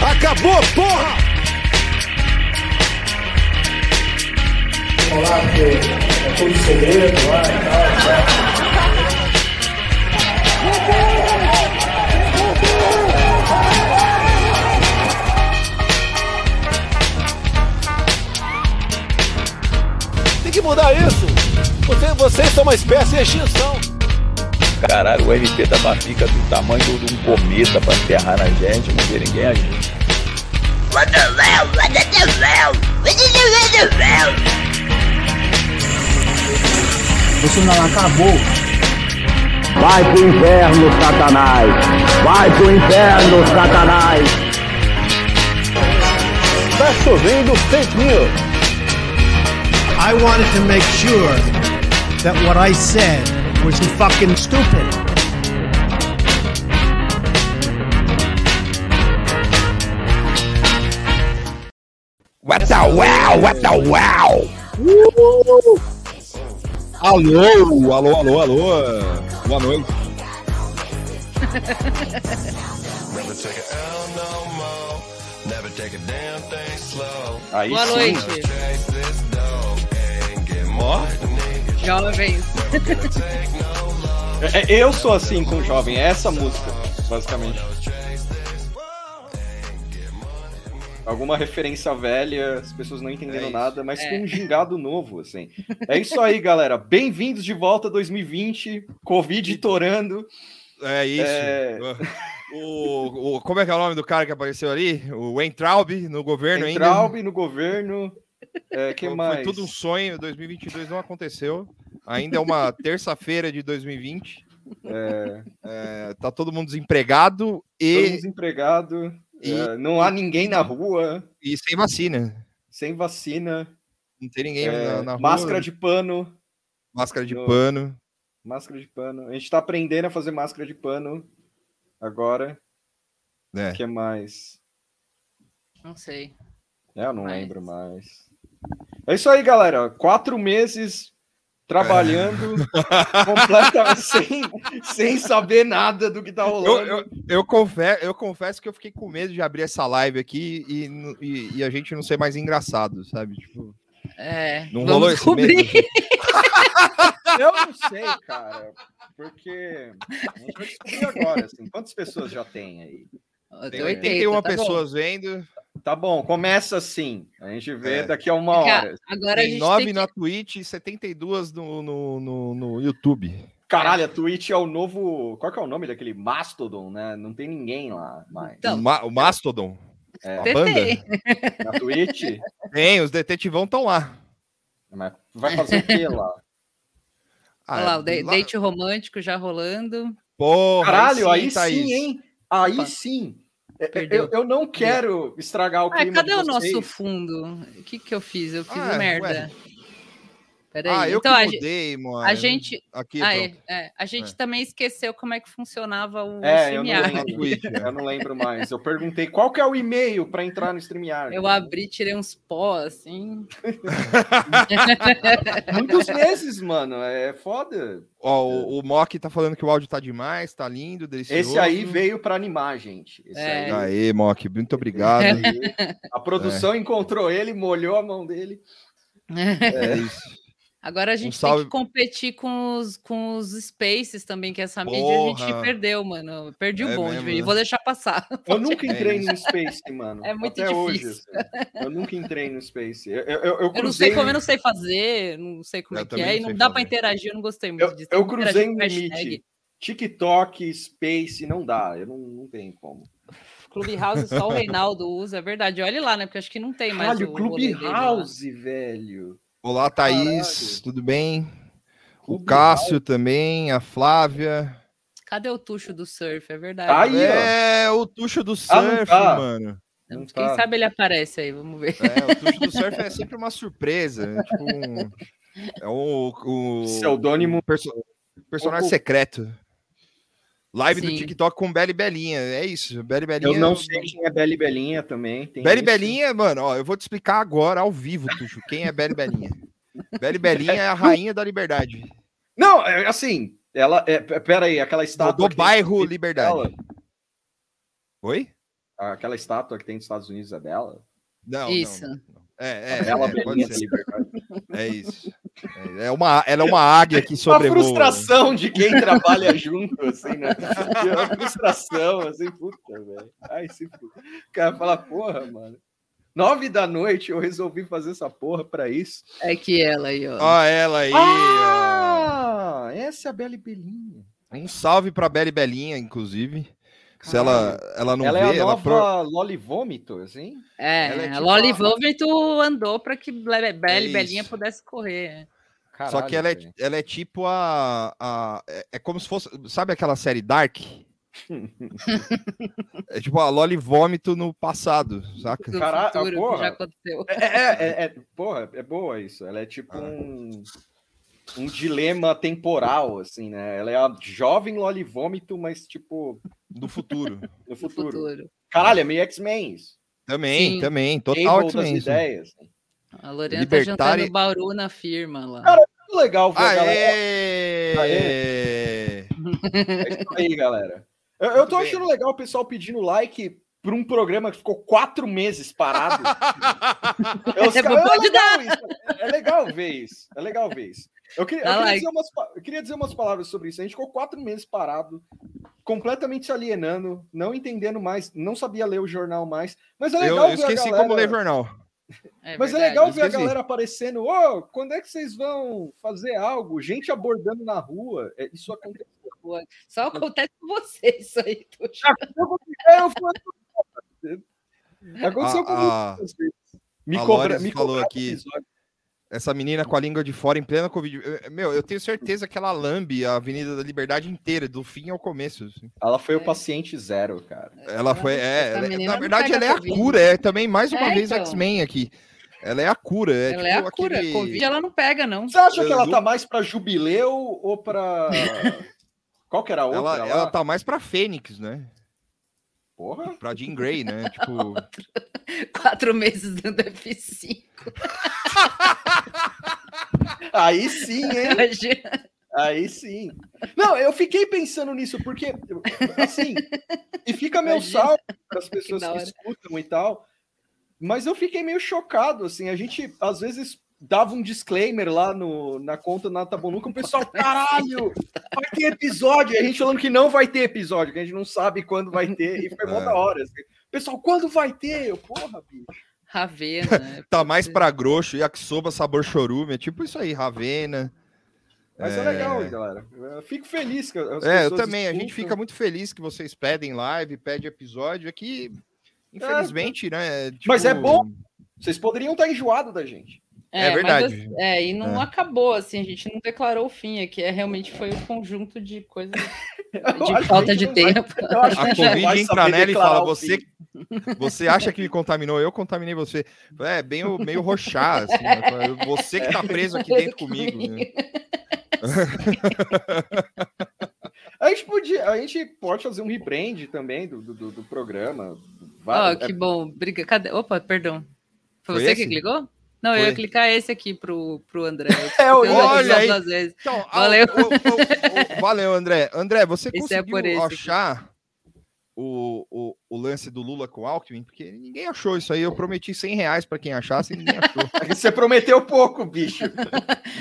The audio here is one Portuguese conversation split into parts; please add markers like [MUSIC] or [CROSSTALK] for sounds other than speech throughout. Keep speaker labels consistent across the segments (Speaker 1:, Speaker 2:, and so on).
Speaker 1: Acabou, porra!
Speaker 2: Olá, porque é tudo segredo lá e tal.
Speaker 1: Tem que mudar isso. Você- vocês são uma espécie de extinção.
Speaker 3: Caralho, o MP da Bafica do tamanho do- de um cometa pra enterrar na gente, não vê ninguém agir.
Speaker 4: What the hell? What the hell? What the hell? What the hell?
Speaker 5: Isso não acabou.
Speaker 6: Vai pro inferno, Satanás! Vai pro inferno, Satanás!
Speaker 1: Tá chovendo fake news.
Speaker 7: I wanted to make sure that what I said was fucking stupid.
Speaker 3: What the wow, what the wow!
Speaker 1: Uh!
Speaker 3: Alô, alô, alô, alô! Boa noite. Aí
Speaker 8: Boa
Speaker 3: sim.
Speaker 8: noite,
Speaker 3: Ó,
Speaker 8: jovens.
Speaker 9: É, é, Eu sou assim com o jovem, é essa música, basicamente. Alguma referência velha, as pessoas não entenderam nada, mas
Speaker 8: É.
Speaker 9: com um gingado novo, assim. É isso aí, galera. Bem-vindos de volta a 2020, Covid torando.
Speaker 10: É isso.
Speaker 9: É.
Speaker 10: [LAUGHS] O, o- como é que é o nome do cara que apareceu ali? O Entraub no governo ainda.
Speaker 9: Entraub no governo. É, que
Speaker 10: Foi
Speaker 9: mais?
Speaker 10: tudo um sonho. 2022 não aconteceu. Ainda
Speaker 9: [LAUGHS]
Speaker 10: é uma terça-feira de 2020.
Speaker 9: É,
Speaker 10: É, tá todo mundo desempregado
Speaker 9: todo
Speaker 10: e,
Speaker 9: desempregado.
Speaker 10: e,
Speaker 9: é, não há ninguém na rua,
Speaker 10: e sem vacina.
Speaker 9: sem vacina.
Speaker 10: Não tem ninguém
Speaker 9: é,
Speaker 10: na, na rua.
Speaker 9: máscara de pano.
Speaker 10: máscara de
Speaker 9: no-
Speaker 10: pano.
Speaker 9: Máscara de pano. A gente tá aprendendo a fazer máscara de pano agora.
Speaker 10: né?
Speaker 9: O que mais? É,
Speaker 8: Não sei.
Speaker 9: Eu não
Speaker 8: Mas-
Speaker 9: lembro mais. É isso aí, galera. Quatro meses trabalhando
Speaker 10: [LAUGHS]
Speaker 9: completamente sem, sem saber nada do que tá
Speaker 10: Eu,
Speaker 9: rolando.
Speaker 10: eu, eu confesso, eu confesso que eu fiquei com medo de abrir essa live aqui e, n- e- e a gente não ser mais engraçado, sabe? Tipo,
Speaker 8: É,
Speaker 10: não
Speaker 8: vamos
Speaker 10: rolou esse
Speaker 8: descobrir.
Speaker 10: medo.
Speaker 9: Eu não sei, cara. Porque a gente vai descobrir agora, assim, quantas pessoas já tem aí?
Speaker 10: Tem
Speaker 8: Tem 80,
Speaker 10: 81
Speaker 8: tá bom.
Speaker 10: pessoas vendo,
Speaker 9: Tá bom, começa assim. A gente vê
Speaker 10: É.
Speaker 9: daqui a uma
Speaker 8: Porque a-
Speaker 9: hora.
Speaker 8: Agora a
Speaker 10: tem
Speaker 8: gente
Speaker 10: 9
Speaker 8: tem que...
Speaker 10: na Twitch e 72 no, no, no, no YouTube.
Speaker 9: Caralho, a Twitch é o novo. Qual que é o nome daquele Mastodon, né? Não tem ninguém lá mais.
Speaker 8: Então.
Speaker 10: o, Ma- o Mastodon,
Speaker 9: É,
Speaker 10: a banda.
Speaker 8: TT.
Speaker 9: na Twitch.
Speaker 10: Tem, os detetivão estão lá.
Speaker 9: Mas vai fazer o quê lá?
Speaker 8: Olha lá, o de-
Speaker 10: Ah, lá-
Speaker 8: date romântico já rolando.
Speaker 10: Porra,
Speaker 9: Caralho, aí sim,
Speaker 10: Thaís.
Speaker 9: hein? Aí
Speaker 8: Opa.
Speaker 9: sim. É, é,
Speaker 8: Perdeu.
Speaker 9: Eu, eu não quero estragar o
Speaker 8: Ah,
Speaker 9: clima.
Speaker 8: cadê
Speaker 9: de
Speaker 8: o nosso
Speaker 9: vocês.
Speaker 8: fundo? O que que eu fiz? Eu fiz
Speaker 10: Ah,
Speaker 8: merda. Peraí.
Speaker 10: Ah, eu
Speaker 8: então,
Speaker 10: que Ah,
Speaker 8: a, ge-
Speaker 10: mudei, mano.
Speaker 8: a gente...
Speaker 10: Aqui,
Speaker 8: ah,
Speaker 10: pronto,
Speaker 8: é, é, a gente
Speaker 10: É.
Speaker 8: também esqueceu como é que funcionava o
Speaker 9: É, eu não
Speaker 8: SMR.
Speaker 10: na
Speaker 9: lembro.
Speaker 10: Twitch. né?
Speaker 9: Eu não lembro mais. Eu perguntei qual que é o e-mail para entrar no StreamYard.
Speaker 8: Eu abri, tirei uns pó, assim.
Speaker 9: Muitos Um meses, mano. É foda.
Speaker 10: Ó, o, o Mock tá falando que o áudio tá demais, tá lindo, delicioso.
Speaker 9: Esse aí veio para animar, gente. Esse
Speaker 8: É.
Speaker 9: aí.
Speaker 10: Aê, Mock, muito obrigado.
Speaker 8: [LAUGHS]
Speaker 9: Esse aí. [LAUGHS] A produção encontrou ele, molhou a mão dele.
Speaker 10: É isso.
Speaker 8: Agora a gente tem
Speaker 10: Um salve.
Speaker 8: que competir com os, com os spaces também, que essa mídia a
Speaker 10: Porra.
Speaker 8: gente perdeu, mano. Eu Perdi
Speaker 10: É
Speaker 8: o bonde,
Speaker 10: mesmo,
Speaker 8: velho.
Speaker 10: né?
Speaker 8: vou deixar passar. [LAUGHS]
Speaker 9: Eu nunca
Speaker 10: É
Speaker 9: entrei
Speaker 10: isso.
Speaker 9: no Space, mano.
Speaker 8: É muito
Speaker 9: Até
Speaker 8: difícil.
Speaker 9: hoje. assim. Eu nunca entrei no Space. Eu, eu, eu,
Speaker 8: Eu não sei
Speaker 9: cruzei-
Speaker 8: como eu não sei fazer, não sei como
Speaker 10: Eu
Speaker 8: é que
Speaker 10: também
Speaker 8: é,
Speaker 10: não
Speaker 8: e não
Speaker 10: sei
Speaker 8: dá pra
Speaker 10: fazer.
Speaker 8: interagir, eu não gostei muito
Speaker 9: Eu,
Speaker 8: disso.
Speaker 9: eu
Speaker 8: Tem que interagir
Speaker 9: cruzei um
Speaker 8: com hashtag.
Speaker 9: limite. TikTok, Space, não dá. Eu não, não tenho como.
Speaker 8: Clubhouse só o Reinaldo usa, é verdade. Olha lá, né? Porque acho que não tem mais.
Speaker 9: Caralho,
Speaker 8: o rolê dele lá.
Speaker 9: Clubhouse, velho.
Speaker 10: Olá, Thaís,
Speaker 9: Caralho.
Speaker 10: tudo bem? O
Speaker 9: Clubhouse.
Speaker 10: Cássio também, a Flávia.
Speaker 8: Cadê o tucho do surf? É verdade.
Speaker 9: Tá aí, ó.
Speaker 10: é, o tucho do surf,
Speaker 9: não tá.
Speaker 10: mano.
Speaker 8: Então,
Speaker 9: não
Speaker 8: Quem
Speaker 9: tá.
Speaker 8: sabe ele aparece aí, vamos ver.
Speaker 10: É, o tucho do surf é sempre uma surpresa. né? Tipo um- é o, o
Speaker 9: Pseudônimo.
Speaker 10: perso- personagem
Speaker 9: O-
Speaker 10: secreto. Live do
Speaker 8: Sim.
Speaker 10: TikTok com Beli Belinha. É isso, Beli Belinha.
Speaker 9: Eu não sei quem é Beli Belinha também. tem
Speaker 10: Beli
Speaker 9: isso.
Speaker 10: Belinha, mano, ó, eu vou te explicar agora ao vivo, Tuxo, quem é Beli Belinha. Beli Belinha é a rainha da liberdade.
Speaker 9: Não, é assim. Ela. É, p- pera aí, aquela estátua.
Speaker 10: Do
Speaker 9: que-
Speaker 10: bairro
Speaker 9: dela.
Speaker 10: Liberdade. Oi?
Speaker 9: Aquela estátua que tem nos Estados Unidos é
Speaker 10: [LAUGHS]
Speaker 9: dela?
Speaker 10: Não,
Speaker 8: Isso.
Speaker 10: não, não. É, é,
Speaker 9: Ela
Speaker 10: é, pode
Speaker 9: Beleza
Speaker 10: ser.
Speaker 9: Liberdade.
Speaker 10: É isso. É, é uma, ela é uma águia que
Speaker 9: A
Speaker 10: sobrevoa.
Speaker 9: frustração de quem trabalha junto, assim,
Speaker 10: [LAUGHS]
Speaker 9: né? A frustração, assim, puta, velho. Ai, se puta. O cara fala, porra, mano. Nove da noite eu resolvi fazer essa porra pra isso.
Speaker 8: É que ela aí, ó.
Speaker 10: Ó, Ah, ela aí.
Speaker 9: Ah, essa é a Bela e Belinha.
Speaker 10: ó. Um salve pra Bela e Belinha, inclusive. Se
Speaker 9: Caralho.
Speaker 10: ela, ela não
Speaker 9: ela
Speaker 10: vê,
Speaker 9: é a
Speaker 10: ela
Speaker 9: nova assim?
Speaker 10: pro-
Speaker 9: Loli Vômitos, hein?
Speaker 8: É,
Speaker 10: Ela é tipo
Speaker 8: a Loli
Speaker 10: a-
Speaker 8: Vomito andou para que Belle
Speaker 10: É
Speaker 8: Belle Belinha
Speaker 10: isso.
Speaker 8: pudesse correr. né,
Speaker 10: Só que ela é,
Speaker 9: velho.
Speaker 10: ela é tipo a, a- É é como se fosse. Sabe aquela série Dark?
Speaker 9: [LAUGHS]
Speaker 10: é tipo a Loli Vômito no passado, saca?
Speaker 8: Do
Speaker 9: Cara-
Speaker 8: futuro,
Speaker 9: porra.
Speaker 8: que já aconteceu.
Speaker 9: É, é, é, é, porra, é boa isso. Ela é tipo
Speaker 10: Ah.
Speaker 9: um, um dilema temporal, assim, né? Ela é a jovem Loli Vômito, mas, tipo,
Speaker 10: Do futuro.
Speaker 9: no
Speaker 8: Do
Speaker 9: futuro.
Speaker 8: futuro.
Speaker 9: Caralho, é meio X-Men isso.
Speaker 10: Também,
Speaker 8: Sim.
Speaker 10: também. Total
Speaker 9: Total das
Speaker 10: X-Men. isso.
Speaker 9: ideias.
Speaker 8: A Lorena tá
Speaker 10: Libertari-
Speaker 8: jantando Bauru na firma lá.
Speaker 9: Cara, Muito legal
Speaker 10: Ah,
Speaker 9: ver a
Speaker 10: é.
Speaker 9: galera.
Speaker 10: Aê!
Speaker 9: É isso aí, galera. Eu, eu tô
Speaker 10: Muito bem.
Speaker 9: achando legal o pessoal pedindo like pra um programa que ficou quatro meses
Speaker 10: [LAUGHS]
Speaker 9: parado. É, os
Speaker 8: É,
Speaker 9: caras-
Speaker 8: pode
Speaker 9: legal isso, é- é legal ver isso. É legal ver isso. Eu queria, eu
Speaker 8: Dá
Speaker 9: queria
Speaker 8: like.
Speaker 9: dizer umas, pa- eu queria dizer umas palavras sobre isso. A gente ficou quatro meses parado, completamente se alienando, não entendendo mais, não sabia ler o jornal mais. Mas é
Speaker 10: Eu,
Speaker 9: legal
Speaker 10: eu
Speaker 9: ver a
Speaker 10: esqueci
Speaker 9: galera- né?
Speaker 10: como ler jornal.
Speaker 8: É
Speaker 9: Mas é
Speaker 8: verdade.
Speaker 9: legal ver a
Speaker 10: esqueci.
Speaker 9: galera aparecendo. Ô, quando é que vocês vão fazer algo? Gente abordando na rua. É, Isso aconteceu.
Speaker 8: Só acontece com você isso aí. Tuxo.
Speaker 9: É, eu falei- Aconteceu
Speaker 10: A-
Speaker 9: comigo
Speaker 10: a-
Speaker 9: muitas vezes. Me
Speaker 10: a
Speaker 9: cobra,
Speaker 10: Lores
Speaker 9: me
Speaker 10: falou
Speaker 9: cobraram
Speaker 10: aqui.
Speaker 9: episódio.
Speaker 10: Essa menina com a língua de fora em plena Covid. Eu- Meu, eu tenho certeza que ela lambe a Avenida da Liberdade inteira, do fim ao começo. assim.
Speaker 9: Ela foi o paciente zero, cara.
Speaker 10: Ela foi. é,
Speaker 8: Essa
Speaker 10: ela-
Speaker 8: menina
Speaker 10: na
Speaker 8: não
Speaker 10: verdade,
Speaker 8: pega
Speaker 10: ela é a
Speaker 8: Covid.
Speaker 10: cura. É também mais uma
Speaker 8: É,
Speaker 10: vez
Speaker 8: então.
Speaker 10: X-Men aqui. Ela é a cura. É,
Speaker 8: Ela é
Speaker 10: tipo
Speaker 8: a cura.
Speaker 10: aquele-
Speaker 8: Covid ela não pega, não.
Speaker 9: Você acha que
Speaker 10: Eu
Speaker 9: ela
Speaker 10: dou-
Speaker 9: tá mais pra jubileu ou
Speaker 10: [LAUGHS]
Speaker 9: pra. Qual que era a outra?
Speaker 10: Ela,
Speaker 9: lá?
Speaker 10: ela tá mais pra Fênix, né?
Speaker 9: Porra.
Speaker 10: Pra Jean Grey,
Speaker 8: [LAUGHS]
Speaker 10: né? Tipo.
Speaker 8: [LAUGHS] Quatro meses dando F5.
Speaker 9: Aí sim, hein?
Speaker 8: Imagina.
Speaker 9: Aí sim. Não, eu fiquei pensando nisso, porque, assim, e fica meu
Speaker 8: Imagina.
Speaker 9: salve
Speaker 8: [LAUGHS]
Speaker 9: para as pessoas
Speaker 8: da
Speaker 9: que,
Speaker 8: hora.
Speaker 9: escutam e tal, mas eu fiquei meio chocado, assim, a gente, às vezes, dava um disclaimer lá no, na conta na Tabonuca, o pessoal, caralho, vai ter episódio, e a gente falando que não vai ter episódio, que a gente não sabe quando vai ter, e foi mó
Speaker 10: É.
Speaker 9: da hora, assim. Pessoal, quando vai ter? Eu, porra, bicho.
Speaker 8: Ravena. né?
Speaker 10: [LAUGHS] Tá mais pra grosso, yakisoba sabor chorume, é tipo isso aí, Ravena.
Speaker 9: Mas é, legal, galera. Eu fico feliz que as
Speaker 10: É, eu
Speaker 9: pessoas
Speaker 10: também, a gente
Speaker 9: escutam.
Speaker 10: fica muito feliz que vocês pedem live, pede episódio, é que infelizmente, né, tipo,
Speaker 9: Mas é bom. Vocês poderiam estar enjoados da gente.
Speaker 10: É verdade.
Speaker 8: mas eu- é, e não
Speaker 10: É.
Speaker 8: acabou, assim, a gente não declarou o fim aqui. É, realmente foi um conjunto de coisas
Speaker 9: [LAUGHS] Eu acho que
Speaker 8: de falta
Speaker 9: a gente
Speaker 8: de
Speaker 9: não vai-
Speaker 10: [LAUGHS]
Speaker 8: tempo.
Speaker 9: eu acho
Speaker 8: [LAUGHS]
Speaker 9: que
Speaker 10: A
Speaker 9: gente não vai
Speaker 10: Covid entra
Speaker 9: saber
Speaker 10: nela e
Speaker 9: declarar
Speaker 10: fala,
Speaker 9: o
Speaker 10: você,
Speaker 9: fim.
Speaker 10: [LAUGHS] você acha que me contaminou, eu contaminei você. É, bem, o- meio roxar, assim, né? você
Speaker 8: É.
Speaker 10: que tá preso aqui dentro comigo. né?
Speaker 9: A gente, podia, a gente pode fazer um rebrand também do, do, do- do programa.
Speaker 8: Ó,
Speaker 9: Vai-
Speaker 8: Ah,
Speaker 9: é,
Speaker 8: que bom. Briga. Cadê? Opa, perdão. Foi,
Speaker 10: é. Foi
Speaker 8: você
Speaker 10: esse?
Speaker 8: que clicou? Não, eu
Speaker 10: Foi.
Speaker 8: ia clicar esse aqui pro, pro André.
Speaker 9: [LAUGHS] É,
Speaker 8: Eu
Speaker 9: o-
Speaker 8: já
Speaker 10: Olha
Speaker 8: fiz as
Speaker 10: aí.
Speaker 8: duas vezes.
Speaker 10: Então, a-
Speaker 8: Valeu.
Speaker 10: o- o- o- valeu, André. André, você
Speaker 8: Esse é
Speaker 10: conseguiu
Speaker 8: por esse aqui.
Speaker 10: achar o, o, o lance do Lula com o Alckmin? Porque ninguém achou isso aí. Eu prometi 100 reais pra quem achasse e ninguém
Speaker 8: [LAUGHS]
Speaker 10: achou.
Speaker 9: Você prometeu pouco, bicho.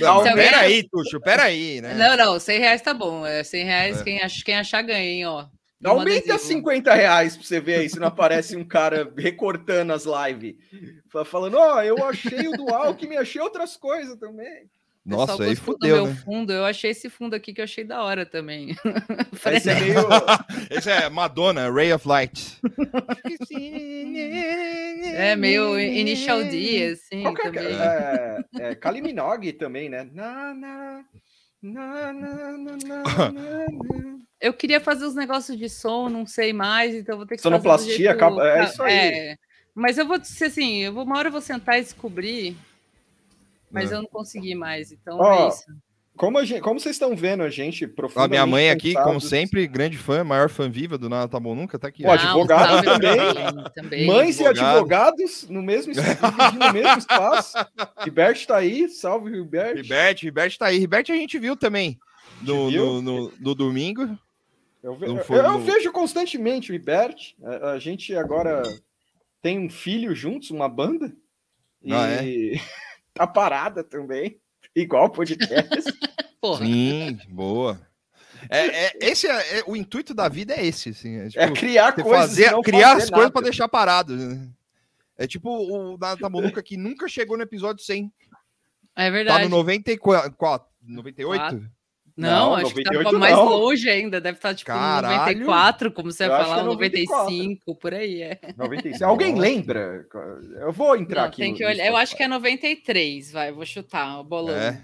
Speaker 10: Não,
Speaker 8: Se alguém-
Speaker 10: peraí, Tuxo, peraí,
Speaker 9: É.
Speaker 10: né?
Speaker 8: Não, não, 100 reais tá bom. É 100 reais,
Speaker 10: É.
Speaker 8: Quem, ach- quem achar ganha, hein, ó. Um
Speaker 9: Aumenta
Speaker 8: adesivo.
Speaker 9: 50 reais pra você ver aí se não aparece um cara recortando as lives. Fa- Falando, ó, eu achei o do Alckmin, achei outras coisas também.
Speaker 8: O pessoal
Speaker 10: Nossa, aí
Speaker 8: gostou do
Speaker 10: fudeu,
Speaker 8: meu
Speaker 10: né?
Speaker 8: fundo, eu achei esse fundo aqui que eu achei da hora também. [LAUGHS]
Speaker 9: Aí você é meio.
Speaker 10: Esse é Madonna, Ray of Light.
Speaker 8: É meio Initial
Speaker 9: [LAUGHS]
Speaker 8: D, assim,
Speaker 9: Uhum. Qual que é,
Speaker 8: também.
Speaker 9: é, é, Kylie Minogue também, né? Na, na, na, na, na, na,
Speaker 10: [LAUGHS]
Speaker 9: na.
Speaker 8: Eu queria fazer os negócios de som, não sei mais, então eu vou ter que
Speaker 9: Sonoplastia,
Speaker 8: fazer do
Speaker 9: acaba- é isso aí.
Speaker 8: é. Mas eu vou ser assim, eu vou, uma hora eu vou sentar e descobrir, mas eu não consegui mais, então
Speaker 9: É. Ó,
Speaker 8: é isso.
Speaker 9: Como, a gente- como vocês estão vendo a gente
Speaker 10: A
Speaker 9: profundamente...
Speaker 10: minha mãe aqui,
Speaker 9: cansados-
Speaker 10: como sempre, grande fã, maior fã viva do Nada Tá Bom Nunca, tá aqui. ó.
Speaker 9: Pode-
Speaker 8: Ah,
Speaker 9: advogado
Speaker 8: salve pra
Speaker 9: também.
Speaker 8: ela também.
Speaker 9: Mães e
Speaker 10: advogado.
Speaker 9: advogados no mesmo, es- dividindo o mesmo
Speaker 10: [LAUGHS]
Speaker 9: espaço. Riberto tá aí, salve Riberto.
Speaker 10: Ribert, Ribert tá aí. Ribert a gente viu também no,
Speaker 9: Viu?
Speaker 10: no, no- no domingo.
Speaker 9: Eu, ve-
Speaker 10: Não
Speaker 9: eu-
Speaker 10: foi
Speaker 9: eu
Speaker 10: no-
Speaker 9: vejo constantemente o Ibert. A, a gente agora tem um filho juntos, uma banda. E
Speaker 10: Ah,
Speaker 9: [LAUGHS] tá parada também. Igual o
Speaker 10: [LAUGHS]
Speaker 9: podcast.
Speaker 8: Porra.
Speaker 10: Sim, boa. É, é- esse é, é- o intuito da vida é esse, assim. É, tipo,
Speaker 9: É criar
Speaker 10: você
Speaker 9: coisas. e
Speaker 10: fazer,
Speaker 9: não
Speaker 10: criar
Speaker 9: fazer
Speaker 10: as coisas
Speaker 9: nada.
Speaker 10: pra deixar parado. né? É tipo o da, da Maluca que nunca chegou no episódio 100.
Speaker 8: É
Speaker 10: Tá
Speaker 8: verdade.
Speaker 10: no 94, quatro- 98?
Speaker 8: Quatro. Não,
Speaker 9: Não,
Speaker 8: acho que
Speaker 9: 98
Speaker 8: tá mais
Speaker 9: não.
Speaker 8: longe ainda. Deve estar tipo no
Speaker 10: Caralho.
Speaker 8: 94, como você
Speaker 9: Eu
Speaker 8: vai
Speaker 9: acho
Speaker 8: falar,
Speaker 9: que é
Speaker 8: 95,
Speaker 9: 94.
Speaker 8: por aí. É.
Speaker 9: 96. Alguém
Speaker 10: Nossa.
Speaker 9: lembra? Eu vou entrar
Speaker 8: Não,
Speaker 9: aqui.
Speaker 8: tem
Speaker 9: no- tá
Speaker 8: que
Speaker 9: no
Speaker 8: olhar. Eu
Speaker 9: Spotify.
Speaker 8: acho que é 93, vai, vou chutar, o bolão.
Speaker 10: É.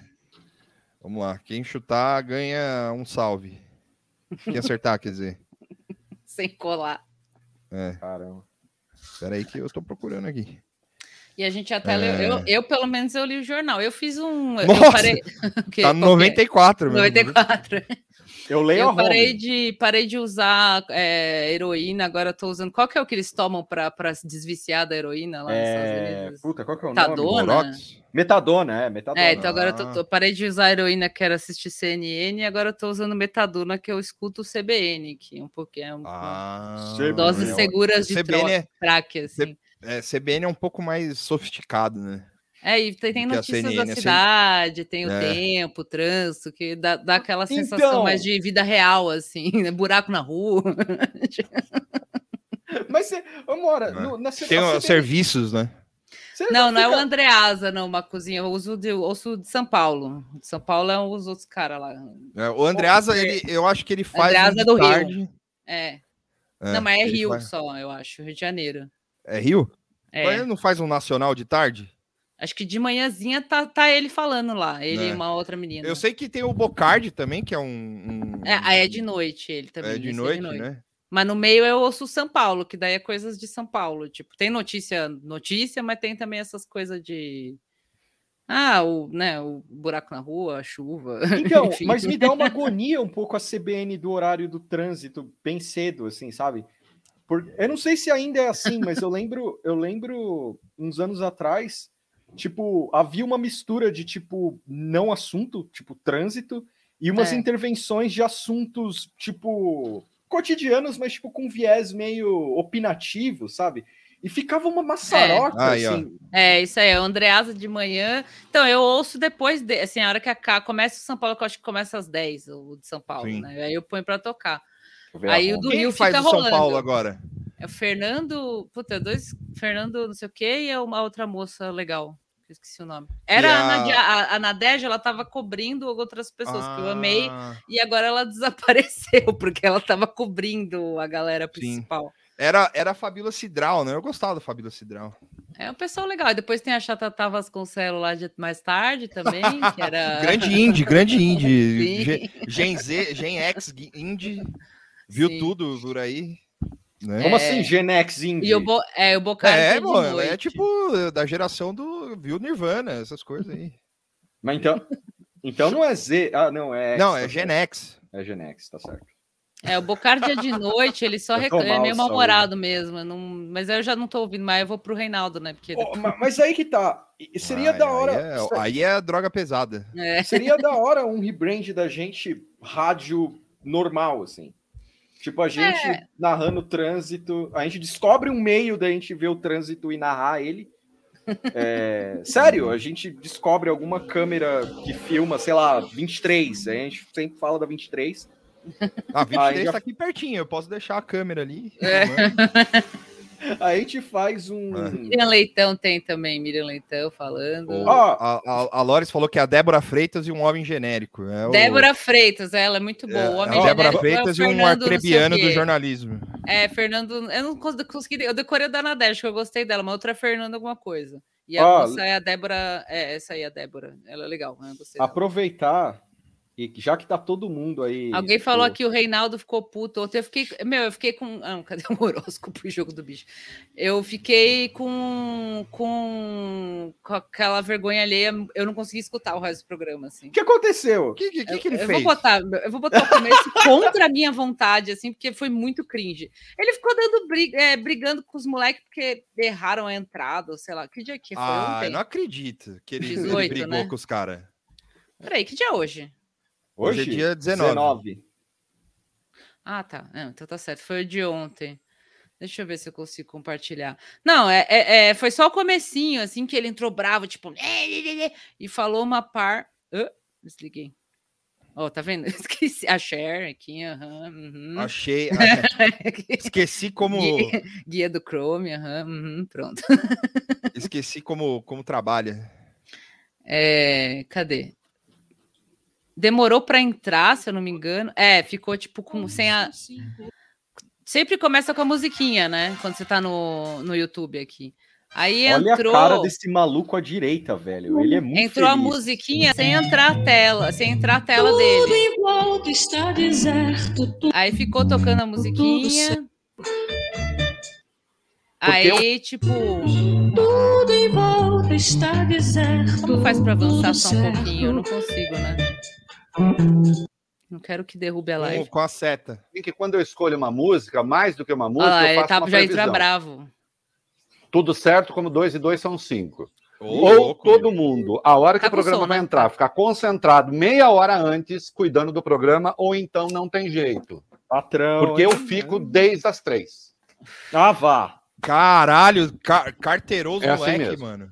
Speaker 10: Vamos lá. Quem chutar ganha um salve. Quem acertar, quer dizer.
Speaker 8: [LAUGHS] Sem colar.
Speaker 10: É,
Speaker 9: Caramba.
Speaker 10: peraí que eu tô procurando aqui.
Speaker 8: E a gente até
Speaker 10: É.
Speaker 8: leu. Eu, eu, pelo menos, eu li o jornal. Eu fiz um.
Speaker 10: Nossa!
Speaker 8: Eu parei. [LAUGHS] O quê?
Speaker 10: Tá no
Speaker 8: Qual que é?
Speaker 10: 94,
Speaker 9: né?
Speaker 10: meu.
Speaker 8: 94.
Speaker 9: Eu leio a
Speaker 8: Eu
Speaker 9: Roma.
Speaker 8: parei de, parei de usar é, heroína, agora eu tô usando. Qual que é o que eles tomam pra, pra se desviciar da heroína lá nos Estados
Speaker 9: É...
Speaker 8: Unidos?
Speaker 9: Puta, qual que é o
Speaker 8: Tadona.
Speaker 9: nome?
Speaker 10: Borox?
Speaker 9: Metadona, é,
Speaker 10: Tá
Speaker 9: metadona.
Speaker 8: Tá É, então agora eu tô- tô- parei de usar heroína, que era assistir CNN, e agora eu tô usando metadona, que eu escuto o CBN, que é um pouquinho. É um,
Speaker 10: Ah,
Speaker 9: Sempre.
Speaker 8: Doses
Speaker 9: é,
Speaker 8: seguras de
Speaker 10: CBN
Speaker 8: CBN
Speaker 10: é-
Speaker 8: crack, assim.
Speaker 10: É, CBN é um pouco mais sofisticado, né?
Speaker 8: É, e tem, tem
Speaker 10: que a
Speaker 8: notícias
Speaker 10: CNN,
Speaker 8: da
Speaker 10: assim.
Speaker 8: cidade, tem o
Speaker 10: É.
Speaker 8: tempo, o trânsito, que dá, dá aquela sensação
Speaker 9: Então.
Speaker 8: mais de vida real, assim, né? buraco na rua.
Speaker 9: Mas você, Amora,
Speaker 10: É.
Speaker 9: no, na
Speaker 10: Tem
Speaker 9: na-
Speaker 10: os serviços, né?
Speaker 9: você
Speaker 8: Não, não é o
Speaker 9: fica-
Speaker 8: Andreasa, não, uma cozinha. Eu uso de, eu uso de São Paulo. De São Paulo é os outros caras lá.
Speaker 10: É, O Andreasa, ele, eu acho que ele faz.
Speaker 8: Andreasa
Speaker 10: um de
Speaker 8: é do Rio.
Speaker 10: tarde.
Speaker 8: É.
Speaker 10: É,
Speaker 8: não, mas é
Speaker 10: ele
Speaker 8: Rio
Speaker 10: faz-
Speaker 8: só, eu acho, Rio de Janeiro.
Speaker 10: É Rio?
Speaker 8: É.
Speaker 10: Mas ele não faz um nacional de tarde?
Speaker 8: Acho que de manhãzinha tá, tá ele falando lá, ele
Speaker 10: É.
Speaker 8: e uma outra menina.
Speaker 10: Eu sei que tem o Bocardi também, que é um. um-
Speaker 8: É, ah, é de noite ele também.
Speaker 10: é
Speaker 8: esse
Speaker 10: de noite, né?
Speaker 8: Mas no meio eu ouço São Paulo, que daí é coisas de São Paulo. Tipo, tem notícia, notícia, mas tem também essas coisas de. Ah, o, né, o buraco na rua, a chuva. [LAUGHS]
Speaker 9: [LAUGHS]
Speaker 10: [LAUGHS]
Speaker 9: Então,
Speaker 8: enfim.
Speaker 9: mas me dá uma agonia um pouco a CBN do horário do trânsito bem cedo, assim, sabe? Por, eu não sei se ainda é assim, mas eu lembro, eu lembro uns anos atrás, tipo, havia uma mistura de tipo não assunto, tipo trânsito, e umas
Speaker 8: É.
Speaker 9: intervenções de assuntos tipo cotidianos, mas tipo com viés meio opinativo, sabe? E ficava uma maçaroca,
Speaker 10: Aí, ó.
Speaker 9: assim,
Speaker 8: É, isso aí, é o Andreasa de manhã. Então, eu ouço depois, de, assim, a hora que a K começa o São Paulo, que eu acho que começa às 10, o de São Paulo,
Speaker 10: Sim.
Speaker 8: né? Aí eu ponho pra tocar.
Speaker 9: Deixa eu ver a
Speaker 8: Aí o
Speaker 9: Roma.
Speaker 8: do
Speaker 10: Quem
Speaker 8: Rio
Speaker 10: faz
Speaker 8: fica
Speaker 10: o São
Speaker 8: rolando.
Speaker 10: Paulo agora?
Speaker 8: É o Fernando, puta, é dois, Fernando não sei o quê, e é uma outra moça legal, que eu esqueci o nome. Era a,
Speaker 10: a-
Speaker 8: Nadia, a, a Nadege, ela tava cobrindo outras pessoas que eu amei,
Speaker 10: Ah,
Speaker 8: e agora ela [LAUGHS] desapareceu, porque ela tava cobrindo a galera principal.
Speaker 10: Era, era a Fabíola Cidral, né? Eu gostava da Fabíola Cidral.
Speaker 8: É um pessoal legal. E depois tem a Chatatá Vasconcelos lá de, mais tarde também, que era...
Speaker 10: [LAUGHS] Grande indie, grande indie.
Speaker 8: Ah. [LAUGHS] Sim.
Speaker 10: Gen, Gen Z, Gen X, gui- indie. Viu
Speaker 8: Sim.
Speaker 10: tudo por aí. Né?
Speaker 9: Como
Speaker 8: É.
Speaker 9: assim, Genex Indie?
Speaker 8: E o, Bo... é, o Bocardi
Speaker 10: É,
Speaker 8: é, de
Speaker 10: mano, é
Speaker 8: noite.
Speaker 10: tipo da geração do viu Nirvana, essas coisas
Speaker 8: [LAUGHS]
Speaker 10: aí.
Speaker 9: Mas então, então não é Z. Ah, não, é. X,
Speaker 10: Não,
Speaker 9: tá
Speaker 10: é
Speaker 9: certo.
Speaker 10: Genex.
Speaker 9: É Genex, tá certo.
Speaker 8: É, o Bocardi é de noite, ele só
Speaker 9: Eu tô
Speaker 8: reclama, é
Speaker 9: mal,
Speaker 8: meio
Speaker 9: Saúl.
Speaker 8: mal-humorado mesmo. eu não- Mas eu já não tô ouvindo, mas eu vou pro Reinaldo, né? Porque...
Speaker 9: Ó, ma- mas aí que tá. e- Seria
Speaker 10: Ah,
Speaker 9: da hora.
Speaker 10: Aí é, aí é droga pesada.
Speaker 8: É.
Speaker 9: Seria da hora um rebrand da gente rádio normal, assim. Tipo, a gente narrando o trânsito. A gente descobre um meio da gente ver o trânsito e narrar ele.
Speaker 10: [LAUGHS]
Speaker 9: É, sério, a gente descobre alguma câmera que filma, sei lá, 23. A gente sempre fala da 23.
Speaker 8: [LAUGHS]
Speaker 10: Ah, 23
Speaker 9: já-
Speaker 10: tá aqui pertinho, eu posso deixar a câmera ali.
Speaker 8: É.
Speaker 9: A gente faz um.
Speaker 10: É.
Speaker 8: Miriam Leitão tem também, Miriam Leitão falando.
Speaker 10: Ou-
Speaker 9: Ó.
Speaker 10: é? a, a, a Loris falou que é a Débora Freitas e um homem genérico. É o-
Speaker 8: Débora Freitas, ela é muito boa. o
Speaker 10: É,
Speaker 8: homem
Speaker 10: a Débora
Speaker 8: genérico é o
Speaker 10: Freitas e
Speaker 8: Fernando
Speaker 10: um
Speaker 8: não sei o
Speaker 10: arcrebiano do
Speaker 8: quê.
Speaker 10: jornalismo.
Speaker 8: É, Fernando, eu não cons- consegui, eu decorei o da Nadege, que eu gostei dela, mas outra é Fernando alguma coisa. E a
Speaker 9: Ó,
Speaker 8: moça é a Débora, é, essa aí é a Débora, ela é legal, né, eu gostei dela.
Speaker 9: aproveitar e já que tá todo mundo aí.
Speaker 8: Alguém falou
Speaker 9: o-
Speaker 8: aqui, o Reinaldo ficou puto. Ontem eu fiquei. Meu, eu fiquei com. Ah, não, [LAUGHS] cadê o horóscopo e o jogo do bicho? Eu fiquei com, com. com aquela vergonha alheia. Eu não consegui escutar o resto do programa, assim.
Speaker 9: O que aconteceu?
Speaker 10: O que, que, que, que ele
Speaker 8: eu,
Speaker 10: fez?
Speaker 8: Vou botar, eu vou botar o começo
Speaker 10: [LAUGHS]
Speaker 8: contra a minha vontade, assim, porque foi muito cringe. Ele ficou dando briga, é, brigando com os moleques porque erraram a entrada, ou sei lá. Que dia que foi?
Speaker 10: ah, eu
Speaker 8: Ontem?
Speaker 10: não acredito que ele, ele
Speaker 8: 18,
Speaker 10: brigou
Speaker 8: né?
Speaker 10: com os caras.
Speaker 8: Peraí, que dia é hoje?
Speaker 10: Hoje é dia 19.
Speaker 8: Ah, tá. Não, então tá certo. Foi o de ontem. Deixa eu ver se eu consigo compartilhar. Não, é, é- é, foi só o comecinho, assim, que ele entrou bravo, tipo... E falou uma par... Hã? desliguei. Ó, tá vendo? [LAUGHS] Esqueci. A Cher aqui, aham. uhum. [LAUGHS]
Speaker 10: Achei. Esqueci como.
Speaker 8: Guia, guia do Chrome, aham. uhum, pronto.
Speaker 10: Esqueci como, como trabalha.
Speaker 8: É, cadê? Demorou para entrar, se eu não me engano. É, ficou tipo
Speaker 11: Hum,
Speaker 8: com sem a Sempre começa com a musiquinha, né? Quando você tá no, no YouTube aqui. Aí
Speaker 9: Olha
Speaker 8: entrou
Speaker 9: a cara desse maluco à direita, velho. Ele é muito
Speaker 8: entrou a
Speaker 9: feliz.
Speaker 8: musiquinha sem entrar a tela, sem entrar a tela dele.
Speaker 11: Tudo em volta está deserto.
Speaker 8: Aí ficou tocando a musiquinha. Aí, tipo,
Speaker 11: Tudo em volta está deserto.
Speaker 8: como faz pra avançar
Speaker 11: tudo
Speaker 8: só um
Speaker 11: certo.
Speaker 8: pouquinho? Eu não consigo, né? Não quero que derrube a live.
Speaker 10: Com, com a seta.
Speaker 12: que quando eu escolho uma música, mais do que uma música,
Speaker 8: Olha lá,
Speaker 12: eu
Speaker 8: ele
Speaker 12: faço
Speaker 8: tá,
Speaker 12: uma
Speaker 8: já entra
Speaker 12: previsão.
Speaker 8: bravo.
Speaker 12: Tudo certo, como dois e dois são cinco.
Speaker 10: Ô,
Speaker 12: Ou
Speaker 10: louco,
Speaker 12: todo mundo, a hora que
Speaker 8: Tá
Speaker 12: o
Speaker 8: com
Speaker 12: programa
Speaker 8: som,
Speaker 12: vai entrar, ficar concentrado meia hora antes, cuidando do programa, ou então não tem jeito.
Speaker 9: Patrão.
Speaker 12: Porque eu
Speaker 9: hein?
Speaker 12: fico
Speaker 8: Hum.
Speaker 12: desde as três.
Speaker 9: Ah, vá.
Speaker 10: Caralho, car carteiroso
Speaker 12: É assim
Speaker 10: moleque,
Speaker 12: mesmo.
Speaker 10: mano.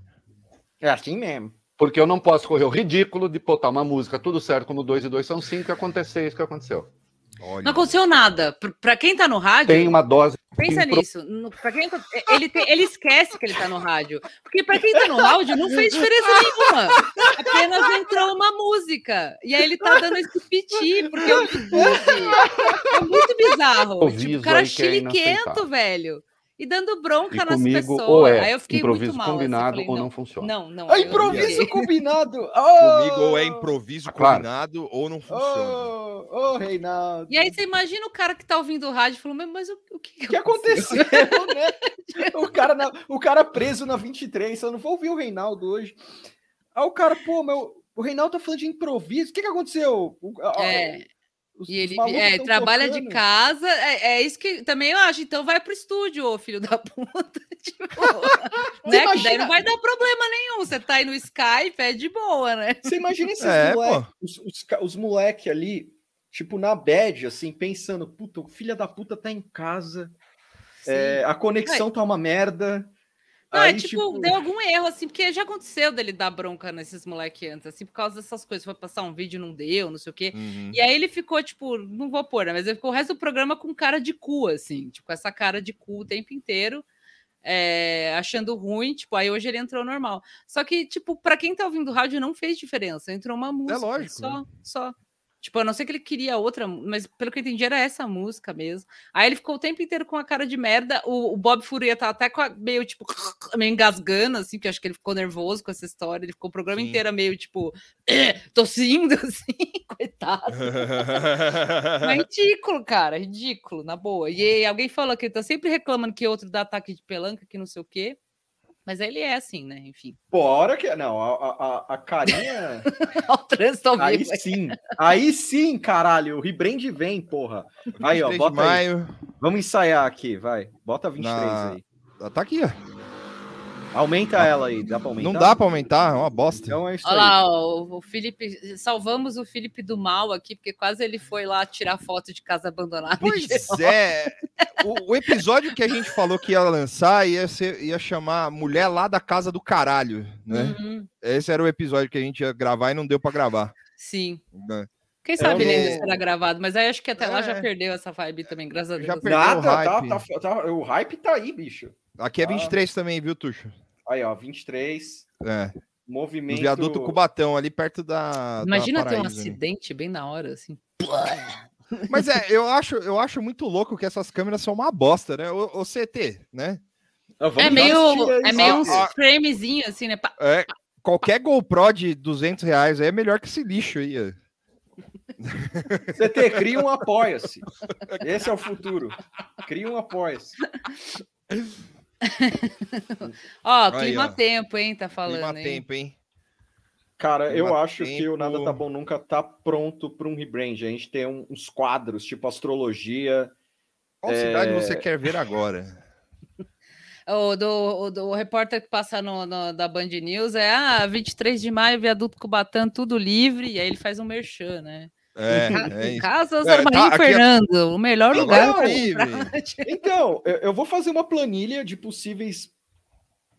Speaker 9: É assim mesmo.
Speaker 12: Porque eu não posso correr o ridículo de botar uma música, tudo certo, como dois e dois são cinco, e acontecer isso que aconteceu.
Speaker 10: Olha.
Speaker 8: Não aconteceu nada. Pra- Pra quem tá no rádio,
Speaker 12: Tem uma dose.
Speaker 8: pensa
Speaker 12: impro-
Speaker 8: nisso. No- pra quem tá- ele, tem- ele esquece que ele tá no rádio. Porque pra quem tá no rádio, não fez diferença nenhuma. Apenas entrou uma música. E aí ele tá dando esse piti, porque eu- é muito bizarro.
Speaker 12: Improviso
Speaker 8: Tipo, o cara
Speaker 12: aí que é
Speaker 8: chiliquento,
Speaker 12: inaceitável.
Speaker 8: velho. E dando
Speaker 12: E
Speaker 8: bronca nas
Speaker 12: comigo,
Speaker 8: pessoas.
Speaker 12: ou é
Speaker 8: aí eu fiquei
Speaker 12: improviso
Speaker 8: muito mal. assim,
Speaker 12: combinado
Speaker 8: falei,
Speaker 12: ou não,
Speaker 8: não
Speaker 12: funciona.
Speaker 8: Não, não.
Speaker 9: Ah,
Speaker 8: eu não
Speaker 9: improviso
Speaker 8: liguei.
Speaker 9: combinado.
Speaker 10: Comigo ou é
Speaker 9: improviso.
Speaker 10: improviso
Speaker 12: Ah, claro. Ah.
Speaker 10: combinado ou não funciona.
Speaker 9: Ô, ô, Reinaldo.
Speaker 8: E aí você imagina o cara que tá ouvindo o rádio e falou, mas, mas o, o que,
Speaker 9: O que aconteceu, né? O cara, na- o cara preso na 23, eu não vou ouvir o Reinaldo hoje. Aí o cara, pô, meu, o Reinaldo tá falando de improviso, o que que aconteceu? O- a-
Speaker 8: É,
Speaker 9: os-
Speaker 8: e
Speaker 9: os
Speaker 8: ele
Speaker 9: malucos
Speaker 8: é,
Speaker 9: tão
Speaker 8: trabalha de
Speaker 9: tocando.
Speaker 8: casa, é, é isso que também eu acho. Então vai pro estúdio, ô filho da [LAUGHS] puta.
Speaker 9: [LAUGHS]
Speaker 8: Tipo, né? Que daí
Speaker 9: imagina-
Speaker 8: não vai dar problema nenhum. Você tá aí no Skype, é de boa, né?
Speaker 9: Você imagina esses
Speaker 10: É,
Speaker 9: moleque,
Speaker 10: pô.
Speaker 9: os, os, ca- os moleque ali, tipo, na bad, assim, pensando, puta, o filho da puta tá em casa, é, a conexão tá uma merda.
Speaker 8: Não, é
Speaker 9: Aí,
Speaker 8: tipo, deu algum erro, assim, porque já aconteceu dele dar bronca nesses moleque antes, assim, por causa dessas coisas. Foi passar um vídeo, não deu, não sei o quê. [LAUGHS]
Speaker 10: Uhum. [LAUGHS]
Speaker 8: E aí ele ficou, tipo, não vou pôr, né? Mas ele ficou o resto do programa com cara de cu, assim, tipo, com essa cara de cu o tempo inteiro, é, achando ruim, tipo, aí hoje ele entrou normal. Só que, tipo, pra quem tá ouvindo rádio, não fez diferença. Entrou uma música.
Speaker 10: É lógico, né?
Speaker 8: Só, só. Tipo, a não ser que ele queria outra, mas pelo que eu entendi, era essa música mesmo. Aí ele ficou o tempo inteiro com a cara de merda. O, o Bob Furia tá até com a- meio, tipo, [LAUGHS] meio engasgando, assim, porque eu acho que ele ficou nervoso com essa história. Ele ficou o programa
Speaker 10: Sim.
Speaker 8: inteiro meio, tipo, [CLEARS THROAT] tossindo, [LAUGHS] assim, coitado.
Speaker 10: [LAUGHS]
Speaker 8: Mas é ridículo, cara, ridículo, na boa. E aí alguém falou que ele tá sempre reclamando que outro dá ataque de pelanca, que não sei o quê. Mas ele é assim, né? Enfim. [LAUGHS]
Speaker 9: Pô, a hora que. Não, a, a, a carinha.
Speaker 8: Ó, o trânsito ao
Speaker 9: Aí
Speaker 8: vivo.
Speaker 9: sim, aí sim, caralho. O rebrand vem, porra. Aí, ó,
Speaker 10: 23 de
Speaker 9: bota aí.
Speaker 10: maio.
Speaker 9: Vamos ensaiar aqui, vai. Bota 23
Speaker 10: Na-
Speaker 9: aí.
Speaker 10: Tá aqui, ó.
Speaker 9: Aumenta ela aí, dá pra aumentar?
Speaker 10: Não dá pra aumentar, é uma bosta.
Speaker 9: Então é isso
Speaker 8: Olha
Speaker 9: aí.
Speaker 8: lá, ó, o Felipe. Salvamos o Felipe do mal aqui, porque quase ele foi lá tirar foto de casa [LAUGHS] abandonada.
Speaker 10: Pois é. O, o episódio que a gente falou que ia lançar ia, ser, ia chamar Mulher lá da Casa do Caralho, né?
Speaker 8: Uhum,
Speaker 10: Esse era o episódio que a gente ia gravar e não deu pra gravar.
Speaker 8: sim.
Speaker 10: né?
Speaker 8: Quem sabe ele
Speaker 10: não-
Speaker 8: ainda será gravado, mas aí acho que até lá já
Speaker 10: um- É.
Speaker 8: perdeu essa vibe também, graças a Deus.
Speaker 10: Já perdeu o
Speaker 9: Nada, tá,
Speaker 10: hype.
Speaker 9: tá- tá- O hype tá aí, bicho.
Speaker 10: Aqui é
Speaker 9: Ah.
Speaker 10: 23 também, viu, Tuxo?
Speaker 9: Aí, ó, 23.
Speaker 10: É. No
Speaker 9: Movimento.
Speaker 10: viaduto Cubatão, ali perto da. da
Speaker 8: Imagina ter um
Speaker 10: tá Paraíso, né?
Speaker 8: acidente bem na hora, assim.
Speaker 10: Mas é, eu acho, eu acho muito louco que essas câmeras são uma bosta, né? O, o CT, né?
Speaker 9: Ah, vamos
Speaker 8: É
Speaker 10: um
Speaker 9: dar
Speaker 8: meio,
Speaker 9: assistir
Speaker 8: é
Speaker 9: isso
Speaker 8: meio
Speaker 9: aí.
Speaker 8: uns framezinho, assim, né? Pá,
Speaker 10: É, qualquer GoPro de 200 reais aí é melhor que esse lixo aí. ó.
Speaker 9: CT, cria um apoia-se. Esse é o futuro. Cria um apoia-se.
Speaker 8: Ó,
Speaker 10: Aí,
Speaker 8: clima
Speaker 10: ó.
Speaker 8: tempo, hein? Tá
Speaker 10: Clima
Speaker 8: falando. hein?
Speaker 10: tempo, hein?
Speaker 9: Cara, eu
Speaker 10: Clima
Speaker 9: acho que o
Speaker 10: Tempo.
Speaker 9: Nada Tá Bom Nunca tá pronto para um rebrand. A gente tem um- uns quadros, tipo astrologia.
Speaker 10: Qual cidade você quer ver agora?
Speaker 8: O do, o do repórter que passa no, no- da Band News é ah, 23 de maio, viaduto Cubatã, tudo livre, e aí ele faz um merchan, né?
Speaker 10: É, é isso.
Speaker 8: Casas
Speaker 10: É,
Speaker 8: Armarinho
Speaker 10: tá, aqui é-
Speaker 8: Fernando, o melhor
Speaker 10: Agora é
Speaker 8: lugar
Speaker 10: eu
Speaker 8: pra
Speaker 10: vi,
Speaker 8: comprar.
Speaker 9: Então, eu, eu vou fazer uma planilha de possíveis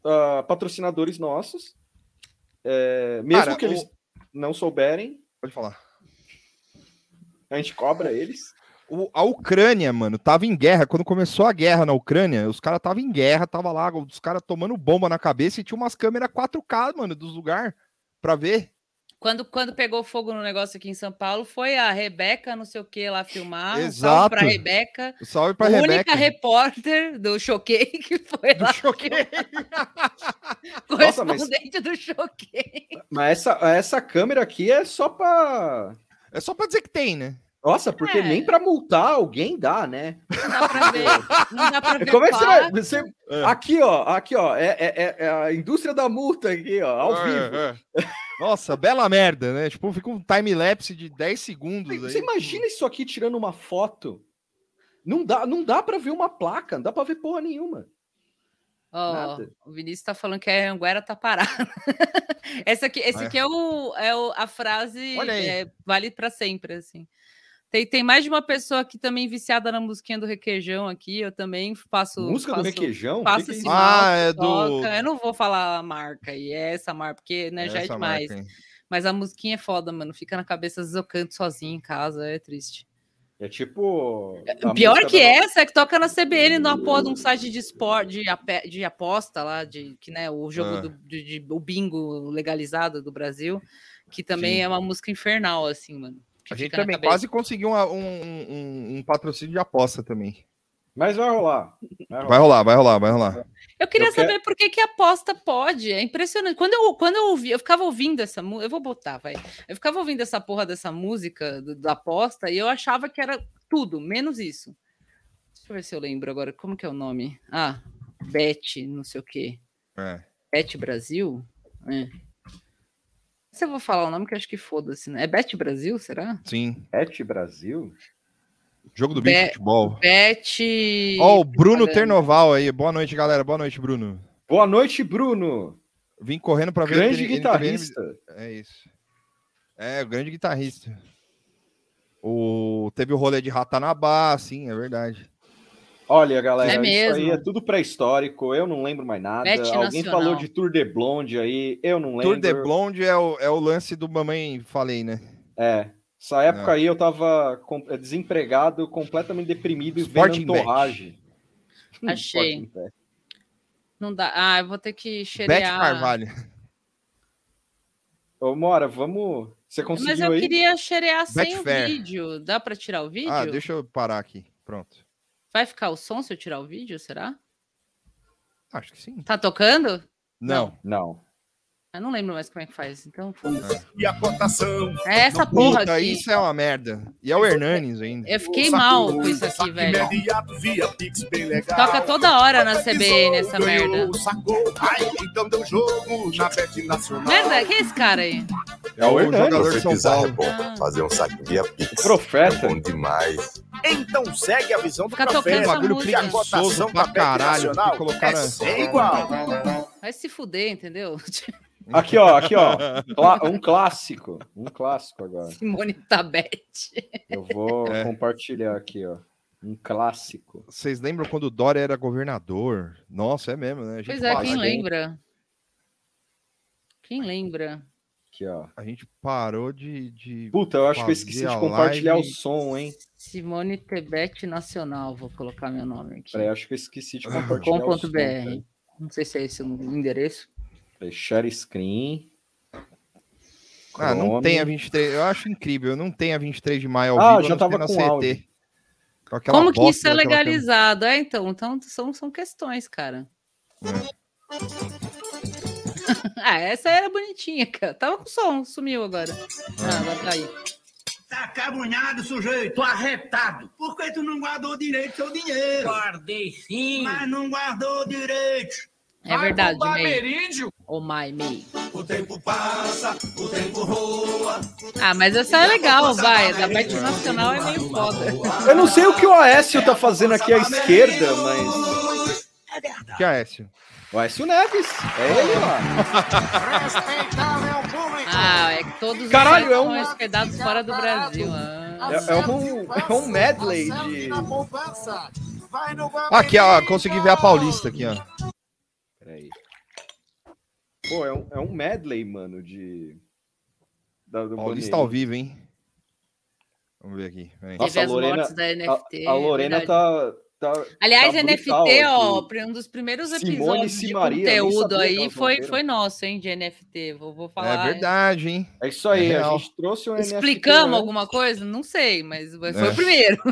Speaker 9: ah, patrocinadores nossos. É, mesmo
Speaker 10: Cara,
Speaker 9: que eles
Speaker 10: o-
Speaker 9: não souberem,
Speaker 10: Pode falar.
Speaker 9: a gente cobra eles.
Speaker 10: O- a Ucrânia, mano, tava em guerra. Quando começou a guerra na Ucrânia, os caras tava em guerra, tava lá, os caras tomando bomba na cabeça e tinha umas câmeras 4K, mano, dos lugar pra ver.
Speaker 8: Quando, quando pegou fogo no negócio aqui em São Paulo, foi a Rebeca, não sei o que, lá filmar. Um salve
Speaker 10: Exato.
Speaker 8: pra Rebeca.
Speaker 10: Salve pra
Speaker 8: a única
Speaker 10: Rebeca.
Speaker 8: repórter do Choquei [LAUGHS] que foi lá.
Speaker 10: Choquei. [LAUGHS]
Speaker 9: Nossa, mas-
Speaker 8: Correspondente do Choquei.
Speaker 9: Mas essa, essa câmera aqui é só pra.
Speaker 10: É só pra dizer que tem, né?
Speaker 9: Nossa, porque
Speaker 8: É.
Speaker 9: nem pra multar alguém dá, né?
Speaker 8: Não dá pra ver. Não dá pra ver.
Speaker 9: Como é que você vai.
Speaker 8: fato.
Speaker 9: você-
Speaker 10: É.
Speaker 9: Aqui, ó, aqui, ó. É, é- é- é a indústria da multa aqui, ó, ao
Speaker 10: É,
Speaker 9: vivo.
Speaker 10: é. Nossa, bela merda, né? Tipo, fica um time-lapse de 10 segundos
Speaker 9: Você
Speaker 10: aí.
Speaker 9: imagina isso aqui tirando uma foto? Não dá, não dá para ver uma placa, não dá pra ver porra nenhuma.
Speaker 8: Ó,
Speaker 9: Nada.
Speaker 8: o Vinícius tá falando que a Anguera tá parada. [LAUGHS] Essa aqui, esse
Speaker 10: É.
Speaker 8: aqui é, o, é o- a frase
Speaker 10: Olha aí.
Speaker 8: é, vale para sempre, assim. Tem, tem mais de uma pessoa aqui também viciada na musiquinha do requeijão aqui. Eu também faço.
Speaker 9: Música do
Speaker 8: faço-
Speaker 9: Requeijão? O
Speaker 8: Faço
Speaker 9: que que é
Speaker 8: esse
Speaker 9: isso?
Speaker 8: mal,
Speaker 10: Ah, é do-
Speaker 8: toca. Eu não vou falar a marca e é essa marca, porque né, já é
Speaker 10: Essa
Speaker 8: demais.
Speaker 10: marca, hein?
Speaker 8: Mas a musiquinha é foda, mano. Fica na cabeça, às vezes eu canto sozinho em casa, é triste.
Speaker 9: É tipo. a
Speaker 8: É, Pior
Speaker 9: música
Speaker 8: que
Speaker 9: da-
Speaker 8: essa é que toca na CBN na porra de um site de esporte, de, ape- de aposta lá, de que né, o jogo
Speaker 10: Ah.
Speaker 8: do de- de- o bingo legalizado do Brasil, que também
Speaker 10: Sim.
Speaker 8: é uma música infernal, assim, mano. que
Speaker 10: A gente
Speaker 8: fica na
Speaker 10: também
Speaker 8: cabeça.
Speaker 10: quase conseguiu uma- um, um- um patrocínio de aposta também.
Speaker 9: Mas vai rolar. Vai
Speaker 10: Vai
Speaker 9: rolar.
Speaker 10: rolar, vai rolar, vai rolar.
Speaker 8: Eu queria
Speaker 9: Eu quero-
Speaker 8: saber por que, que a aposta pode. É impressionante. Quando eu, quando eu ouvi, eu ficava ouvindo essa música. Eu vou botar, vai. Eu ficava ouvindo essa porra dessa música do- da aposta e eu achava que era tudo, menos isso. Deixa eu ver se eu lembro agora. Como que é o nome? Ah, Bet, não sei o quê.
Speaker 10: É.
Speaker 8: Bet Brasil? É. Se eu vou falar o nome, que eu acho que foda-se, né? É Bet Brasil, será?
Speaker 10: Sim.
Speaker 9: Et Brasil?
Speaker 10: Jogo do bicho
Speaker 8: Be-
Speaker 10: futebol.
Speaker 8: Bet.
Speaker 10: Ó, o Bruno
Speaker 8: Caramba.
Speaker 10: Ternoval aí. Boa noite, galera. Boa noite, Bruno.
Speaker 9: Boa noite, Bruno.
Speaker 10: Vim correndo pra ver
Speaker 9: Grande
Speaker 10: NTN.
Speaker 9: guitarrista.
Speaker 10: É isso. É, o grande guitarrista. O... Teve o rolê de Ratanabá, sim, é verdade.
Speaker 9: Olha, galera,
Speaker 8: É
Speaker 9: isso aí
Speaker 8: mesmo.
Speaker 9: é tudo pré-histórico. Eu não lembro mais nada.
Speaker 8: Bet
Speaker 9: Alguém
Speaker 8: nacional.
Speaker 9: falou de Tour de Blonde aí. Eu não lembro.
Speaker 10: Tour de Blonde é o, é o lance do Mamãe Falei, né?
Speaker 9: É. Essa época aí eu tava com- é, desempregado, completamente deprimido e
Speaker 10: Sporting
Speaker 9: vendo torragem.
Speaker 8: Achei. Não dá. Ah, eu vou ter que
Speaker 10: Beth
Speaker 8: cheirear.
Speaker 10: Carvalho.
Speaker 9: Ô, Mora, vamos. Você conseguiu
Speaker 8: Mas eu
Speaker 9: aí?
Speaker 8: queria cheirear sem
Speaker 10: Betfair.
Speaker 8: o vídeo. Dá pra tirar o vídeo?
Speaker 10: Ah, deixa eu parar aqui. Pronto.
Speaker 8: Vai ficar o som se eu tirar o vídeo, será?
Speaker 10: Acho que sim.
Speaker 8: Tá tocando?
Speaker 10: Não.
Speaker 9: Não.
Speaker 8: Eu não lembro mais como é que faz, então foda-se.
Speaker 13: E a cotação.
Speaker 8: É essa porra
Speaker 10: Puta,
Speaker 8: aqui.
Speaker 10: isso é uma merda. E é o Hernanes ainda.
Speaker 8: Eu fiquei mal com isso aqui, velho.
Speaker 13: Imediato via Pix, bem legal.
Speaker 8: Toca toda hora na CBN essa
Speaker 13: Ganhou,
Speaker 8: merda.
Speaker 13: Sacou. Ai, então deu jogo na Bet Nacional.
Speaker 8: Merda, quem é esse cara aí?
Speaker 10: É o jogador de
Speaker 14: Você
Speaker 10: São
Speaker 14: pisar é
Speaker 10: Paulo.
Speaker 14: bom. Fazer um saque via Pix.
Speaker 9: Profeta.
Speaker 14: É bom demais.
Speaker 13: Então segue a visão do
Speaker 8: Fica tocando
Speaker 13: profeta.
Speaker 8: essa
Speaker 13: Bagulho
Speaker 8: música.
Speaker 13: preguiçoso pra caralho.
Speaker 10: porque colocaram-
Speaker 13: É sem igual.
Speaker 8: Vai se fuder, entendeu? [LAUGHS] Tipo,
Speaker 9: Aqui, ó, aqui, ó. Cla- Um clássico. Um clássico agora.
Speaker 8: Simone Tabete.
Speaker 9: Eu vou
Speaker 10: É.
Speaker 9: compartilhar aqui, ó. Um clássico.
Speaker 10: Vocês lembram quando o Dória era governador? Nossa, é mesmo, né? A gente
Speaker 8: Pois é, quem
Speaker 10: parou-
Speaker 8: lembra? Quem lembra?
Speaker 9: Aqui, ó.
Speaker 10: A gente parou de. de
Speaker 9: Puta, eu acho que eu esqueci
Speaker 10: fazer
Speaker 9: de
Speaker 10: a
Speaker 9: compartilhar
Speaker 10: live.
Speaker 9: o som, hein?
Speaker 8: Simone Tebet Nacional, vou colocar meu nome aqui.
Speaker 9: Peraí, acho que eu esqueci de
Speaker 10: Ah,
Speaker 9: compartilhar o som. cara.
Speaker 8: .com.br. Não sei se é esse o endereço.
Speaker 9: Peraí, Share screen.
Speaker 10: Ah, não
Speaker 9: Chrome.
Speaker 10: tem a 23. Eu acho incrível, não tem a 23 de maio ao
Speaker 9: Ah,
Speaker 10: vivo,
Speaker 9: já
Speaker 10: a não ser
Speaker 9: tava
Speaker 10: na
Speaker 9: com
Speaker 10: CT.
Speaker 9: áudio.
Speaker 10: Com aquela
Speaker 8: Como que
Speaker 10: bosta né,
Speaker 8: isso é
Speaker 10: daquela câmera.
Speaker 8: legalizado? É, então, então são, são questões, cara. [LAUGHS] ah, essa era bonitinha, cara. Tava com som, sumiu agora. Ah, agora tá aí.
Speaker 15: Tá cabunhado, sujeito, arretado. Por que tu não guardou direito seu dinheiro? Guardei sim. Mas não guardou direito.
Speaker 8: É verdade, May.
Speaker 15: Merídio.
Speaker 8: Oh my May.
Speaker 15: O tempo passa, o tempo roa.
Speaker 8: Ah, mas essa é legal, vai. Da parte nacional é meio foda.
Speaker 9: Eu não sei o que o Aécio tá fazendo aqui à esquerda, mas.
Speaker 10: Que é Aécio?
Speaker 9: O Aécio Neves. É ele lá.
Speaker 8: Ah, é que Todos
Speaker 9: Caralho,
Speaker 8: os
Speaker 9: é
Speaker 8: sites
Speaker 9: um-
Speaker 8: são hospedados fora do Brasil. Ah.
Speaker 9: É, é um, é um medley de.
Speaker 10: Aqui, ó, consegui ver a Paulista aqui, ó.
Speaker 9: Peraí. Pô, é um, é um medley, mano, de. Da, do
Speaker 10: Paulista
Speaker 9: Boninho.
Speaker 10: ao vivo, hein? Vamos ver aqui. peraí.
Speaker 9: Nossa, a
Speaker 8: as
Speaker 9: Lorena,
Speaker 8: mortes da
Speaker 9: a-
Speaker 8: NFT,
Speaker 9: a, Lorena
Speaker 8: É verdade.
Speaker 9: tá, tá.
Speaker 8: Aliás,
Speaker 9: tá
Speaker 8: NFT,
Speaker 9: brutal
Speaker 8: ó,
Speaker 9: aqui.
Speaker 8: um dos primeiros
Speaker 9: Simone
Speaker 8: episódios de
Speaker 9: Simaria, nem
Speaker 8: conteúdo
Speaker 9: sabia que
Speaker 8: aí
Speaker 9: elas
Speaker 8: foi,
Speaker 9: morreram.
Speaker 8: foi nosso, hein, de NFT. Vou, vou falar.
Speaker 10: É verdade, hein?
Speaker 9: É isso aí,
Speaker 10: É
Speaker 9: a
Speaker 10: real.
Speaker 9: gente trouxe um NFT
Speaker 8: Explicamos
Speaker 9: antes.
Speaker 8: alguma coisa? Não sei, mas foi
Speaker 10: É.
Speaker 8: o primeiro.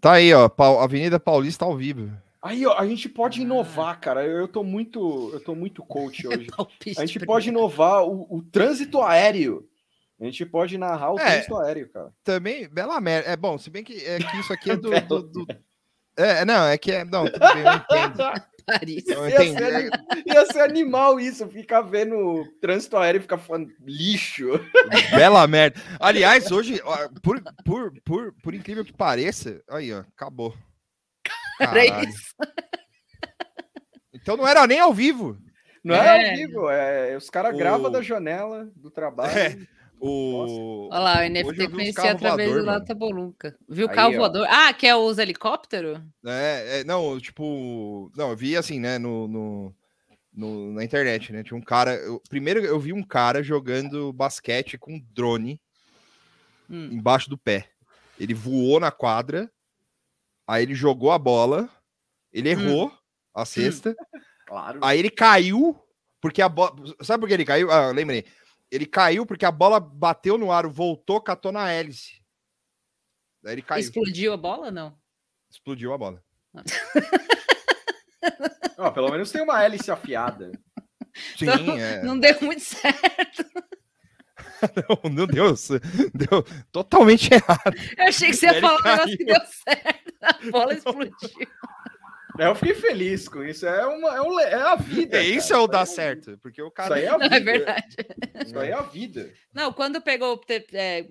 Speaker 10: Tá aí, ó. Pau- Avenida Paulista ao vivo.
Speaker 9: Aí, ó, a gente
Speaker 8: Ah.
Speaker 9: pode inovar, cara. Eu, eu tô muito, eu tô muito coach
Speaker 8: [LAUGHS]
Speaker 9: hoje.
Speaker 8: a
Speaker 9: gente pode inovar o, o trânsito aéreo. A gente pode narrar o
Speaker 10: É.
Speaker 9: trânsito aéreo, cara. [LAUGHS]
Speaker 10: Também, bela merda. É bom, se bem que, é que isso aqui é do. do-
Speaker 9: [LAUGHS]
Speaker 10: do- É, não, é que é. Não, tudo bem, eu entendo.
Speaker 8: Paris.
Speaker 10: Eu
Speaker 9: Ia
Speaker 10: entendo.
Speaker 9: ser, ani- ia ser animal isso, ficar vendo o trânsito aéreo e ficar falando lixo.
Speaker 10: Bela merda. Aliás, hoje, ó, por, por, por, por incrível que pareça, aí, ó, acabou.
Speaker 9: Era
Speaker 10: Caralho. Então não era nem ao vivo.
Speaker 9: Não é, ao vivo, é, os caras
Speaker 10: O-
Speaker 9: gravam da janela do trabalho.
Speaker 10: É, o...
Speaker 8: Olha lá, o
Speaker 10: Hoje eu
Speaker 8: NFT
Speaker 10: vi uns
Speaker 8: conheci
Speaker 10: carro
Speaker 8: através
Speaker 10: voador,
Speaker 8: do Lata
Speaker 10: mano.
Speaker 8: Bolunca. Viu o
Speaker 10: Aí,
Speaker 8: carro
Speaker 10: ó.
Speaker 8: voador? Ah, que é os helicópteros?
Speaker 10: É, é, não, tipo, não, eu vi assim, né, no, no, no- na internet, né? Tinha um cara. eu- primeiro eu vi um cara jogando basquete com um drone
Speaker 8: Hum.
Speaker 10: embaixo do pé. Ele voou na quadra, aí ele jogou a bola, ele
Speaker 8: Hum.
Speaker 10: errou a cesta,
Speaker 9: Claro.
Speaker 10: aí ele caiu, porque a bola. Sabe por que ele caiu? Ah, lembrei. Ele caiu porque a bola bateu no aro, voltou, catou na hélice. Daí ele caiu,
Speaker 8: Explodiu a bola? Não.
Speaker 10: explodiu a bola.
Speaker 9: Ó, pelo menos tem uma hélice afiada.
Speaker 10: Sim,
Speaker 8: Então,
Speaker 10: é.
Speaker 8: Não deu muito certo.
Speaker 10: Não, [LAUGHS] Meu Deus, deu totalmente errado.
Speaker 8: Eu achei que você ia
Speaker 10: Ele
Speaker 8: falar um negócio que
Speaker 10: caiu.
Speaker 8: deu certo. A
Speaker 10: [LAUGHS]
Speaker 8: bola explodiu.
Speaker 9: É, Eu fiquei feliz com isso. É, uma, é, um le- é a vida.
Speaker 10: É, isso é o dar certo, porque o cara.
Speaker 9: Isso aí é a
Speaker 8: Não,
Speaker 9: vida.
Speaker 8: é verdade.
Speaker 9: Isso aí é a vida.
Speaker 8: Não, quando pegou. te- é,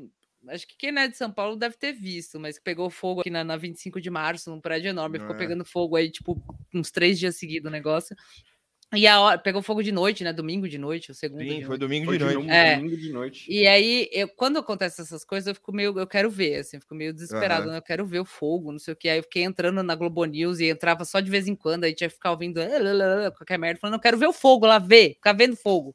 Speaker 8: acho que quem não é de São Paulo deve ter visto, mas que pegou fogo aqui na, na 25 de março, num prédio enorme. Ficou
Speaker 16: É.
Speaker 8: pegando fogo aí, tipo, uns três dias seguidos o negócio. E a hora. Pegou fogo de noite, né? Domingo de noite, o segundo.
Speaker 10: Sim,
Speaker 8: de
Speaker 10: foi
Speaker 8: noite.
Speaker 10: domingo
Speaker 9: Foi
Speaker 10: de noite.
Speaker 9: domingo,
Speaker 8: É.
Speaker 9: domingo de noite.
Speaker 8: E aí, eu- quando acontecem essas coisas, eu fico meio, eu quero ver, assim, eu fico meio desesperado,
Speaker 10: Aham.
Speaker 8: né? eu quero ver o fogo, não sei o que. Aí eu fiquei entrando na Globo News e entrava só de vez em quando, aí tinha que ficar ouvindo "Ah, lá, lá, lá", qualquer merda, falando, eu quero ver o fogo lá, ver, ficar vendo fogo.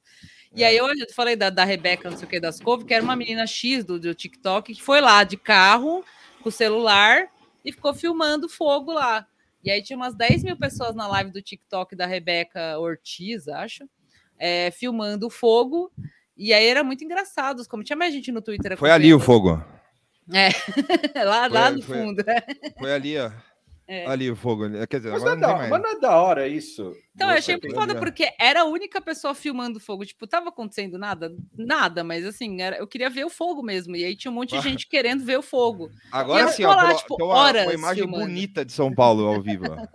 Speaker 8: E aí eu olhei- eu falei da, da Rebeca, não sei o que, das couve, que era uma menina X do, do TikTok, que foi lá de carro, com o celular, e ficou filmando fogo lá. E aí tinha umas 10 mil pessoas na live do TikTok da Rebeca Ortiz, acho, é, filmando o fogo. E aí era muito engraçado, como tinha mais gente no Twitter.
Speaker 10: Foi ali o
Speaker 8: acompanhando.
Speaker 10: fogo.
Speaker 8: É, [LAUGHS] lá, lá
Speaker 10: Foi-
Speaker 8: no
Speaker 10: foi-
Speaker 8: fundo. né?
Speaker 10: [LAUGHS] Foi ali, ó.
Speaker 8: É.
Speaker 10: Ali o fogo. né? Quer dizer,
Speaker 9: Mas,
Speaker 10: agora
Speaker 9: não é
Speaker 10: não
Speaker 9: da,
Speaker 10: tem
Speaker 9: mas
Speaker 10: mais.
Speaker 9: não é da hora isso.
Speaker 8: Então, eu achei
Speaker 9: Você
Speaker 8: muito
Speaker 9: tem-
Speaker 8: foda, porque era a única pessoa filmando fogo. Tipo, tava acontecendo nada? Nada, mas assim, era- eu queria ver o fogo mesmo. E aí tinha um monte de gente querendo ver o fogo. E
Speaker 10: Agora
Speaker 8: eu
Speaker 10: sim,
Speaker 8: tô
Speaker 10: ó.
Speaker 8: lá,
Speaker 10: pelo-
Speaker 8: tipo,
Speaker 10: tem uma, uma
Speaker 8: horas
Speaker 10: imagem
Speaker 8: filmando.
Speaker 10: bonita de São Paulo ao vivo.
Speaker 9: [LAUGHS]
Speaker 10: ó.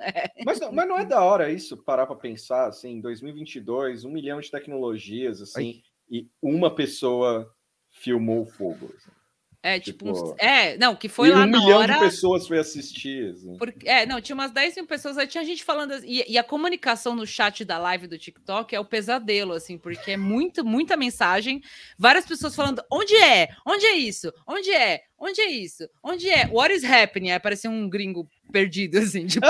Speaker 9: Mas não, mas não é da hora isso, parar pra pensar, assim, em 2022, um milhão de tecnologias, assim, e uma pessoa filmou o fogo. assim.
Speaker 8: É, tipo,
Speaker 9: Tipo,
Speaker 8: uns- é, não, que foi
Speaker 9: e
Speaker 8: lá
Speaker 9: um
Speaker 8: na
Speaker 9: milhão
Speaker 8: hora.
Speaker 9: de pessoas foi assistir, assim.
Speaker 8: Porque, é, não, tinha umas 10 mil pessoas, aí tinha gente falando. assim, E, e a comunicação no chat da live do TikTok é o pesadelo, assim, porque é muito, muita mensagem. Várias pessoas falando: onde é? Onde é isso? Onde é? Onde é isso? Onde é? What is happening? Aí parecia um gringo perdido, assim, [LAUGHS] tipo.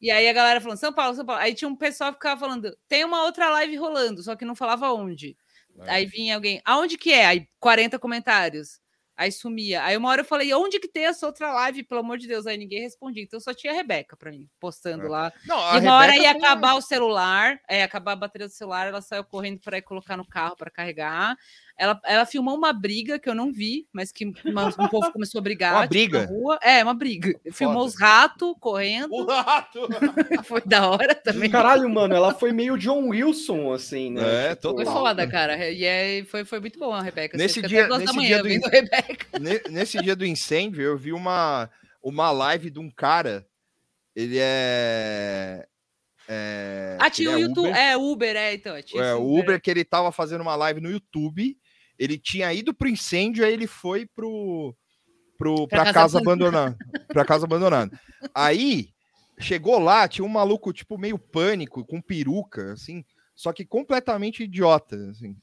Speaker 8: e aí a galera falando: São Paulo, São Paulo. Aí tinha um pessoal que ficava falando: tem uma outra live rolando, só que não falava onde. Aí vinha alguém, aonde que é? Aí 40 comentários. Aí sumia. Aí uma hora eu falei, onde que tem essa outra live? Pelo amor de Deus. Aí ninguém respondia. Então só tinha a Rebeca pra mim, postando lá.
Speaker 10: Não,
Speaker 8: e
Speaker 10: É. a
Speaker 8: uma hora
Speaker 10: Rebeca
Speaker 8: ia
Speaker 9: um
Speaker 10: foi-
Speaker 8: acabar o celular, é, acabar a bateria do celular, ela saiu correndo para ir colocar no carro para carregar. Ela, ela filmou uma briga que eu não vi, mas que uma- um povo começou a brigar.
Speaker 10: Uma
Speaker 8: tipo,
Speaker 10: briga?
Speaker 8: na rua. É, uma briga. Filmou os ratos correndo. O
Speaker 10: rato! Foi
Speaker 8: da hora também.
Speaker 9: Caralho, mano, ela foi meio John Wilson, assim, né?
Speaker 10: É,
Speaker 9: Tipo,
Speaker 8: Foi foda, cara. E aí foi, foi muito bom a Rebeca. Você
Speaker 10: Nesse
Speaker 8: fica
Speaker 10: dia,
Speaker 8: até duas da
Speaker 10: nesse,
Speaker 8: manhã
Speaker 10: dia do,
Speaker 8: vendo
Speaker 10: in- É
Speaker 8: a Rebeca.
Speaker 10: [LAUGHS] ne- nesse dia do incêndio, eu vi uma, uma live de um cara. Ele é. é
Speaker 8: Ah, tinha o
Speaker 10: ele é
Speaker 8: YouTube.
Speaker 10: Uber.
Speaker 8: É, Uber, é, então. Tinha
Speaker 10: é,
Speaker 8: esse
Speaker 10: o
Speaker 17: né?
Speaker 10: Uber que ele tava fazendo uma live no YouTube. Ele tinha ido pro incêndio, aí ele foi pro, pro
Speaker 17: Pra
Speaker 10: pra,
Speaker 17: casa
Speaker 10: casa, abandonada, pra casa abandonada. Aí chegou lá, tinha um maluco tipo meio pânico, com peruca, assim. só que completamente idiota, assim.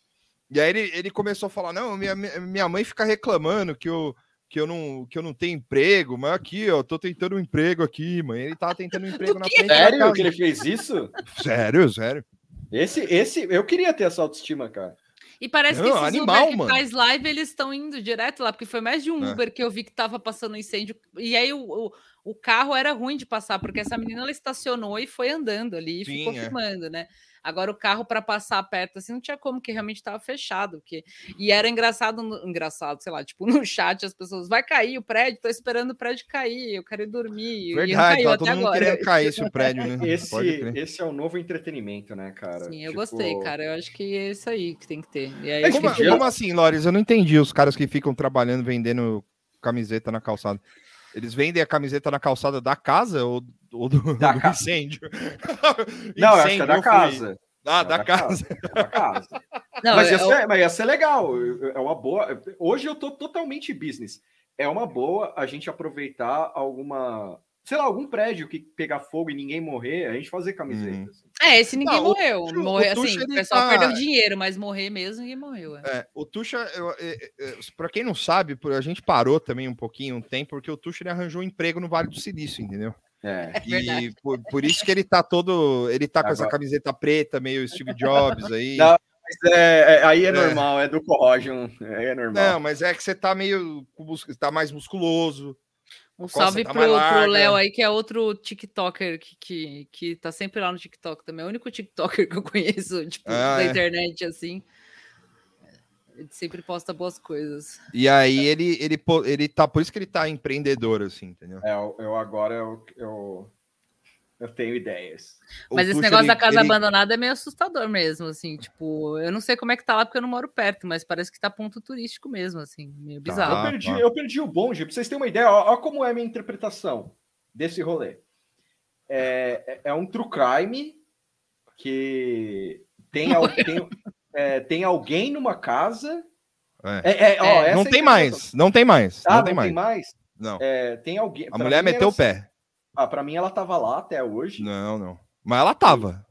Speaker 10: E aí ele, ele começou a falar: não, minha, minha mãe fica reclamando que eu, que, eu não, que eu não tenho emprego, mas aqui, ó, tô tentando um emprego aqui, mãe. Ele tava tentando
Speaker 17: [LAUGHS]
Speaker 10: um emprego na frente. da
Speaker 9: Sério
Speaker 10: casa.
Speaker 9: que ele fez isso?
Speaker 10: Sério, sério.
Speaker 9: Esse, esse, eu queria ter essa autoestima, cara.
Speaker 8: E parece que
Speaker 10: Não,
Speaker 8: esses
Speaker 10: animal,
Speaker 8: Uber
Speaker 10: mano.
Speaker 8: que faz live, eles estão indo direto lá, porque foi mais de um
Speaker 10: É.
Speaker 8: Uber que eu vi que tava passando incêndio. E aí o, o, o carro era ruim de passar, porque essa menina ela estacionou e foi andando ali e
Speaker 16: Sim,
Speaker 8: ficou
Speaker 16: é.
Speaker 8: filmando, né? Agora o carro para passar perto assim não tinha como, que realmente tava fechado. Porque... E era engraçado, no- engraçado, sei lá, tipo, [LAUGHS] no chat as pessoas vai cair o prédio, tô esperando o prédio cair, eu quero ir dormir. e não
Speaker 10: Verdade,
Speaker 8: caiu
Speaker 10: tava
Speaker 8: até
Speaker 10: todo mundo
Speaker 8: agora.
Speaker 10: querendo cair esse
Speaker 9: [LAUGHS]
Speaker 10: prédio, né?
Speaker 9: Esse,
Speaker 10: Pode crer.
Speaker 9: esse é o novo entretenimento, né, cara?
Speaker 8: Sim, eu
Speaker 9: Tipo,
Speaker 8: gostei, cara. Eu acho que é isso aí que tem que ter. E aí, tipo,
Speaker 10: Mas como,
Speaker 8: acho que-
Speaker 10: como assim, Lores? Eu não entendi os caras que ficam trabalhando vendendo camiseta na calçada. Eles vendem a camiseta na calçada da casa ou, ou do, do incêndio?
Speaker 9: [LAUGHS] Não, eu acho que
Speaker 10: Incêndio,
Speaker 9: é da
Speaker 10: eu fui-
Speaker 9: casa.
Speaker 10: Ah,
Speaker 9: É
Speaker 10: da, casa.
Speaker 9: É da casa.
Speaker 10: Não,
Speaker 9: mas,
Speaker 10: é-
Speaker 9: ia
Speaker 10: é o-
Speaker 9: ser, mas ia ser legal. eu- eu- É uma boa. Hoje eu tô totalmente business. É uma boa a gente aproveitar alguma. Sei lá, algum prédio que pegar fogo e ninguém morrer, a gente fazer
Speaker 10: Uhum.
Speaker 9: camiseta. assim.
Speaker 8: É, esse ninguém
Speaker 10: Não, o
Speaker 8: morreu.
Speaker 10: Tuxo-
Speaker 8: morreu
Speaker 10: o Tuxo,
Speaker 8: assim, o
Speaker 10: ele
Speaker 8: pessoal
Speaker 10: tá-
Speaker 8: perdeu dinheiro, mas morrer mesmo, ninguém morreu. é.
Speaker 10: É, o Tuxa, eu- é, é, é, pra quem não sabe, por- a gente parou também um pouquinho, um tempo, porque o Tuxa ele arranjou um emprego no Vale do Silício, entendeu?
Speaker 9: É.
Speaker 10: E por, por isso que ele tá todo. Ele tá com essa
Speaker 9: Agora-
Speaker 10: camiseta preta, meio Steve Jobs aí.
Speaker 9: Não, mas é- é- aí é,
Speaker 10: É.
Speaker 9: normal, é do corrosion. Aí é normal.
Speaker 10: Não, mas é que você tá meio. com mus- Tá mais musculoso.
Speaker 8: Um
Speaker 10: a costa
Speaker 8: salve
Speaker 10: tá
Speaker 8: pro,
Speaker 10: mais larga.
Speaker 8: pro Léo aí, que é outro TikToker que, que, que tá sempre lá no TikTok também. É o único TikToker [LAUGHS] que eu conheço, tipo,
Speaker 10: Ah,
Speaker 8: da
Speaker 10: é.
Speaker 8: internet, assim. Ele sempre posta boas coisas.
Speaker 10: E aí
Speaker 9: É.
Speaker 10: ele, ele, po- ele tá. Por isso que ele tá empreendedor, assim, entendeu?
Speaker 9: É, eu, eu agora eu, eu, eu tenho ideias.
Speaker 8: Mas esse negócio da casa abandonada é meio assustador mesmo, assim, tipo, eu não sei como é que tá lá porque eu não moro perto, mas parece que tá ponto turístico mesmo, assim, meio
Speaker 10: Tá,
Speaker 8: bizarro.
Speaker 10: é, Ah,
Speaker 9: eu, perdi, eu perdi o bonde, pra vocês terem uma ideia, olha como é a minha interpretação desse rolê. É, é é um true crime que tem,
Speaker 10: [LAUGHS]
Speaker 9: al- tem, é, tem alguém numa casa.
Speaker 10: É.
Speaker 9: É, é, ó, essa
Speaker 10: não
Speaker 9: é a
Speaker 10: tem
Speaker 9: interpretação.
Speaker 10: mais, não tem mais,
Speaker 9: Ah,
Speaker 10: não tem mais. Não.
Speaker 9: É, tem alguém.
Speaker 10: A
Speaker 9: pra
Speaker 10: mulher
Speaker 9: mim
Speaker 10: meteu
Speaker 9: ela-
Speaker 10: o pé.
Speaker 9: Ah, pra mim ela tava lá até hoje.
Speaker 10: Não, não. Mas ela tava.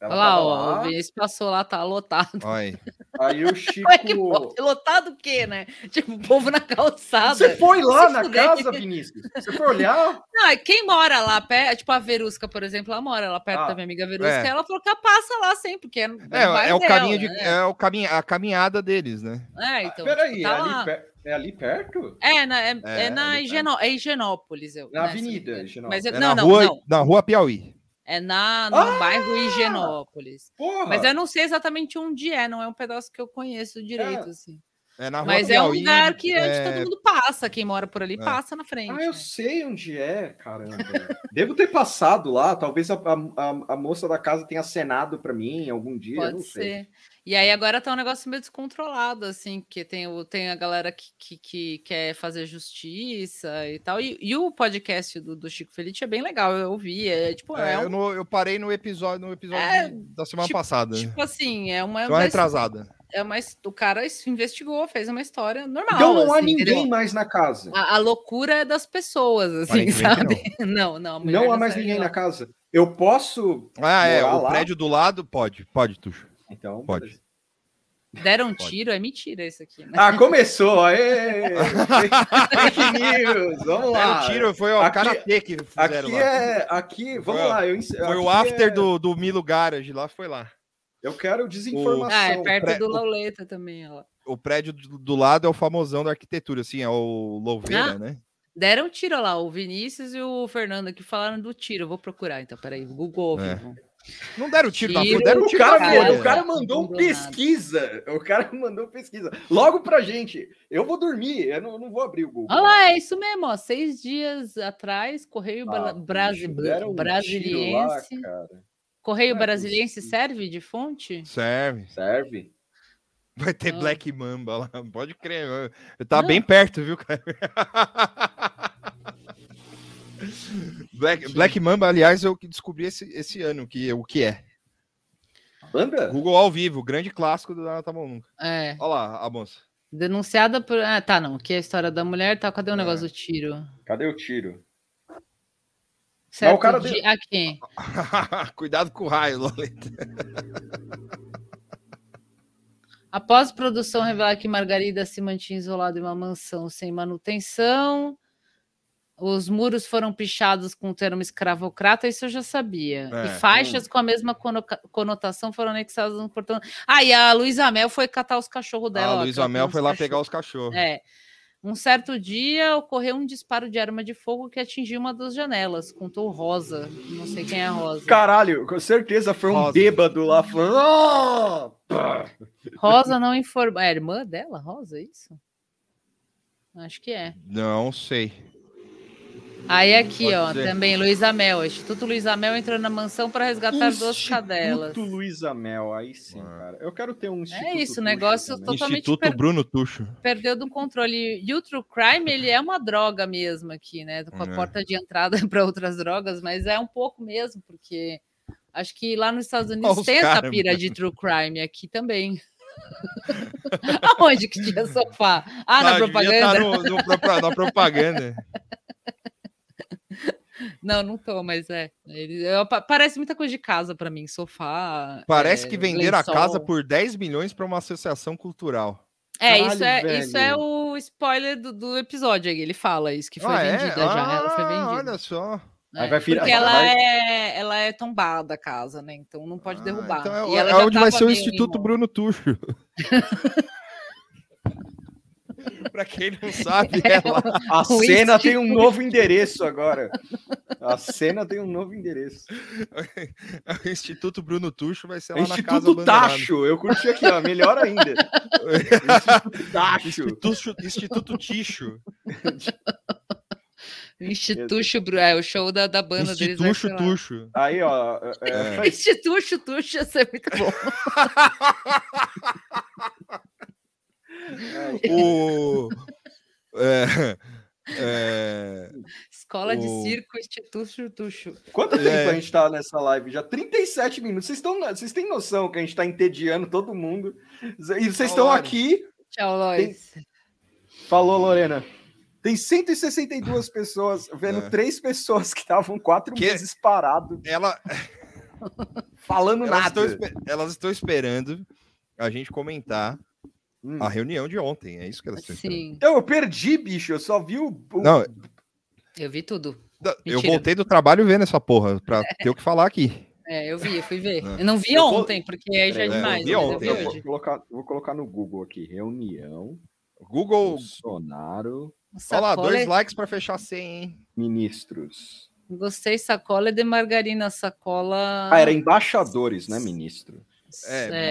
Speaker 9: Ela
Speaker 8: Olha
Speaker 10: tá
Speaker 8: lá,
Speaker 9: tava
Speaker 8: ó,
Speaker 9: lá.
Speaker 8: o Vinícius passou lá, tá lotado. [LAUGHS]
Speaker 10: Olha aí.
Speaker 9: Aí o Chico.
Speaker 8: Como é que pode? Lotado o quê, né? [LAUGHS] Tipo, o povo na calçada.
Speaker 9: Você foi lá
Speaker 8: Se
Speaker 9: na
Speaker 8: fuder.
Speaker 9: casa, Vinícius? Você foi olhar?
Speaker 8: Não, é quem mora lá perto, tipo a Verusca, por exemplo, ela mora lá perto
Speaker 10: Ah,
Speaker 8: da minha amiga Verusca,
Speaker 10: é.
Speaker 8: ela falou que ela passa lá sempre, porque é, no
Speaker 10: É, é
Speaker 8: bairro
Speaker 10: o caminho de,
Speaker 8: dela, né?
Speaker 10: é o caminho, a caminhada deles, né?
Speaker 8: É, então,
Speaker 9: Peraí,
Speaker 8: tipo,
Speaker 9: é
Speaker 8: tá
Speaker 9: ali
Speaker 8: lá.
Speaker 9: per- é ali perto?
Speaker 8: É, na, é, é
Speaker 10: É,
Speaker 8: na Higienó- é Higienópolis. Eu,
Speaker 9: Na
Speaker 8: né,
Speaker 9: avenida,
Speaker 8: se não me engano. Mas
Speaker 9: Higienópolis.
Speaker 8: eu-
Speaker 10: É
Speaker 8: não,
Speaker 10: na,
Speaker 8: não,
Speaker 10: rua, Ah!
Speaker 8: não.
Speaker 10: na rua Piauí.
Speaker 8: É na, no bairro Higienópolis.
Speaker 9: Porra!
Speaker 8: Mas é eu não sei exatamente onde é, não é um pedaço que eu conheço direito, assim.
Speaker 10: É na rua
Speaker 8: Mas é um
Speaker 10: Piauí.
Speaker 8: lugar que onde
Speaker 10: é,
Speaker 8: todo mundo passa, quem mora por ali passa na frente. né?
Speaker 9: Ah, eu sei onde é, caramba. [LAUGHS] Devo ter passado lá, talvez a, a- a- a moça da casa tenha acenado pra mim algum dia, eu não
Speaker 8: Pode
Speaker 9: sei. É.
Speaker 8: ser. E aí agora tá um negócio meio descontrolado, assim, porque tem, o, tem a galera que, que, que quer fazer justiça e tal. E, e o podcast do, do Chico Felite é bem legal, eu ouvi. É tipo,
Speaker 10: é,
Speaker 8: é, um-
Speaker 10: eu, não- eu parei no episódio, no episódio
Speaker 8: É,
Speaker 10: da semana
Speaker 8: tipo-
Speaker 10: passada.
Speaker 8: tipo assim, é uma.
Speaker 10: Tô
Speaker 8: uma his-
Speaker 10: retrasada.
Speaker 8: É uma, his- o cara es- investigou, fez uma história normal.
Speaker 9: Então não há
Speaker 8: assim,
Speaker 9: ninguém
Speaker 8: entendeu?
Speaker 9: mais na casa.
Speaker 8: A, a loucura é das pessoas, assim,
Speaker 10: Aparentemente
Speaker 8: [LAUGHS] sabe? Não, não. a mulher
Speaker 9: Não há
Speaker 8: da
Speaker 9: mais
Speaker 8: série
Speaker 9: ninguém
Speaker 8: lá.
Speaker 9: na casa. Eu posso.
Speaker 10: Ah, é,
Speaker 9: morar
Speaker 10: o
Speaker 9: lá?
Speaker 10: prédio do lado pode, pode, Tuxo.
Speaker 9: Então,
Speaker 10: pode.
Speaker 8: Deram um tiro, é mentira isso aqui. né?
Speaker 9: Ah, começou! Aê!
Speaker 8: [LAUGHS]
Speaker 9: Fake news! Vamos lá!
Speaker 10: Deram um tiro, foi o
Speaker 9: Aqui- é-
Speaker 10: karatê que fizeram
Speaker 9: Aqui
Speaker 10: lá.
Speaker 9: é. Aqui, vamos
Speaker 10: Foi,
Speaker 9: lá. Eu,
Speaker 10: foi
Speaker 9: ens-
Speaker 10: o
Speaker 9: aqui é-
Speaker 10: after do, do Milo Garage lá, foi lá.
Speaker 9: Eu quero
Speaker 10: O-
Speaker 9: desinformação.
Speaker 8: Ah, é perto
Speaker 10: pré-
Speaker 8: do
Speaker 10: o-
Speaker 8: Lauleta também, ó.
Speaker 10: O prédio do, do lado é o famosão da arquitetura, assim, é o Louveira,
Speaker 8: Ah.
Speaker 10: né?
Speaker 8: Deram tiro lá, o Vinícius e o Fernando que falaram do tiro. Eu vou procurar, então, peraí, Google. ao
Speaker 10: É.
Speaker 8: vivo.
Speaker 10: Não deram tiro, na
Speaker 8: Tiro,
Speaker 10: frente, deram
Speaker 9: O
Speaker 10: tiro
Speaker 9: cara,
Speaker 10: na
Speaker 9: mandou-
Speaker 10: folha.
Speaker 9: Tipo o cara mandou um
Speaker 8: Não deu nada.
Speaker 9: pesquisa. O cara mandou pesquisa. Logo pra gente. Eu vou dormir, eu não, não vou abrir o Google.
Speaker 8: Olha lá, é isso mesmo, ó. Seis dias atrás, Correio
Speaker 9: Ah,
Speaker 8: Bra- Brasi-
Speaker 9: bicho, deram um tiro lá,
Speaker 8: Brasiliense.
Speaker 9: cara.
Speaker 8: Correio
Speaker 9: Não é
Speaker 8: Brasiliense serve de fonte?
Speaker 10: Serve.
Speaker 9: Serve.
Speaker 10: Vai ter
Speaker 8: Ah.
Speaker 10: Black Mamba lá, [LAUGHS] pode crer. Eu, eu tava
Speaker 8: Não.
Speaker 10: bem perto, viu, cara? [LAUGHS] Black, Black Mamba, aliás, eu que descobri esse, esse ano que, o que é.
Speaker 9: Banda?
Speaker 10: Google ao vivo, grande clássico do Nata Nunca.
Speaker 8: É.
Speaker 10: Olha lá a moça.
Speaker 8: Denunciada por. Ah, tá,
Speaker 9: É.
Speaker 8: não. Que é a história da mulher, tá? Cadê o negócio do tiro?
Speaker 9: Cadê o tiro?
Speaker 8: Certo
Speaker 10: o cara
Speaker 8: de...
Speaker 10: dele.
Speaker 8: Aqui.
Speaker 10: [LAUGHS] Cuidado com o raio, Lolita.
Speaker 8: Após produção revelar que Margarida se mantinha isolada em uma mansão sem manutenção, os muros foram pichados com o termo escravocrata, isso eu já sabia.
Speaker 16: É,
Speaker 8: e faixas
Speaker 16: hum.
Speaker 10: então-
Speaker 8: com a mesma conoca- conotação foram anexadas no portão. Ah, e a Luísa Mel foi catar os cachorros dela.
Speaker 10: a
Speaker 8: ó,
Speaker 10: Ah, Luísa
Speaker 8: que ela
Speaker 10: Mel
Speaker 8: tem
Speaker 10: foi
Speaker 8: uns
Speaker 10: lá
Speaker 8: cachorro-
Speaker 10: pegar os cachorros.
Speaker 8: É. Um certo dia ocorreu um disparo de arma de fogo que atingiu uma das janelas, contou Rosa. Não sei quem é a Rosa.
Speaker 9: Caralho, com certeza foi um bêbado lá falando. "Ah, pá."
Speaker 8: Rosa não informa. É a irmã dela, Rosa, é isso? Acho que é.
Speaker 10: Não sei.
Speaker 8: Aí aqui,
Speaker 10: Pode
Speaker 8: ó,
Speaker 10: ser.
Speaker 8: também Luísa Mel. O Instituto Luísa Mel entrou na mansão para resgatar Tá, duas cadelas.
Speaker 9: Instituto Luísa Mel, aí sim, cara. Eu quero ter um instituto.
Speaker 8: É isso, o
Speaker 9: Luísa
Speaker 8: negócio
Speaker 9: Mel.
Speaker 8: totalmente per-
Speaker 10: Bruno Tuxo.
Speaker 8: perdeu do controle. E o True Crime, ele é uma droga mesmo aqui, né? Com a
Speaker 10: É.
Speaker 8: porta de entrada [LAUGHS] para outras drogas, mas é um pouco mesmo, porque acho que lá nos Estados Unidos
Speaker 16: Ó, os
Speaker 8: tem essa
Speaker 16: caras,
Speaker 8: pira
Speaker 16: mano.
Speaker 8: de True Crime aqui também. [LAUGHS] Aonde que tinha sofá? Ah, na
Speaker 10: devia
Speaker 8: propaganda.
Speaker 10: tá no- no propa- na propaganda.
Speaker 8: [LAUGHS] Não, não tô, mas é. Ele- eu- pa- parece muita coisa de casa para mim, sofá.
Speaker 10: Parece
Speaker 8: é,
Speaker 10: que venderam a
Speaker 8: lençol.
Speaker 10: casa por 10 milhões para uma associação cultural.
Speaker 8: É, isso é, isso é o spoiler do, do episódio aí. Ele fala isso, que foi
Speaker 10: Ah, é?
Speaker 8: vendida já. Ela foi
Speaker 10: Ah,
Speaker 8: vendida.
Speaker 10: olha só.
Speaker 8: É,
Speaker 10: Aí vai virar-
Speaker 8: porque ela,
Speaker 10: vai-
Speaker 8: é, ela é tombada a casa, né? Então não pode derrubar.
Speaker 10: Então é,
Speaker 8: E ela
Speaker 10: é
Speaker 8: já
Speaker 10: onde vai
Speaker 8: tava
Speaker 10: ser o
Speaker 8: meio
Speaker 10: Instituto
Speaker 8: [LAUGHS]
Speaker 10: Bruno Tuxo. Pra quem não sabe,
Speaker 9: É,
Speaker 10: ela...
Speaker 9: o- A cena tem um novo endereço agora. A cena tem um novo endereço.
Speaker 10: o Instituto Bruno Tuxo vai ser Tá lá na casa
Speaker 9: É Instituto
Speaker 10: abandonada.
Speaker 9: Tacho. Eu curti aqui, ó. Melhor ainda. Instituto Tacho.
Speaker 10: Instituto, Instituto Ticho.
Speaker 8: em- Instituto Bru- é o show da, da banda deles. é assim, vai ser lá. [LAUGHS]
Speaker 10: Tuxo.
Speaker 9: Aí, ó. é-
Speaker 8: Instituto Tuxo, isso é muito bom.
Speaker 10: [LAUGHS] O... É, é,
Speaker 8: Escola de
Speaker 9: o-
Speaker 8: circo, Instituto Tuxo.
Speaker 9: Quanto tempo
Speaker 10: É.
Speaker 9: a gente tá nessa live já? 37 minutos. Vocês, estão, vocês têm noção que a gente tá entediando todo mundo. E vocês
Speaker 10: Tá
Speaker 9: estão
Speaker 8: Lore.
Speaker 9: aqui.
Speaker 8: Tchau, Lois.
Speaker 9: Falou, Lorena. Tem
Speaker 10: [LAUGHS]
Speaker 9: 162 pessoas vendo
Speaker 10: É.
Speaker 9: três pessoas que estavam quatro meses parado.
Speaker 10: Ela.
Speaker 9: Falando
Speaker 10: elas
Speaker 9: nada.
Speaker 10: estão espe- elas estão esperando a gente comentar
Speaker 8: Hum.
Speaker 10: a reunião de ontem. É isso que elas estão esperando.
Speaker 9: Hum. Então eu perdi, bicho. Eu só vi o. o-
Speaker 10: Não,
Speaker 8: Eu vi tudo.
Speaker 10: eu
Speaker 8: Mentira.
Speaker 10: voltei do trabalho vendo essa porra,
Speaker 8: [LAUGHS]
Speaker 10: pra ter o que falar aqui.
Speaker 8: É, eu vi, eu fui ver.
Speaker 10: É.
Speaker 8: Eu não vi
Speaker 9: Eu vou-
Speaker 8: ontem, porque aí já é
Speaker 9: Peraí,
Speaker 8: demais.
Speaker 9: Eu
Speaker 8: mas
Speaker 9: vou,
Speaker 8: eu vi
Speaker 9: eu vou
Speaker 8: hoje.
Speaker 9: colocar, vou colocar no Google aqui. Reunião.
Speaker 10: Google.
Speaker 9: Bolsonaro.
Speaker 10: Olha lá,
Speaker 8: Sacola
Speaker 10: dois
Speaker 8: é-
Speaker 10: likes pra fechar 100, hein?
Speaker 9: Ministros.
Speaker 8: Gostei, sacola é de margarina, sacola.
Speaker 9: Ah, era embaixadores, né, ministro?
Speaker 10: É,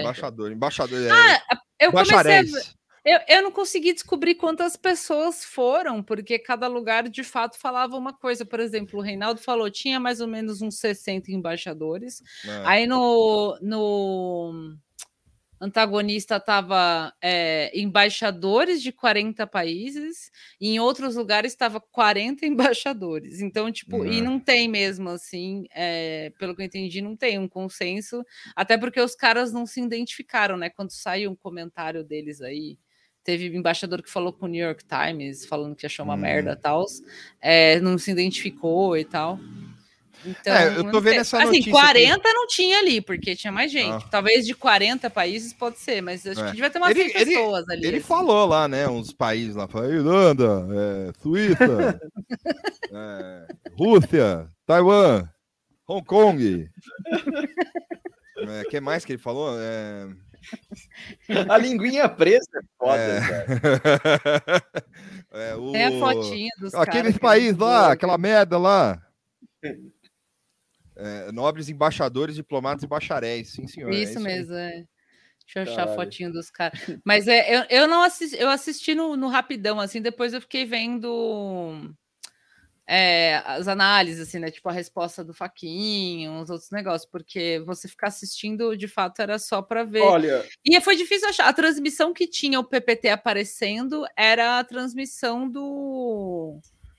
Speaker 8: É.
Speaker 10: embaixador. Embaixador. é-
Speaker 8: Ah, Eu comecei a
Speaker 10: bacharéis.
Speaker 8: ver- eu, eu não consegui descobrir quantas pessoas foram, porque cada lugar de fato falava uma coisa. Por exemplo, o Reinaldo falou tinha mais ou menos uns 60 embaixadores.
Speaker 16: É.
Speaker 8: Aí no, no antagonista tava é, embaixadores de 40 países, e em outros lugares estava 40 [LAUGHS] embaixadores. Então, tipo, e
Speaker 16: É.
Speaker 8: não tem mesmo assim, é, pelo que eu entendi, não tem um consenso, até porque os caras não se identificaram, né? Quando saiu um comentário deles aí. Teve embaixador que falou com o New York Times, falando que achou uma
Speaker 10: Hum.
Speaker 8: merda e tal, é, não se identificou e tal. Então,
Speaker 10: É, eu tô
Speaker 8: não
Speaker 10: vendo
Speaker 8: sei.
Speaker 10: essa
Speaker 8: assim,
Speaker 10: notícia aqui.
Speaker 8: 40 não tinha ali, porque tinha mais gente.
Speaker 10: Ah.
Speaker 8: Talvez de 40 países pode ser, mas acho
Speaker 10: É.
Speaker 8: que devia ter umas
Speaker 10: Ele-
Speaker 8: 100 pessoas ali.
Speaker 10: Ele
Speaker 8: assim.
Speaker 10: falou lá, né? Uns países lá. Falou, Irlanda, é,
Speaker 8: [LAUGHS]
Speaker 10: Suíça, é, Rússia, Taiwan, Hong Kong. O que mais que ele falou? É, [LAUGHS]
Speaker 9: A linguinha presa é foda, cara.
Speaker 10: é... é, o...
Speaker 8: Tem a fotinha dos caras
Speaker 10: Aqueles
Speaker 8: que
Speaker 10: países
Speaker 8: não
Speaker 10: lá,
Speaker 8: foram.
Speaker 10: aquela
Speaker 8: [LAUGHS]
Speaker 10: merda lá. É, nobres embaixadores, diplomatas e bacharéis, sim, senhor. é
Speaker 8: Isso
Speaker 10: aí.
Speaker 8: mesmo, é. Deixa eu achar a
Speaker 10: Caralho.
Speaker 8: fotinho dos caras. Mas é, eu, eu não assisti, eu assisti no, no rapidão, assim, depois eu fiquei vendo é, as análises, assim, né? Tipo a resposta do Faquinho, uns outros negócios, porque você ficar assistindo, de fato, era só para ver.
Speaker 9: Olha.
Speaker 8: E foi difícil achar. A transmissão que tinha o PPT aparecendo era a transmissão do.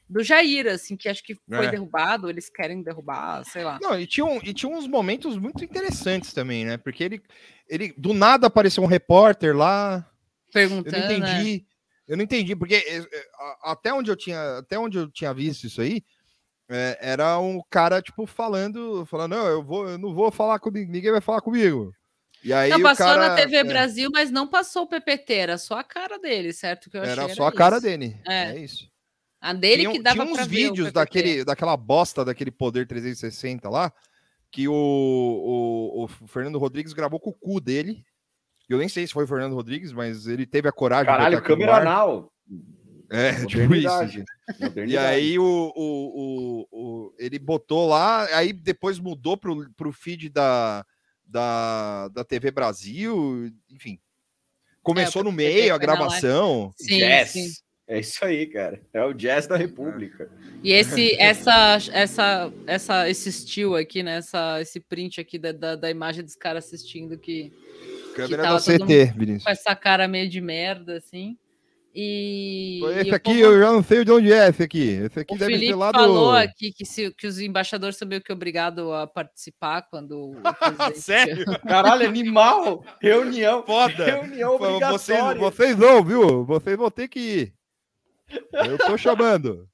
Speaker 8: Do Jair, assim, que acho que foi
Speaker 10: É.
Speaker 8: derrubado, eles querem derrubar, sei lá.
Speaker 10: Não, e tinha, um- e tinha uns momentos muito interessantes também, né? Porque ele, ele do nada apareceu um repórter lá.
Speaker 8: Perguntando.
Speaker 10: Eu não
Speaker 8: né?
Speaker 10: entendi. Eu não entendi, porque eh, eh, a- até onde eu tinha, até onde eu tinha visto isso aí, é, era um cara, tipo, falando, falando, não, eu, vou, eu não vou falar comigo, ninguém vai falar comigo. E aí
Speaker 8: não,
Speaker 10: o
Speaker 8: passou
Speaker 10: cara,
Speaker 8: na TV
Speaker 10: é,
Speaker 8: Brasil, mas não passou o PPT, era só a cara dele, certo? Que eu achei
Speaker 10: Era
Speaker 8: era
Speaker 10: só a cara
Speaker 8: isso.
Speaker 10: dele,
Speaker 8: É,
Speaker 10: isso.
Speaker 8: A dele
Speaker 10: Tinha- um,
Speaker 8: que dava
Speaker 10: tinha uns
Speaker 8: pra ver o
Speaker 10: vídeos
Speaker 8: PPT.
Speaker 10: daquele, daquela bosta daquele poder 360 lá, que o, o, o Fernando Rodrigues gravou com o cu dele. Eu nem sei se foi o Fernando Rodrigues, mas ele teve a coragem
Speaker 9: Caralho,
Speaker 10: botar aqui no
Speaker 9: câmera
Speaker 10: ar.
Speaker 9: anal.
Speaker 10: É, tipo
Speaker 9: Modernidade.
Speaker 10: isso. E
Speaker 9: Modernidade.
Speaker 10: aí o, o, o, o- ele botou lá, aí depois mudou pro, pro feed da, da, da TV Brasil, enfim.
Speaker 8: É,
Speaker 10: Começou no meio a
Speaker 9: foi na live.
Speaker 10: gravação.
Speaker 8: Sim,
Speaker 9: jazz.
Speaker 8: sim.
Speaker 9: É isso aí, cara. É o jazz da República.
Speaker 8: E
Speaker 10: [LAUGHS]
Speaker 8: esse, essa, essa, essa, esse estilo aqui, né? Essa, esse print aqui da, da, da imagem dos caras assistindo que. que
Speaker 10: Câmera
Speaker 8: tava
Speaker 10: da
Speaker 8: todo
Speaker 10: CT,
Speaker 8: mundo
Speaker 10: Vinícius.
Speaker 8: Com essa cara meio de merda, assim. E. e
Speaker 10: Esse
Speaker 8: o
Speaker 10: aqui
Speaker 8: povo-
Speaker 10: eu já não sei de onde é esse aqui. Esse aqui
Speaker 8: o
Speaker 10: deve
Speaker 8: Felipe
Speaker 10: ser lá do.
Speaker 8: falou
Speaker 10: [LAUGHS]
Speaker 8: aqui que, se, que os embaixadores são meio que obrigados a participar quando. o presidente-
Speaker 10: Tá Sério?
Speaker 9: Caralho, animal! Reunião.
Speaker 10: É. Foda.
Speaker 9: Reunião
Speaker 10: Falou,
Speaker 9: obrigatória.
Speaker 10: Vocês, vocês vão, viu? Vocês vão ter que ir. Eu tô chamando.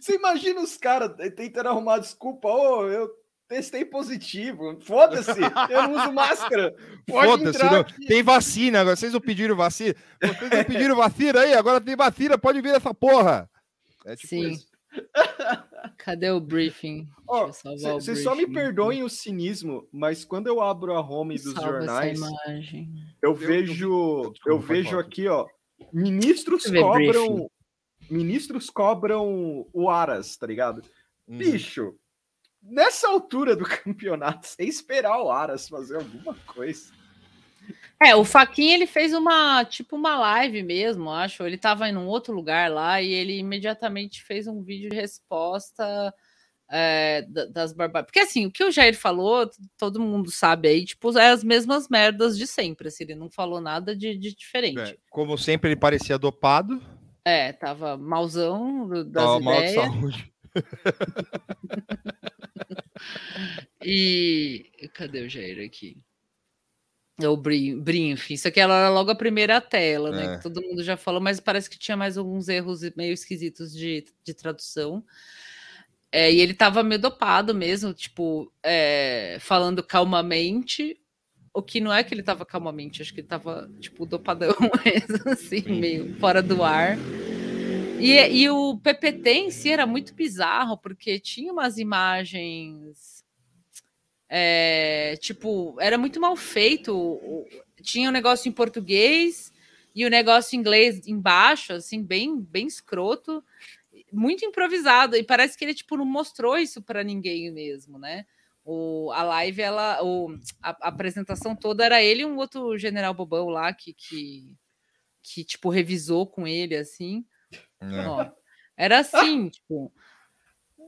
Speaker 9: Você imagina os caras tentando arrumar desculpa, ô, eu testei positivo, foda-se, eu não uso máscara. Pode
Speaker 10: Foda-se,
Speaker 9: entrar
Speaker 10: não.
Speaker 9: aqui.
Speaker 10: Tem vacina agora. Vocês não pediram vacina? Vocês não pediram vacina aí? Agora tem vacina, pode vir essa porra. É tipo
Speaker 8: Sim.
Speaker 10: isso.
Speaker 8: Cadê o briefing?
Speaker 9: Ó,
Speaker 8: Deixa eu salvar o
Speaker 9: Vocês só me
Speaker 8: briefing.
Speaker 9: perdoem o cinismo, mas quando eu abro a home dos
Speaker 8: Salva essa
Speaker 9: jornais,
Speaker 8: imagem.
Speaker 9: eu vejo, eu vejo aqui, ó, ministros
Speaker 8: Deixa eu ver briefing.
Speaker 9: cobram, ministros cobram o Aras, tá ligado?
Speaker 8: Uhum.
Speaker 9: Bicho, nessa altura do [LAUGHS] campeonato, sem esperar o Aras fazer alguma coisa.
Speaker 8: É, o Faquinha ele fez uma, tipo uma live mesmo, acho. Ele tava em um outro lugar lá e ele imediatamente fez um vídeo de resposta é, da- das barbaridades. Porque assim, o que o Jair falou, t- todo mundo sabe aí, tipo, é as mesmas merdas de sempre, assim, ele não falou nada de, de diferente.
Speaker 10: É, Como sempre, ele parecia dopado.
Speaker 8: É, tava malzão do- das
Speaker 10: Tava mal de
Speaker 8: ideias.
Speaker 10: saúde.
Speaker 8: E cadê o Jair aqui? É o brin- briefing. Isso aqui ela era logo a primeira tela, né?
Speaker 11: É.
Speaker 8: Que todo mundo já falou, mas parece que tinha mais alguns erros meio esquisitos de, de tradução. É, e ele tava meio dopado mesmo, tipo, é, falando calmamente, o que não é que ele tava calmamente, acho que ele tava, tipo, dopadão [LAUGHS] mesmo, assim, meio fora do ar. E, e o PPT em si era muito bizarro, porque tinha umas imagens. é, tipo, era muito mal feito. o- o- Tinha um negócio em português e o negócio em inglês embaixo, assim, bem, bem escroto, muito improvisado. E parece que ele tipo, não mostrou isso para ninguém mesmo, né? O, a live, ela, o, a, a apresentação toda era ele e um outro general bobão lá que, que, que tipo, revisou com ele, assim.
Speaker 11: É.
Speaker 8: Ó, era assim, tipo.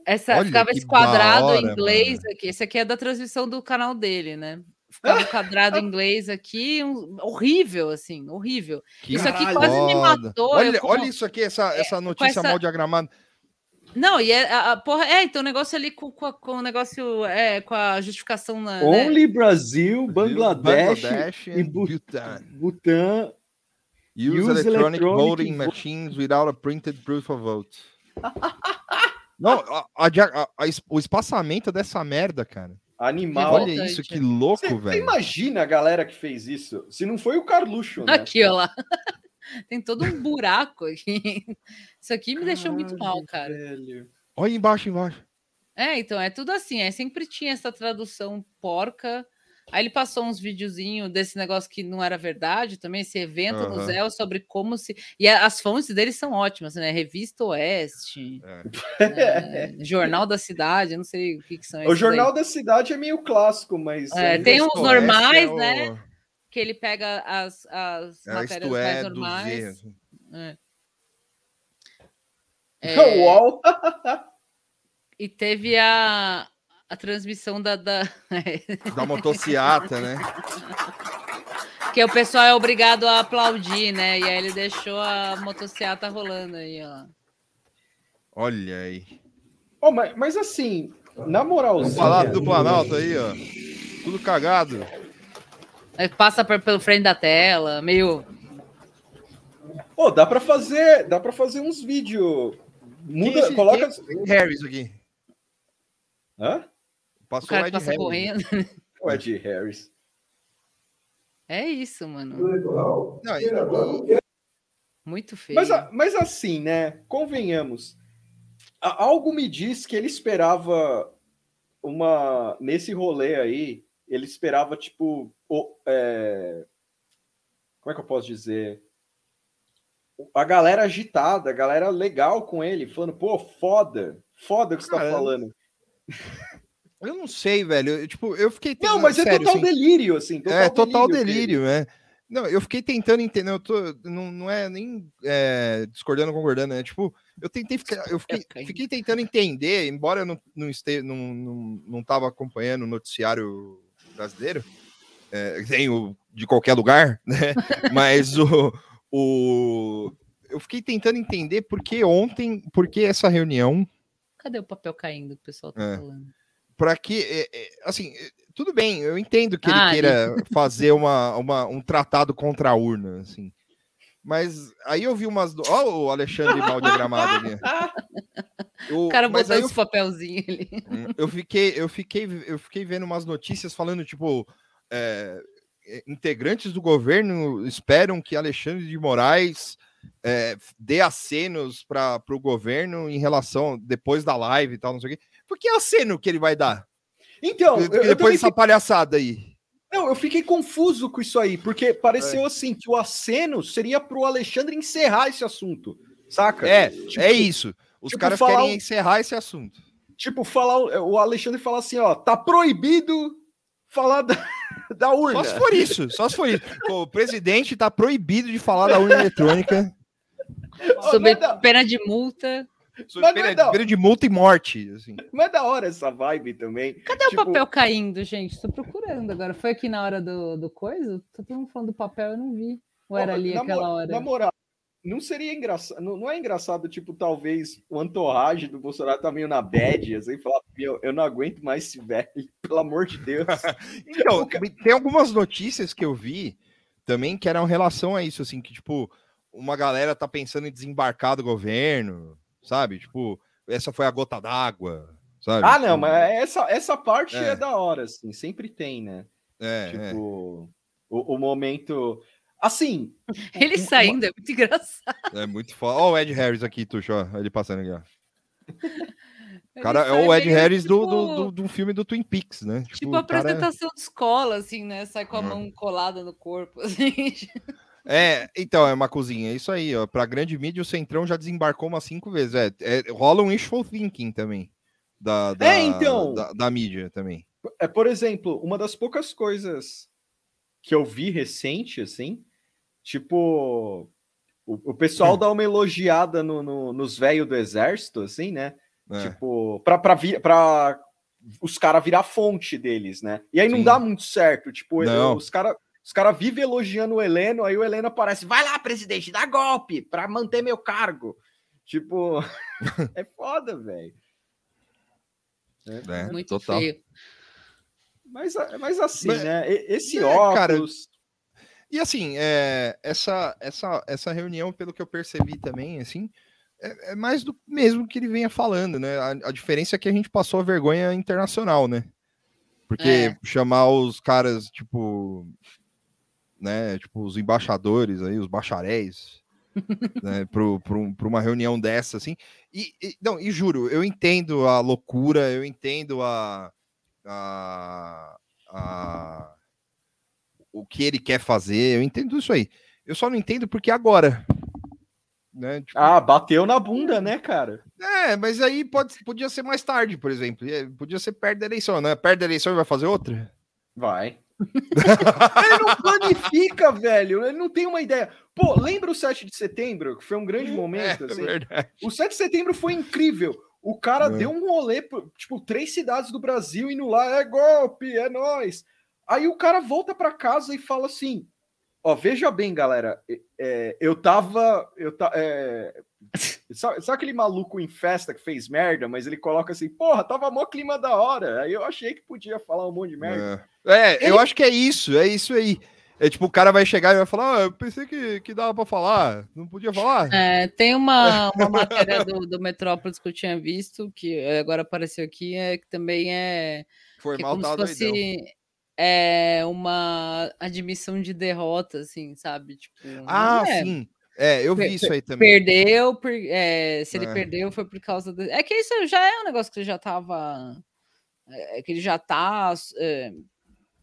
Speaker 8: Essa,
Speaker 11: Olha
Speaker 8: ficava
Speaker 11: que
Speaker 8: esse quadrado
Speaker 11: da
Speaker 8: em
Speaker 11: hora,
Speaker 8: inglês aqui. Esse aqui é da transmissão do canal dele, né?
Speaker 11: [LAUGHS]
Speaker 8: Ficava um quadrado em inglês aqui, um- horrível, assim, horrível. isso aqui
Speaker 10: Caralho.
Speaker 8: quase me
Speaker 10: Foda.
Speaker 8: matou. eu
Speaker 10: Olha,
Speaker 8: como-
Speaker 10: olha isso aqui, essa,
Speaker 8: É,
Speaker 10: essa
Speaker 8: com
Speaker 10: notícia
Speaker 8: essa-
Speaker 10: mal diagramada.
Speaker 8: Não, e é, a, a porra. É, então o negócio ali com, com, a- com o negócio. É, com a justificação na. né? [LAUGHS]
Speaker 9: Only Brasil, Bangladesh,
Speaker 10: Bangladesh
Speaker 9: e Bu-
Speaker 10: Bhutan.
Speaker 9: Bhutan.
Speaker 10: Use,
Speaker 9: Use
Speaker 10: electronic,
Speaker 9: electronic
Speaker 10: voting
Speaker 9: vo-
Speaker 10: machines without a printed proof of vote. [LAUGHS] Não, a- a dia- a- a es- o espaçamento dessa merda, cara.
Speaker 9: Animal.
Speaker 10: Olha isso, que louco,
Speaker 9: Você- Você
Speaker 10: velho.
Speaker 9: imagina a galera que fez isso? Se não foi o
Speaker 8: [LAUGHS]
Speaker 9: Carluxo, né?
Speaker 8: Aqui, ó lá. Tem todo um buraco aqui. Isso aqui me deixou muito mal, cara.
Speaker 10: Olha embaixo, embaixo.
Speaker 8: É, então, é tudo assim, é sempre tinha essa tradução porca. Aí ele passou uns videozinhos desse negócio que não era verdade também, esse evento no
Speaker 11: Aham.
Speaker 8: Zéu sobre como se. E a- as fontes deles são ótimas, né? Revista Oeste, né? Jornal da Cidade, eu não sei o que, que são
Speaker 9: É.
Speaker 8: esses
Speaker 9: O
Speaker 8: aí.
Speaker 9: Jornal da Cidade é meio clássico, mas.
Speaker 8: É,
Speaker 9: ainda
Speaker 8: tem
Speaker 9: é
Speaker 8: uns
Speaker 9: clássico. [LAUGHS]
Speaker 8: normais, né? Que ele pega as, as
Speaker 9: É,
Speaker 8: matérias
Speaker 9: isto é,
Speaker 8: mais
Speaker 9: dos
Speaker 8: normais.
Speaker 9: erros.
Speaker 8: É.
Speaker 9: É... Uol.
Speaker 8: E teve a, a transmissão da. Da, [LAUGHS]
Speaker 10: Da motociata, né?
Speaker 8: Que o pessoal é obrigado a aplaudir, né? E aí ele deixou a motociata rolando aí, ó.
Speaker 10: Olha aí.
Speaker 9: Ó, mas, mas assim, na
Speaker 10: Vamos
Speaker 9: moralzinha.
Speaker 10: falar do Planalto aí, ó. Tudo cagado.
Speaker 8: Aí passa por- pelo frente da tela, meio.
Speaker 9: Pô, dá pra fazer. Dá pra fazer uns vídeos. Muda,
Speaker 10: esse-
Speaker 9: coloca.
Speaker 10: Harris aqui.
Speaker 9: Hã?
Speaker 8: O cara tá que passa correndo. [LAUGHS]
Speaker 9: O Ed Harris.
Speaker 8: É isso, mano.
Speaker 9: Legal.
Speaker 8: Não, Muito feio.
Speaker 9: Mas, a- mas assim, né? Convenhamos. a- Algo me diz que ele esperava uma. Nesse rolê aí, ele esperava, tipo. o- é, Como é que eu posso dizer? A galera agitada, a galera legal com ele, falando, pô, foda, foda o que você tá
Speaker 10: Cara,
Speaker 9: falando.
Speaker 10: Eu não sei, velho. Eu, tipo, eu fiquei.
Speaker 9: Não, mas é total delírio, assim. total
Speaker 10: é, total
Speaker 9: delírio
Speaker 10: delírio, né? Não, eu fiquei tentando entender. Eu tô, não, não é nem é, discordando, concordando, né? Tipo, eu tentei ficar.
Speaker 9: É,
Speaker 10: Eu fiquei, fiquei tentando entender, embora eu não, não, este, não, não, não tava acompanhando o noticiário brasileiro, é, tem o de qualquer lugar, [LAUGHS] né? Mas o, o. Eu fiquei tentando entender por que ontem, por que essa reunião
Speaker 8: Cadê o papel caindo que o pessoal tá
Speaker 10: É.
Speaker 8: falando?
Speaker 10: para que, é, é, assim, é, tudo bem, eu entendo que
Speaker 8: Ah,
Speaker 10: ele queira
Speaker 8: [LAUGHS] isso.
Speaker 10: fazer uma, uma- um tratado contra a urna, assim. Mas aí eu vi umas. do- Ó, o Alexandre mal diagramado
Speaker 8: [LAUGHS]
Speaker 10: ali. Eu-
Speaker 8: o cara
Speaker 10: mas
Speaker 8: botou
Speaker 10: aí eu
Speaker 8: esse papelzinho ali.
Speaker 10: eu fiquei, eu fiquei, eu fiquei vendo umas notícias falando tipo é, é, integrantes do governo esperam que Alexandre de Moraes é, dê acenos para o governo em relação depois da live e tal, não sei o quê. Por que aceno que ele vai dar?
Speaker 9: Então, eu- eu
Speaker 10: depois
Speaker 9: também
Speaker 10: dessa
Speaker 9: fiquei-
Speaker 10: palhaçada aí.
Speaker 9: Não, eu fiquei confuso com isso aí, porque
Speaker 10: É.
Speaker 9: pareceu assim que o aceno seria pro Alexandre encerrar esse assunto, saca?
Speaker 10: É, é isso. Os
Speaker 9: tipo,
Speaker 10: caras
Speaker 9: falar
Speaker 10: querem
Speaker 9: o-
Speaker 10: encerrar esse assunto.
Speaker 9: Tipo, falar o Alexandre falar assim, ó, tá proibido falar da, [LAUGHS] da urna.
Speaker 10: Só se for isso, só se for isso. Pô, o presidente está proibido de falar da urna eletrônica.
Speaker 8: [LAUGHS]
Speaker 9: é
Speaker 8: Sobre pena de multa.
Speaker 9: [LAUGHS] Mas não é
Speaker 10: Pena,
Speaker 9: da-
Speaker 10: pena de multa e morte, assim.
Speaker 9: mas é da hora essa vibe também.
Speaker 8: Cadê o papel caindo, gente? Tô procurando agora. Foi aqui na hora do, do coisa? Tá todo mundo falando do papel, eu não vi. Ou era ali
Speaker 9: Na
Speaker 8: aquela
Speaker 9: mo-
Speaker 8: hora?
Speaker 9: Na moral, não seria engraçado. Não, não é engraçado, tipo, talvez o entorragem do Bolsonaro tá meio na bad, assim, falar, meu, eu não aguento mais esse velho, [LAUGHS] pelo amor de Deus.
Speaker 10: [LAUGHS] Então, tem algumas notícias que eu vi também que eram em relação a isso, assim, que, tipo, uma galera tá pensando em desembarcar do governo, sabe? Tipo, essa foi a gota d'água, sabe?
Speaker 9: Ah, não,
Speaker 10: Tipo,
Speaker 9: mas essa, essa parte
Speaker 10: É.
Speaker 9: é. da hora, assim, sempre tem, né?
Speaker 10: É,
Speaker 9: tipo, O, o momento. Assim.
Speaker 8: Ele saindo é muito engraçado.
Speaker 10: É muito foda. Ó, o Ed Harris aqui, Tuxo, ó, ele passando aqui, ó. O
Speaker 8: Ele
Speaker 10: [LAUGHS] cara é
Speaker 8: sai
Speaker 10: o Ed
Speaker 8: meio,
Speaker 10: Harris do,
Speaker 8: tipo-
Speaker 10: do, do, do filme do Twin Peaks, né? Tipo,
Speaker 8: Tipo
Speaker 10: o
Speaker 8: a
Speaker 10: cara-
Speaker 8: apresentação de escola, assim, né? Sai com a
Speaker 10: Hum.
Speaker 8: mão colada no corpo, [LAUGHS] assim.
Speaker 10: É, então, é uma cozinha, é isso aí, ó. Pra grande mídia, o Centrão já desembarcou umas cinco vezes. É, é, rola um wishful thinking também. Da, da,
Speaker 9: então.
Speaker 10: da, da mídia também.
Speaker 9: É, por exemplo, uma das poucas coisas que eu vi recente, assim, tipo, o, o
Speaker 10: Hum.
Speaker 9: pessoal dá uma elogiada no, no- nos velhos do exército, assim, né?
Speaker 10: É.
Speaker 9: Tipo, pra, pra, vir, pra os caras virar fonte deles, né? E aí não dá muito certo, tipo, ele-
Speaker 10: Não.
Speaker 9: os caras. Os caras vivem elogiando o Heleno, aí o Heleno aparece, vai lá, presidente, dá golpe pra manter meu cargo. Tipo, [LAUGHS] é foda, velho.
Speaker 10: É,
Speaker 8: Muito
Speaker 10: total.
Speaker 8: feio.
Speaker 9: Mas, a- mas assim,
Speaker 10: Mas-
Speaker 9: né? E- Esse
Speaker 10: É, cara,
Speaker 9: óculos.
Speaker 10: E assim, é, essa, essa, essa reunião, pelo que eu percebi também, assim, é, é mais do mesmo que ele venha falando, né? A, a diferença é que a gente passou a vergonha internacional, né? Porque
Speaker 16: É.
Speaker 10: chamar os caras, tipo, né, tipo, os embaixadores aí, os bacharéis, né, para uma reunião dessa, assim. E, e- não, e juro, eu entendo a loucura, eu entendo a, a, a- o que ele quer fazer, eu entendo isso aí. Eu só não entendo porque agora. Né? Tipo,
Speaker 9: Ah, bateu na bunda, né, cara?
Speaker 10: é, mas aí pode, podia ser mais tarde, por exemplo. e, é, Podia ser perto da eleição, né? Perto da eleição e vai fazer
Speaker 8: É,
Speaker 10: outra? [LAUGHS]
Speaker 9: Vai. Ele não planifica, velho. Ele não tem uma ideia. Pô, lembra o 7 de setembro? Que foi um grande momento.
Speaker 10: É,
Speaker 9: assim?
Speaker 10: verdade.
Speaker 9: O 7 de setembro foi incrível. O cara
Speaker 10: É.
Speaker 9: deu um rolê, por, tipo, três cidades do Brasil indo lá, é golpe, é nós. Aí o cara volta pra casa e fala assim: Ó, veja bem, galera, é, é, eu tava. Eu ta, é, [LAUGHS] sabe, sabe aquele maluco em festa que fez merda, mas ele coloca assim: Porra, tava mó clima da hora. Aí eu achei que podia falar um monte de merda.
Speaker 10: É, É, eu acho que é isso, é isso aí. É tipo, o cara vai chegar e vai falar, ah, eu pensei que, que dava pra falar, não podia falar.
Speaker 8: É, tem uma,
Speaker 10: [LAUGHS]
Speaker 8: uma matéria do, do Metrópolis que eu tinha visto, que agora apareceu aqui, é, que também é.
Speaker 10: Foi
Speaker 8: que é
Speaker 10: mal,
Speaker 8: como
Speaker 10: tá
Speaker 8: se
Speaker 10: doidão.
Speaker 8: fosse é, uma admissão de derrota, assim, sabe? Tipo, não
Speaker 10: Ah,
Speaker 8: é.
Speaker 10: sim. É, eu
Speaker 8: Per-
Speaker 10: vi isso aí também.
Speaker 8: Perdeu, por- é, se ele
Speaker 10: É.
Speaker 8: perdeu foi por causa do... É que isso já é um negócio que ele já tava... É, que ele já tá, é,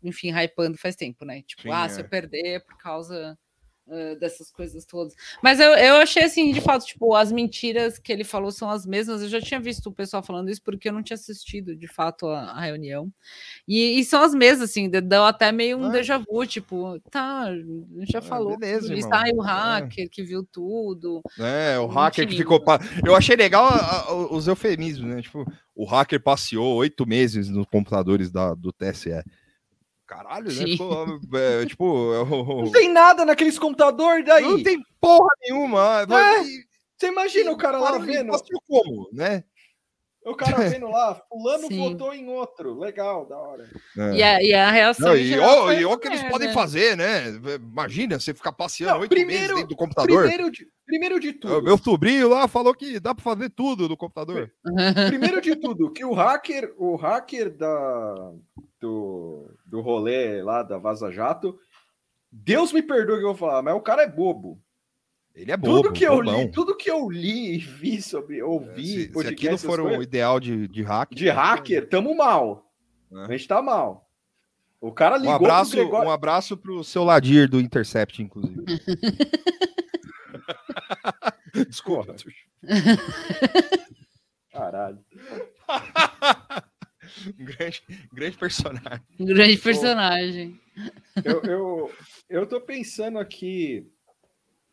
Speaker 8: enfim, hypando faz tempo, né? Tipo,
Speaker 16: Sim,
Speaker 8: ah,
Speaker 16: é.
Speaker 8: se eu perder é por causa é, dessas coisas todas. Mas eu, eu achei assim, de fato, tipo, as mentiras que ele falou são as mesmas. Eu já tinha visto o pessoal falando isso porque eu não tinha assistido, de fato, a, a reunião. E, e são as mesmas, assim, deu até meio um déjà vu, tipo, tá, já falou.
Speaker 10: Ah. beleza,
Speaker 8: tudo isso,
Speaker 10: irmão.
Speaker 8: tá, e o
Speaker 10: É.
Speaker 8: hacker que viu tudo.
Speaker 10: É, o
Speaker 8: Não
Speaker 10: hacker que
Speaker 8: tinha.
Speaker 10: ficou.
Speaker 9: né?
Speaker 10: pa- Eu achei legal a- a- os eufemismos, né? Tipo, o hacker passeou oito meses nos computadores da, do TSE. Caralho, né?
Speaker 9: Sim.
Speaker 10: Ficou, é, tipo, é o-
Speaker 9: [LAUGHS] Não tem nada naqueles computador daí.
Speaker 10: Não tem porra nenhuma.
Speaker 9: É.
Speaker 10: Mas-
Speaker 9: Você imagina o cara lá
Speaker 10: Caralho,
Speaker 9: vendo.
Speaker 10: passeou como, né?
Speaker 9: O cara vendo lá, fulano
Speaker 8: Sim.
Speaker 9: votou em outro. Legal, da hora.
Speaker 8: E a- e a reação
Speaker 10: É. Não,
Speaker 8: em
Speaker 10: e
Speaker 8: geral
Speaker 10: ó,
Speaker 8: foi
Speaker 10: e ó
Speaker 8: essa
Speaker 10: o que eles
Speaker 8: merda.
Speaker 10: podem fazer, né? Imagina você ficar passeando oito meses dentro do computador.
Speaker 9: Primeiro de, primeiro de tudo.
Speaker 10: É, Meu sobrinho lá falou que dá pra fazer tudo no computador.
Speaker 9: [LAUGHS] Primeiro de tudo, que o hacker, o hacker da, do, do rolê lá da Vaza Jato, Deus me perdoe o que eu vou falar, mas o cara é bobo.
Speaker 10: Ele é bobo,
Speaker 9: Tudo que eu
Speaker 10: bobão.
Speaker 9: li, tudo que eu li e vi sobre, ouvi,
Speaker 10: É, Se, se aquilo
Speaker 9: essas
Speaker 10: for um o
Speaker 9: coisas,
Speaker 10: ideal de, de hacker.
Speaker 9: de hacker, tamo mal.
Speaker 10: É.
Speaker 9: A gente tá mal. O cara
Speaker 10: Um
Speaker 9: ligou pro
Speaker 10: abraço,
Speaker 9: Gregório-
Speaker 10: um abraço pro seu Ladir do Intercept, inclusive. um- Desculpa.
Speaker 9: [LAUGHS] Caralho.
Speaker 10: Um [LAUGHS] grande, grande personagem.
Speaker 8: Um grande personagem.
Speaker 9: Eu, eu, eu tô pensando aqui.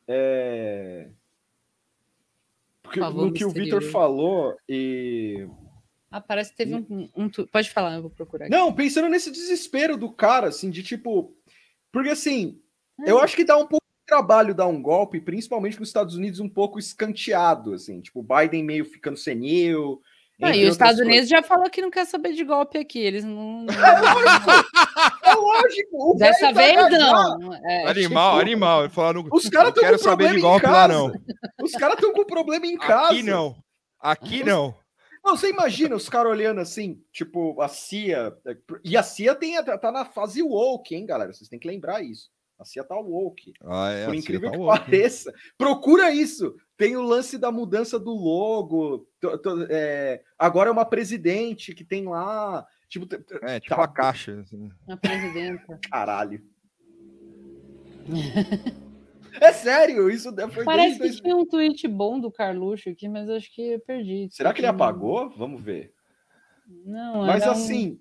Speaker 9: É... Porque
Speaker 8: Favor
Speaker 9: no que o Vitor
Speaker 8: misterioso.
Speaker 9: falou e.
Speaker 8: Ah, parece que teve um, um tu- Pode falar, eu vou procurar aqui.
Speaker 9: Hum. Não, pensando nesse desespero do cara, assim, de tipo. Porque assim,
Speaker 8: Hum.
Speaker 9: eu acho que dá um pouco de trabalho dar um golpe, principalmente nos Estados Unidos, um pouco escanteado, assim, tipo, o Biden meio ficando senil.
Speaker 8: Ah,
Speaker 9: entre
Speaker 8: e os
Speaker 9: outras
Speaker 8: Estados Unidos
Speaker 9: coisas.
Speaker 8: já falou que não quer saber de golpe aqui. Eles não.
Speaker 9: [LAUGHS] É lógico!
Speaker 8: [LAUGHS]
Speaker 9: o
Speaker 8: Dessa
Speaker 9: velho
Speaker 8: vez
Speaker 9: tá
Speaker 8: não.
Speaker 9: engajado.
Speaker 8: É,
Speaker 10: animal,
Speaker 9: tipo-
Speaker 10: animal. Ele falou, "Ah, não,
Speaker 9: Os caras
Speaker 10: não
Speaker 9: estão
Speaker 10: quero
Speaker 9: com
Speaker 10: saber
Speaker 9: problema
Speaker 10: de
Speaker 9: em
Speaker 10: golpe lá,
Speaker 9: casa.
Speaker 10: não.
Speaker 9: Os caras estão com problema em casa.
Speaker 10: Aqui não. Aqui não.
Speaker 9: Não, você imagina os caras olhando assim, tipo, a CIA. é, E a CIA tem, a- tá na fase woke, hein, galera? Vocês têm que lembrar isso. A CIA tá woke.
Speaker 10: Ah, é,
Speaker 9: Por
Speaker 10: assim,
Speaker 9: incrível
Speaker 10: tá
Speaker 9: que
Speaker 10: louco, hein?
Speaker 9: pareça. Procura isso. Tem o lance da mudança do logo. to- to- é, agora é uma presidente que tem lá. Tipo, t- t-
Speaker 10: É, tipo
Speaker 9: tá-
Speaker 10: a caixa. assim.
Speaker 8: é A presidenta.
Speaker 10: [LAUGHS]
Speaker 9: Caralho. é sério, isso de- [LAUGHS] foi
Speaker 8: Parece
Speaker 9: desde
Speaker 8: que tinha um tweet bom do Carluxo aqui, mas acho que eu perdi.
Speaker 9: Será que ele
Speaker 8: Não-
Speaker 9: apagou? Vamos ver.
Speaker 8: Não,
Speaker 9: Mas
Speaker 8: era um-
Speaker 9: assim,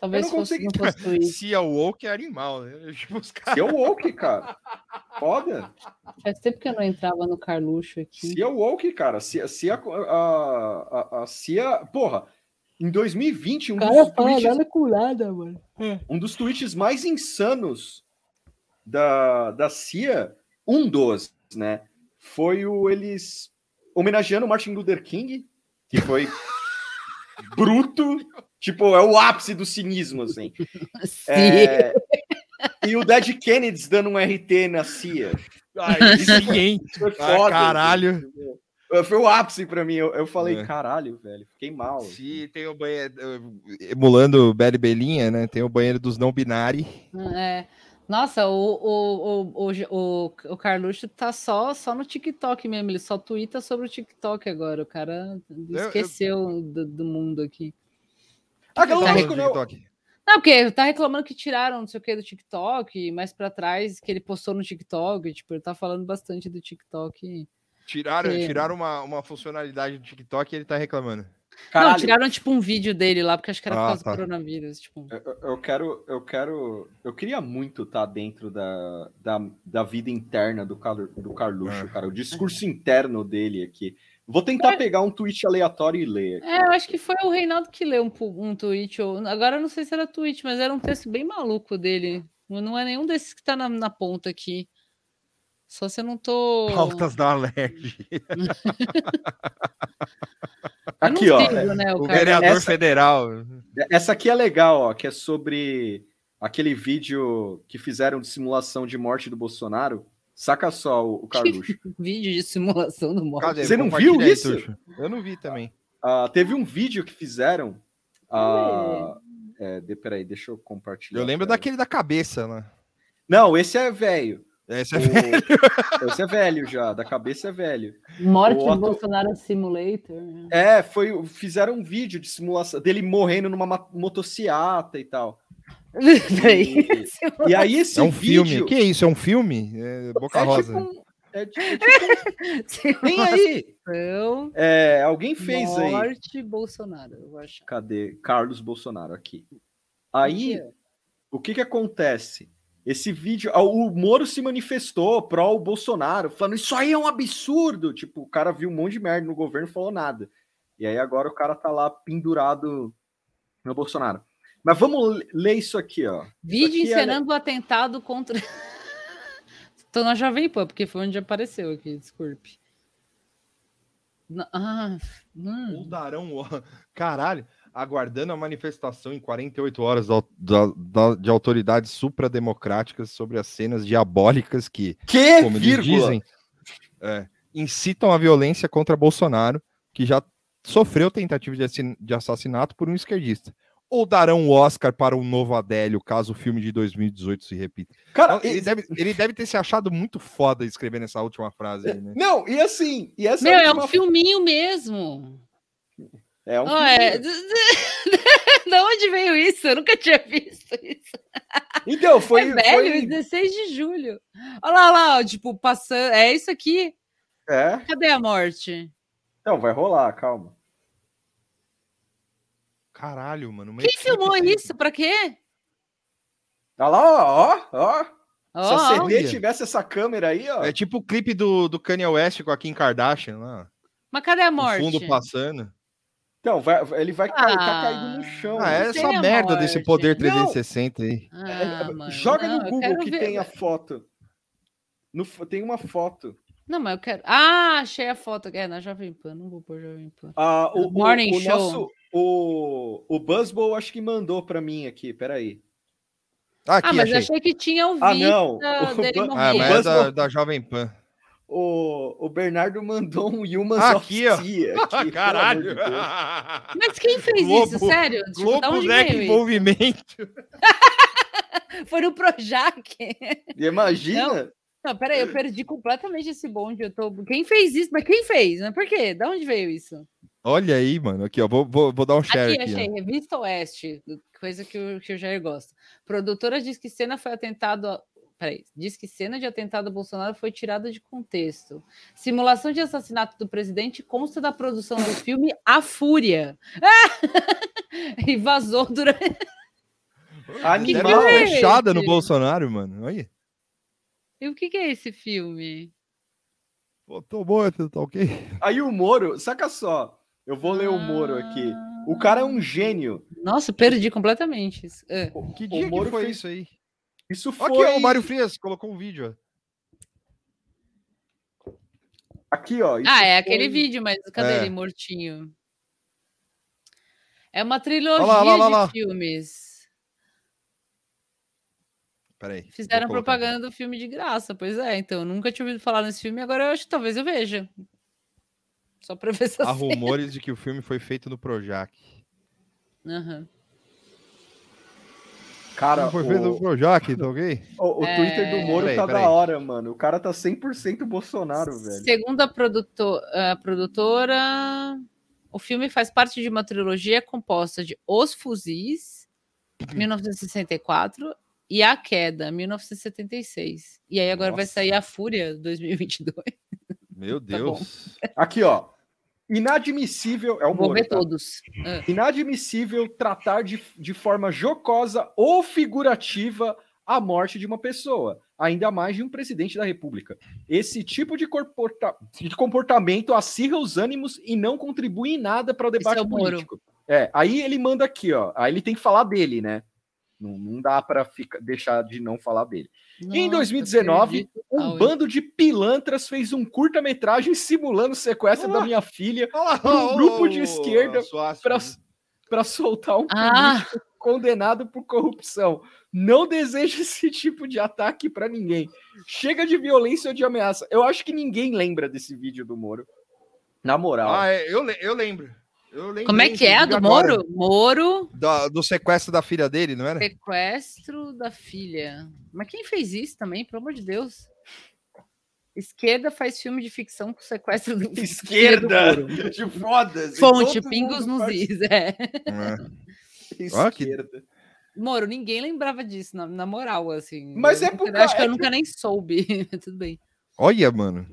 Speaker 8: Talvez
Speaker 9: eu não
Speaker 8: fosse,
Speaker 9: consegui-
Speaker 8: não fosse tweet.
Speaker 10: Se é o woke, é animal, né? [LAUGHS] Tipo, os caras-
Speaker 9: se é woke,
Speaker 8: [LAUGHS]
Speaker 9: cara. Foda.
Speaker 8: Faz tempo que eu não entrava no Carluxo aqui.
Speaker 9: Cia woke, cara. Cia, Cia, a, a, a Cia. Porra, em 2020, um
Speaker 8: Cara,
Speaker 9: dos,
Speaker 8: fala né?
Speaker 9: tweets,
Speaker 8: nada culada, mano.
Speaker 9: um dos tweets mais insanos da, da Cia, um dos, né? Foi o eles homenageando o Martin Luther King, que
Speaker 8: [LAUGHS]
Speaker 9: foi bruto. Tipo, é o ápice do cinismo, assim. É, e o Dead Kennedys dando um RT na CIA.
Speaker 10: Ai,
Speaker 9: Isso
Speaker 10: sim,
Speaker 9: foi-
Speaker 10: hein?
Speaker 9: isso foi
Speaker 10: Ah,
Speaker 9: foda,
Speaker 10: caralho.
Speaker 9: assim, tipo, eh, Foi o ápice pra mim. Eu, eu falei,
Speaker 10: É.
Speaker 9: caralho, velho, fiquei mal.
Speaker 10: Se tem o banheiro. Emulando o Beli Belinha, né? Tem o banheiro dos não binários.
Speaker 8: É. Nossa, o, o, o, o, o, o Carluxo tá só, só no TikTok mesmo, ele só twitta sobre o TikTok agora. O cara
Speaker 10: É, eu-
Speaker 8: esqueceu do, do mundo aqui.
Speaker 9: Ah, que
Speaker 8: Ele tá
Speaker 9: louco,
Speaker 8: recla-
Speaker 9: né?
Speaker 8: Não, porque tá reclamando que tiraram não sei o que do TikTok, mais pra trás que ele postou no TikTok, tipo, ele tá falando bastante do TikTok.
Speaker 10: Tiraram,
Speaker 8: É.
Speaker 10: tiraram uma, uma funcionalidade do TikTok e ele tá reclamando.
Speaker 8: Não, tiraram tipo um vídeo dele lá, porque acho que era por
Speaker 10: Ah,
Speaker 8: causa
Speaker 10: tá.
Speaker 8: do coronavírus, tipo.
Speaker 9: Eu- Eu, eu quero, eu quero, eu queria muito estar dentro da, da, da vida interna do, Car, do Carluxo, cara. O discurso interno dele aqui. Vou tentar pegar um tweet aleatório e ler.
Speaker 8: É, eu acho que foi o Reinaldo que leu um, pu- um tweet, ou agora eu não sei se era tweet, mas era um texto bem maluco dele. Não é nenhum desses que tá na, na ponta aqui. Só se eu não tô.
Speaker 9: tá
Speaker 10: Pautas da alergia.
Speaker 8: Eu não
Speaker 9: Aqui, ó.
Speaker 8: sigo, né, o
Speaker 10: o
Speaker 8: cara.
Speaker 10: vereador
Speaker 9: Essa-
Speaker 10: federal.
Speaker 9: Essa aqui é legal, ó, que é sobre aquele vídeo que fizeram de simulação de morte do Bolsonaro. Saca só o, o Carluxo.
Speaker 8: tipo [LAUGHS] Vídeo de simulação do morte.
Speaker 9: Você não viu
Speaker 10: Compartilha aí,
Speaker 9: isso?
Speaker 10: Tuxo. Eu não vi também.
Speaker 9: Ah, teve um vídeo que fizeram. ah, é, de- peraí, deixa eu compartilhar.
Speaker 10: Eu lembro daquele da cabeça, um né?
Speaker 9: Não, esse é velho.
Speaker 10: Esse
Speaker 9: é velho. Esse é velho já, da cabeça é velho.
Speaker 16: Morte
Speaker 9: O
Speaker 16: do
Speaker 9: atu-
Speaker 16: Bolsonaro Simulator. né?
Speaker 8: [LAUGHS]
Speaker 9: É, foi, fizeram um vídeo de simulação dele morrendo numa ma- motociata e tal.
Speaker 16: Peraí.
Speaker 9: E aí esse
Speaker 10: é um
Speaker 9: vídeo...
Speaker 10: filme. Que isso? É um filme? É Boca
Speaker 9: É tipo
Speaker 10: Rosa.
Speaker 9: um- é tipo- é tipo
Speaker 8: [LAUGHS]
Speaker 9: um- Vem aí!
Speaker 8: Então,
Speaker 9: É, alguém fez aí.
Speaker 8: Morte Bolsonaro, eu acho.
Speaker 9: Cadê? Carlos Bolsonaro aqui. Aí, o que que acontece? Esse vídeo, ah, o Moro se manifestou pró o Bolsonaro, falando isso aí é um absurdo. Tipo, o cara viu um monte de merda no governo e falou nada. E aí agora o cara tá lá pendurado no Bolsonaro. Mas vamos le- ler isso aqui, ó.
Speaker 8: Vídeo
Speaker 9: Isso aqui é-
Speaker 8: encenando o atentado contra. [LAUGHS] Tô na Jovem Pan, porque foi onde apareceu aqui, desculpe. Na- Ah, hum.
Speaker 10: Darão, um ó. Caralho. Aguardando a manifestação em 48 horas da- da- da- de autoridades suprademocráticas sobre as cenas diabólicas que,
Speaker 9: Que
Speaker 10: como eles
Speaker 9: vírgula?
Speaker 10: dizem, é, incitam a violência contra Bolsonaro, que já sofreu tentativa de, assin- de assassinato por um esquerdista. Ou darão o Oscar para um novo Adélio, caso o filme de 2018 se repita.
Speaker 9: Cara,
Speaker 10: ele, deve, ele deve ter se achado muito foda escrevendo essa última frase aí, né?
Speaker 9: Não, e assim, e essa
Speaker 8: Meu, é
Speaker 9: última-
Speaker 8: um filminho mesmo.
Speaker 9: É um
Speaker 8: Ah, é. [LAUGHS] De onde veio isso? Eu nunca tinha visto isso.
Speaker 9: Então, foi-
Speaker 8: É velho,
Speaker 9: foi-
Speaker 8: 16 de julho. Olha lá, olha lá, ó, tipo, passando. É isso aqui.
Speaker 9: É.
Speaker 8: Cadê a morte?
Speaker 9: Não, vai rolar, calma.
Speaker 10: [LAUGHS] Caralho, mano. é tipo-
Speaker 8: Quem
Speaker 9: é
Speaker 8: filmou isso? Pra quê?
Speaker 9: Tá lá, ó, ó, ó. Se a
Speaker 8: Ó,
Speaker 9: CD
Speaker 10: olha.
Speaker 9: tivesse essa câmera aí, ó.
Speaker 10: É tipo o clipe do, do Kanye West com a Kim Kardashian lá.
Speaker 8: Mas cadê a
Speaker 10: O
Speaker 8: morte?
Speaker 10: fundo passando.
Speaker 9: Então, vai- vai- ele vai cair, tá caído no chão.
Speaker 10: Ah, é
Speaker 9: Não
Speaker 10: essa
Speaker 9: tem a
Speaker 10: merda
Speaker 9: morte.
Speaker 10: desse poder
Speaker 9: Não,
Speaker 10: 360 aí.
Speaker 8: Ah, mano,
Speaker 9: é, Joga
Speaker 8: não,
Speaker 9: no
Speaker 8: eu
Speaker 9: Google
Speaker 8: quero
Speaker 9: que
Speaker 8: ver.
Speaker 9: tem a foto. No fo- tem uma foto.
Speaker 8: Não, mas eu quero. Ah, achei a foto. É, na Jovem Pan. Não vou pôr Jovem Pan.
Speaker 9: Ah, o, o-
Speaker 8: Morning
Speaker 9: o
Speaker 8: Show.
Speaker 9: nosso- o, o Buzzbow acho que mandou pra mim aqui, peraí.
Speaker 8: ah, mas um eu achei que tinha um
Speaker 9: Ah,
Speaker 8: vídeo
Speaker 9: não.
Speaker 8: da-
Speaker 9: [LAUGHS] O
Speaker 8: dele
Speaker 9: Ban-
Speaker 10: Ah,
Speaker 8: morrer.
Speaker 10: mas é da, da Jovem Pan.
Speaker 9: O, o Bernardo mandou um Human
Speaker 10: Ah, Aqui, ó. [LAUGHS] Ah,
Speaker 9: Caralho.
Speaker 8: Mas quem fez isso? Sério? Tipo, da
Speaker 10: Globo
Speaker 8: onde
Speaker 10: Rec
Speaker 8: veio
Speaker 10: é Envolvimento.
Speaker 8: isso? Foi no Projac. [LAUGHS]
Speaker 9: Imagina.
Speaker 8: Não, não, peraí, eu perdi completamente esse bonde. Eu tô... Quem fez isso? Mas quem fez? Mas por quê? Da onde veio isso?
Speaker 10: Olha aí, mano. Aqui, ó. Vou, vou, vou dar um share
Speaker 8: Aqui,
Speaker 10: aqui.
Speaker 8: achei,
Speaker 10: ó.
Speaker 8: Revista Oeste, coisa que o, que o Jair gosta. Produtora diz que cena foi atentado. a- Peraí, diz que cena de atentado a Bolsonaro foi tirada de contexto. Simulação de assassinato do presidente consta da produção do filme A Fúria. [LAUGHS] e vazou durante. [LAUGHS]
Speaker 10: Deram
Speaker 8: que
Speaker 10: uma
Speaker 8: é esse?
Speaker 10: fechada no Bolsonaro, mano. Olha aí.
Speaker 8: E o que, que é esse filme?
Speaker 10: Pô, tomou, tá ok?
Speaker 9: Aí o Moro, saca só. Eu vou ler o Moro aqui. O cara é um gênio.
Speaker 8: Ah. Nossa, perdi completamente isso. Ah.
Speaker 10: Que dia que foi isso aí?
Speaker 9: Isso foi.
Speaker 10: Aqui, ó, o Mário Frias colocou um vídeo, ó.
Speaker 9: Aqui, ó. isso
Speaker 8: Ah, é
Speaker 9: foi-
Speaker 8: aquele vídeo, mas cadê
Speaker 10: É.
Speaker 8: ele mortinho? É uma trilogia
Speaker 10: lá, lá,
Speaker 8: de
Speaker 10: lá.
Speaker 8: filmes.
Speaker 10: Peraí. vou
Speaker 8: Fizeram
Speaker 10: colocar.
Speaker 8: propaganda do filme de graça, pois é. Então, eu nunca tinha ouvido falar nesse filme, agora eu acho que talvez eu veja. Só pra ver se eu
Speaker 10: Há
Speaker 8: sei.
Speaker 10: rumores de que o filme foi feito no Projac.
Speaker 8: [LAUGHS] Aham.
Speaker 9: Cara,
Speaker 10: foi feito no
Speaker 9: o,
Speaker 10: Projac, tá ok?
Speaker 9: o- o
Speaker 8: É.
Speaker 9: Twitter do Moro
Speaker 10: Peraí,
Speaker 9: tá
Speaker 10: peraí.
Speaker 9: da hora, mano. O cara tá 100% Bolsonaro, velho.
Speaker 8: Segundo a produto- a produtora, o filme faz parte de uma trilogia composta de Os Fuzis,
Speaker 9: Uhum.
Speaker 8: 1964, e A Queda, 1976. E aí agora vai
Speaker 9: Nossa.
Speaker 8: sair A Fúria, 2022. Tá
Speaker 10: Meu
Speaker 8: [LAUGHS]
Speaker 10: Deus.
Speaker 8: Um
Speaker 9: Aqui, ó. Inadmissível. É o
Speaker 8: Vou
Speaker 9: Moro.
Speaker 8: ver
Speaker 9: tá?
Speaker 8: todos. Ah.
Speaker 9: Inadmissível tratar de, de forma jocosa ou figurativa a morte de uma pessoa, ainda mais de um presidente da República. Esse tipo de, comporta- de comportamento acirra os ânimos e não contribui em nada para o debate
Speaker 8: é o Moro.
Speaker 9: político. É, aí ele manda aqui, ó. Aí ele tem que falar dele, né? Não, não dá para deixar de não falar dele. E em
Speaker 8: Nossa,
Speaker 9: 2019,
Speaker 8: perdi
Speaker 9: um
Speaker 8: total, hein?
Speaker 9: bando de pilantras fez um curta-metragem simulando o sequestro da minha filha por um grupo de esquerda para soltar um
Speaker 8: Ah,
Speaker 9: político condenado por corrupção. Não desejo [LAUGHS] esse tipo de ataque pra ninguém. Chega de violência ou de ameaça. Eu acho que ninguém lembra desse vídeo do Moro. Na moral.
Speaker 10: Ah, é, eu, le- eu lembro. Eu lembrei,
Speaker 8: Como é que é a do
Speaker 10: inclusive, agora.
Speaker 8: Moro? Moro,
Speaker 10: Da- do sequestro da filha dele, não era?
Speaker 8: sequestro da filha. Mas quem fez isso também, pelo amor de Deus? Esquerda faz filme de ficção com sequestro do
Speaker 9: [LAUGHS] Esquerda!
Speaker 8: filho do Moro.
Speaker 9: [LAUGHS] De foda-se.
Speaker 8: Fonte,
Speaker 9: Todo
Speaker 8: pingos
Speaker 9: mundo
Speaker 8: nos
Speaker 9: faz-
Speaker 8: is, é.
Speaker 10: Ó, que-
Speaker 8: Moro, ninguém lembrava disso, na, na moral, assim.
Speaker 9: Mas
Speaker 8: Eu
Speaker 9: é
Speaker 8: nunca-
Speaker 9: por
Speaker 8: Acho
Speaker 9: ca-
Speaker 8: que eu
Speaker 9: é
Speaker 8: nunca
Speaker 9: por-
Speaker 8: nem soube. [LAUGHS] Tudo bem.
Speaker 10: Olha, mano.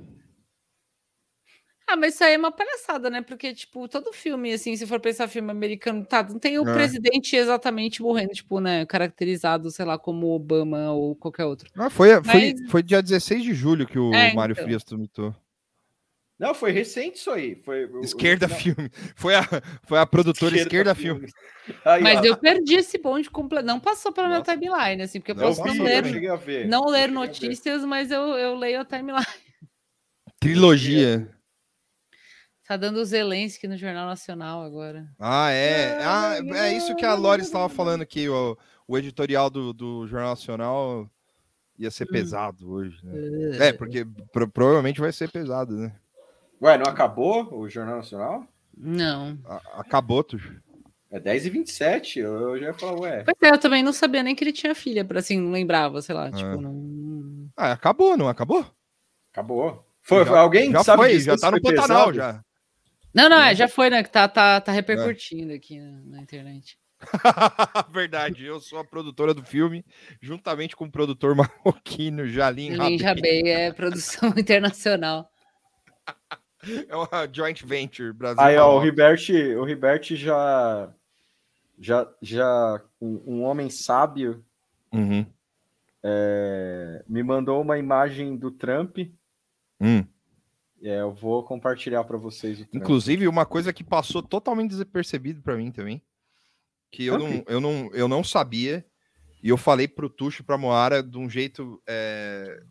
Speaker 8: Ah, mas isso aí é uma palhaçada, né? Porque, tipo, todo filme, assim, se for pensar filme americano, tá, não tem o
Speaker 10: É.
Speaker 8: presidente exatamente morrendo, tipo, né, caracterizado, sei lá, como Obama ou qualquer outro.
Speaker 10: Ah, foi, foi,
Speaker 8: Mas-
Speaker 10: foi dia 16 de julho que o
Speaker 8: É,
Speaker 10: Mário
Speaker 8: então.
Speaker 10: Frias tweetou.
Speaker 9: Não, foi recente isso aí. Foi, o- o-
Speaker 10: Esquerda
Speaker 9: não.
Speaker 10: Filme. Foi a, foi a produtora Esquerda,
Speaker 9: Esquerda
Speaker 10: Filme.
Speaker 9: Aí,
Speaker 8: Mas
Speaker 9: ó.
Speaker 8: eu perdi esse bonde completo. Não passou pela minha timeline, assim, porque eu
Speaker 10: Não,
Speaker 8: posso
Speaker 10: passou,
Speaker 8: não
Speaker 10: eu
Speaker 8: ler,
Speaker 10: cheguei
Speaker 9: a ver,
Speaker 8: não
Speaker 9: eu
Speaker 8: ler
Speaker 9: cheguei a ver.
Speaker 8: notícias, mas eu, eu leio a timeline. [LAUGHS]
Speaker 10: Trilogia.
Speaker 8: Tá dando Zelensky no Jornal Nacional agora.
Speaker 10: Ah, é. Ah, é isso que a Lore estava falando, que o, o editorial do, do Jornal Nacional ia
Speaker 8: Hum.
Speaker 10: ser pesado hoje. né? É, porque pro- provavelmente vai ser pesado, né?
Speaker 9: Ué, não acabou o Jornal Nacional?
Speaker 8: Não.
Speaker 10: A- Acabou, tu.
Speaker 9: É 10h27. Eu já ia falar, ué.
Speaker 8: Pois é, eu também não sabia nem que ele tinha filha, pra assim, não lembrava, sei lá, tipo, não...
Speaker 10: Ah, acabou, não acabou?
Speaker 9: Acabou. Foi,
Speaker 10: Já-
Speaker 9: foi alguém
Speaker 10: já
Speaker 9: que sabe
Speaker 10: foi,
Speaker 9: disso,
Speaker 10: já tá
Speaker 9: isso
Speaker 10: no
Speaker 9: foi
Speaker 10: Pantanal
Speaker 9: pesado?
Speaker 10: já.
Speaker 8: Não, não, é, já foi, né? Que tá, tá, tá
Speaker 9: Ah.
Speaker 8: repercutindo aqui na, na internet.
Speaker 10: [LAUGHS] Verdade, eu sou a produtora do filme, juntamente com o produtor [LAUGHS] marroquino Jalim
Speaker 8: Ninja
Speaker 10: Rabin.
Speaker 8: Bay é produção [LAUGHS] internacional.
Speaker 10: É uma joint venture Brasil.
Speaker 9: Aí, ó, o
Speaker 10: Marrocos.
Speaker 9: Ribert, o Ribert já. Já. já um, um homem sábio
Speaker 10: Uhum,
Speaker 9: é, me mandou uma imagem do Trump.
Speaker 10: Hum.
Speaker 9: É, eu vou compartilhar para vocês. o Trump.
Speaker 10: Inclusive, uma coisa que passou totalmente despercebido pra mim também, que eu não,
Speaker 9: Ok.
Speaker 10: eu não, eu não sabia, e eu falei pro Tuxo e pra Moara de um jeito é,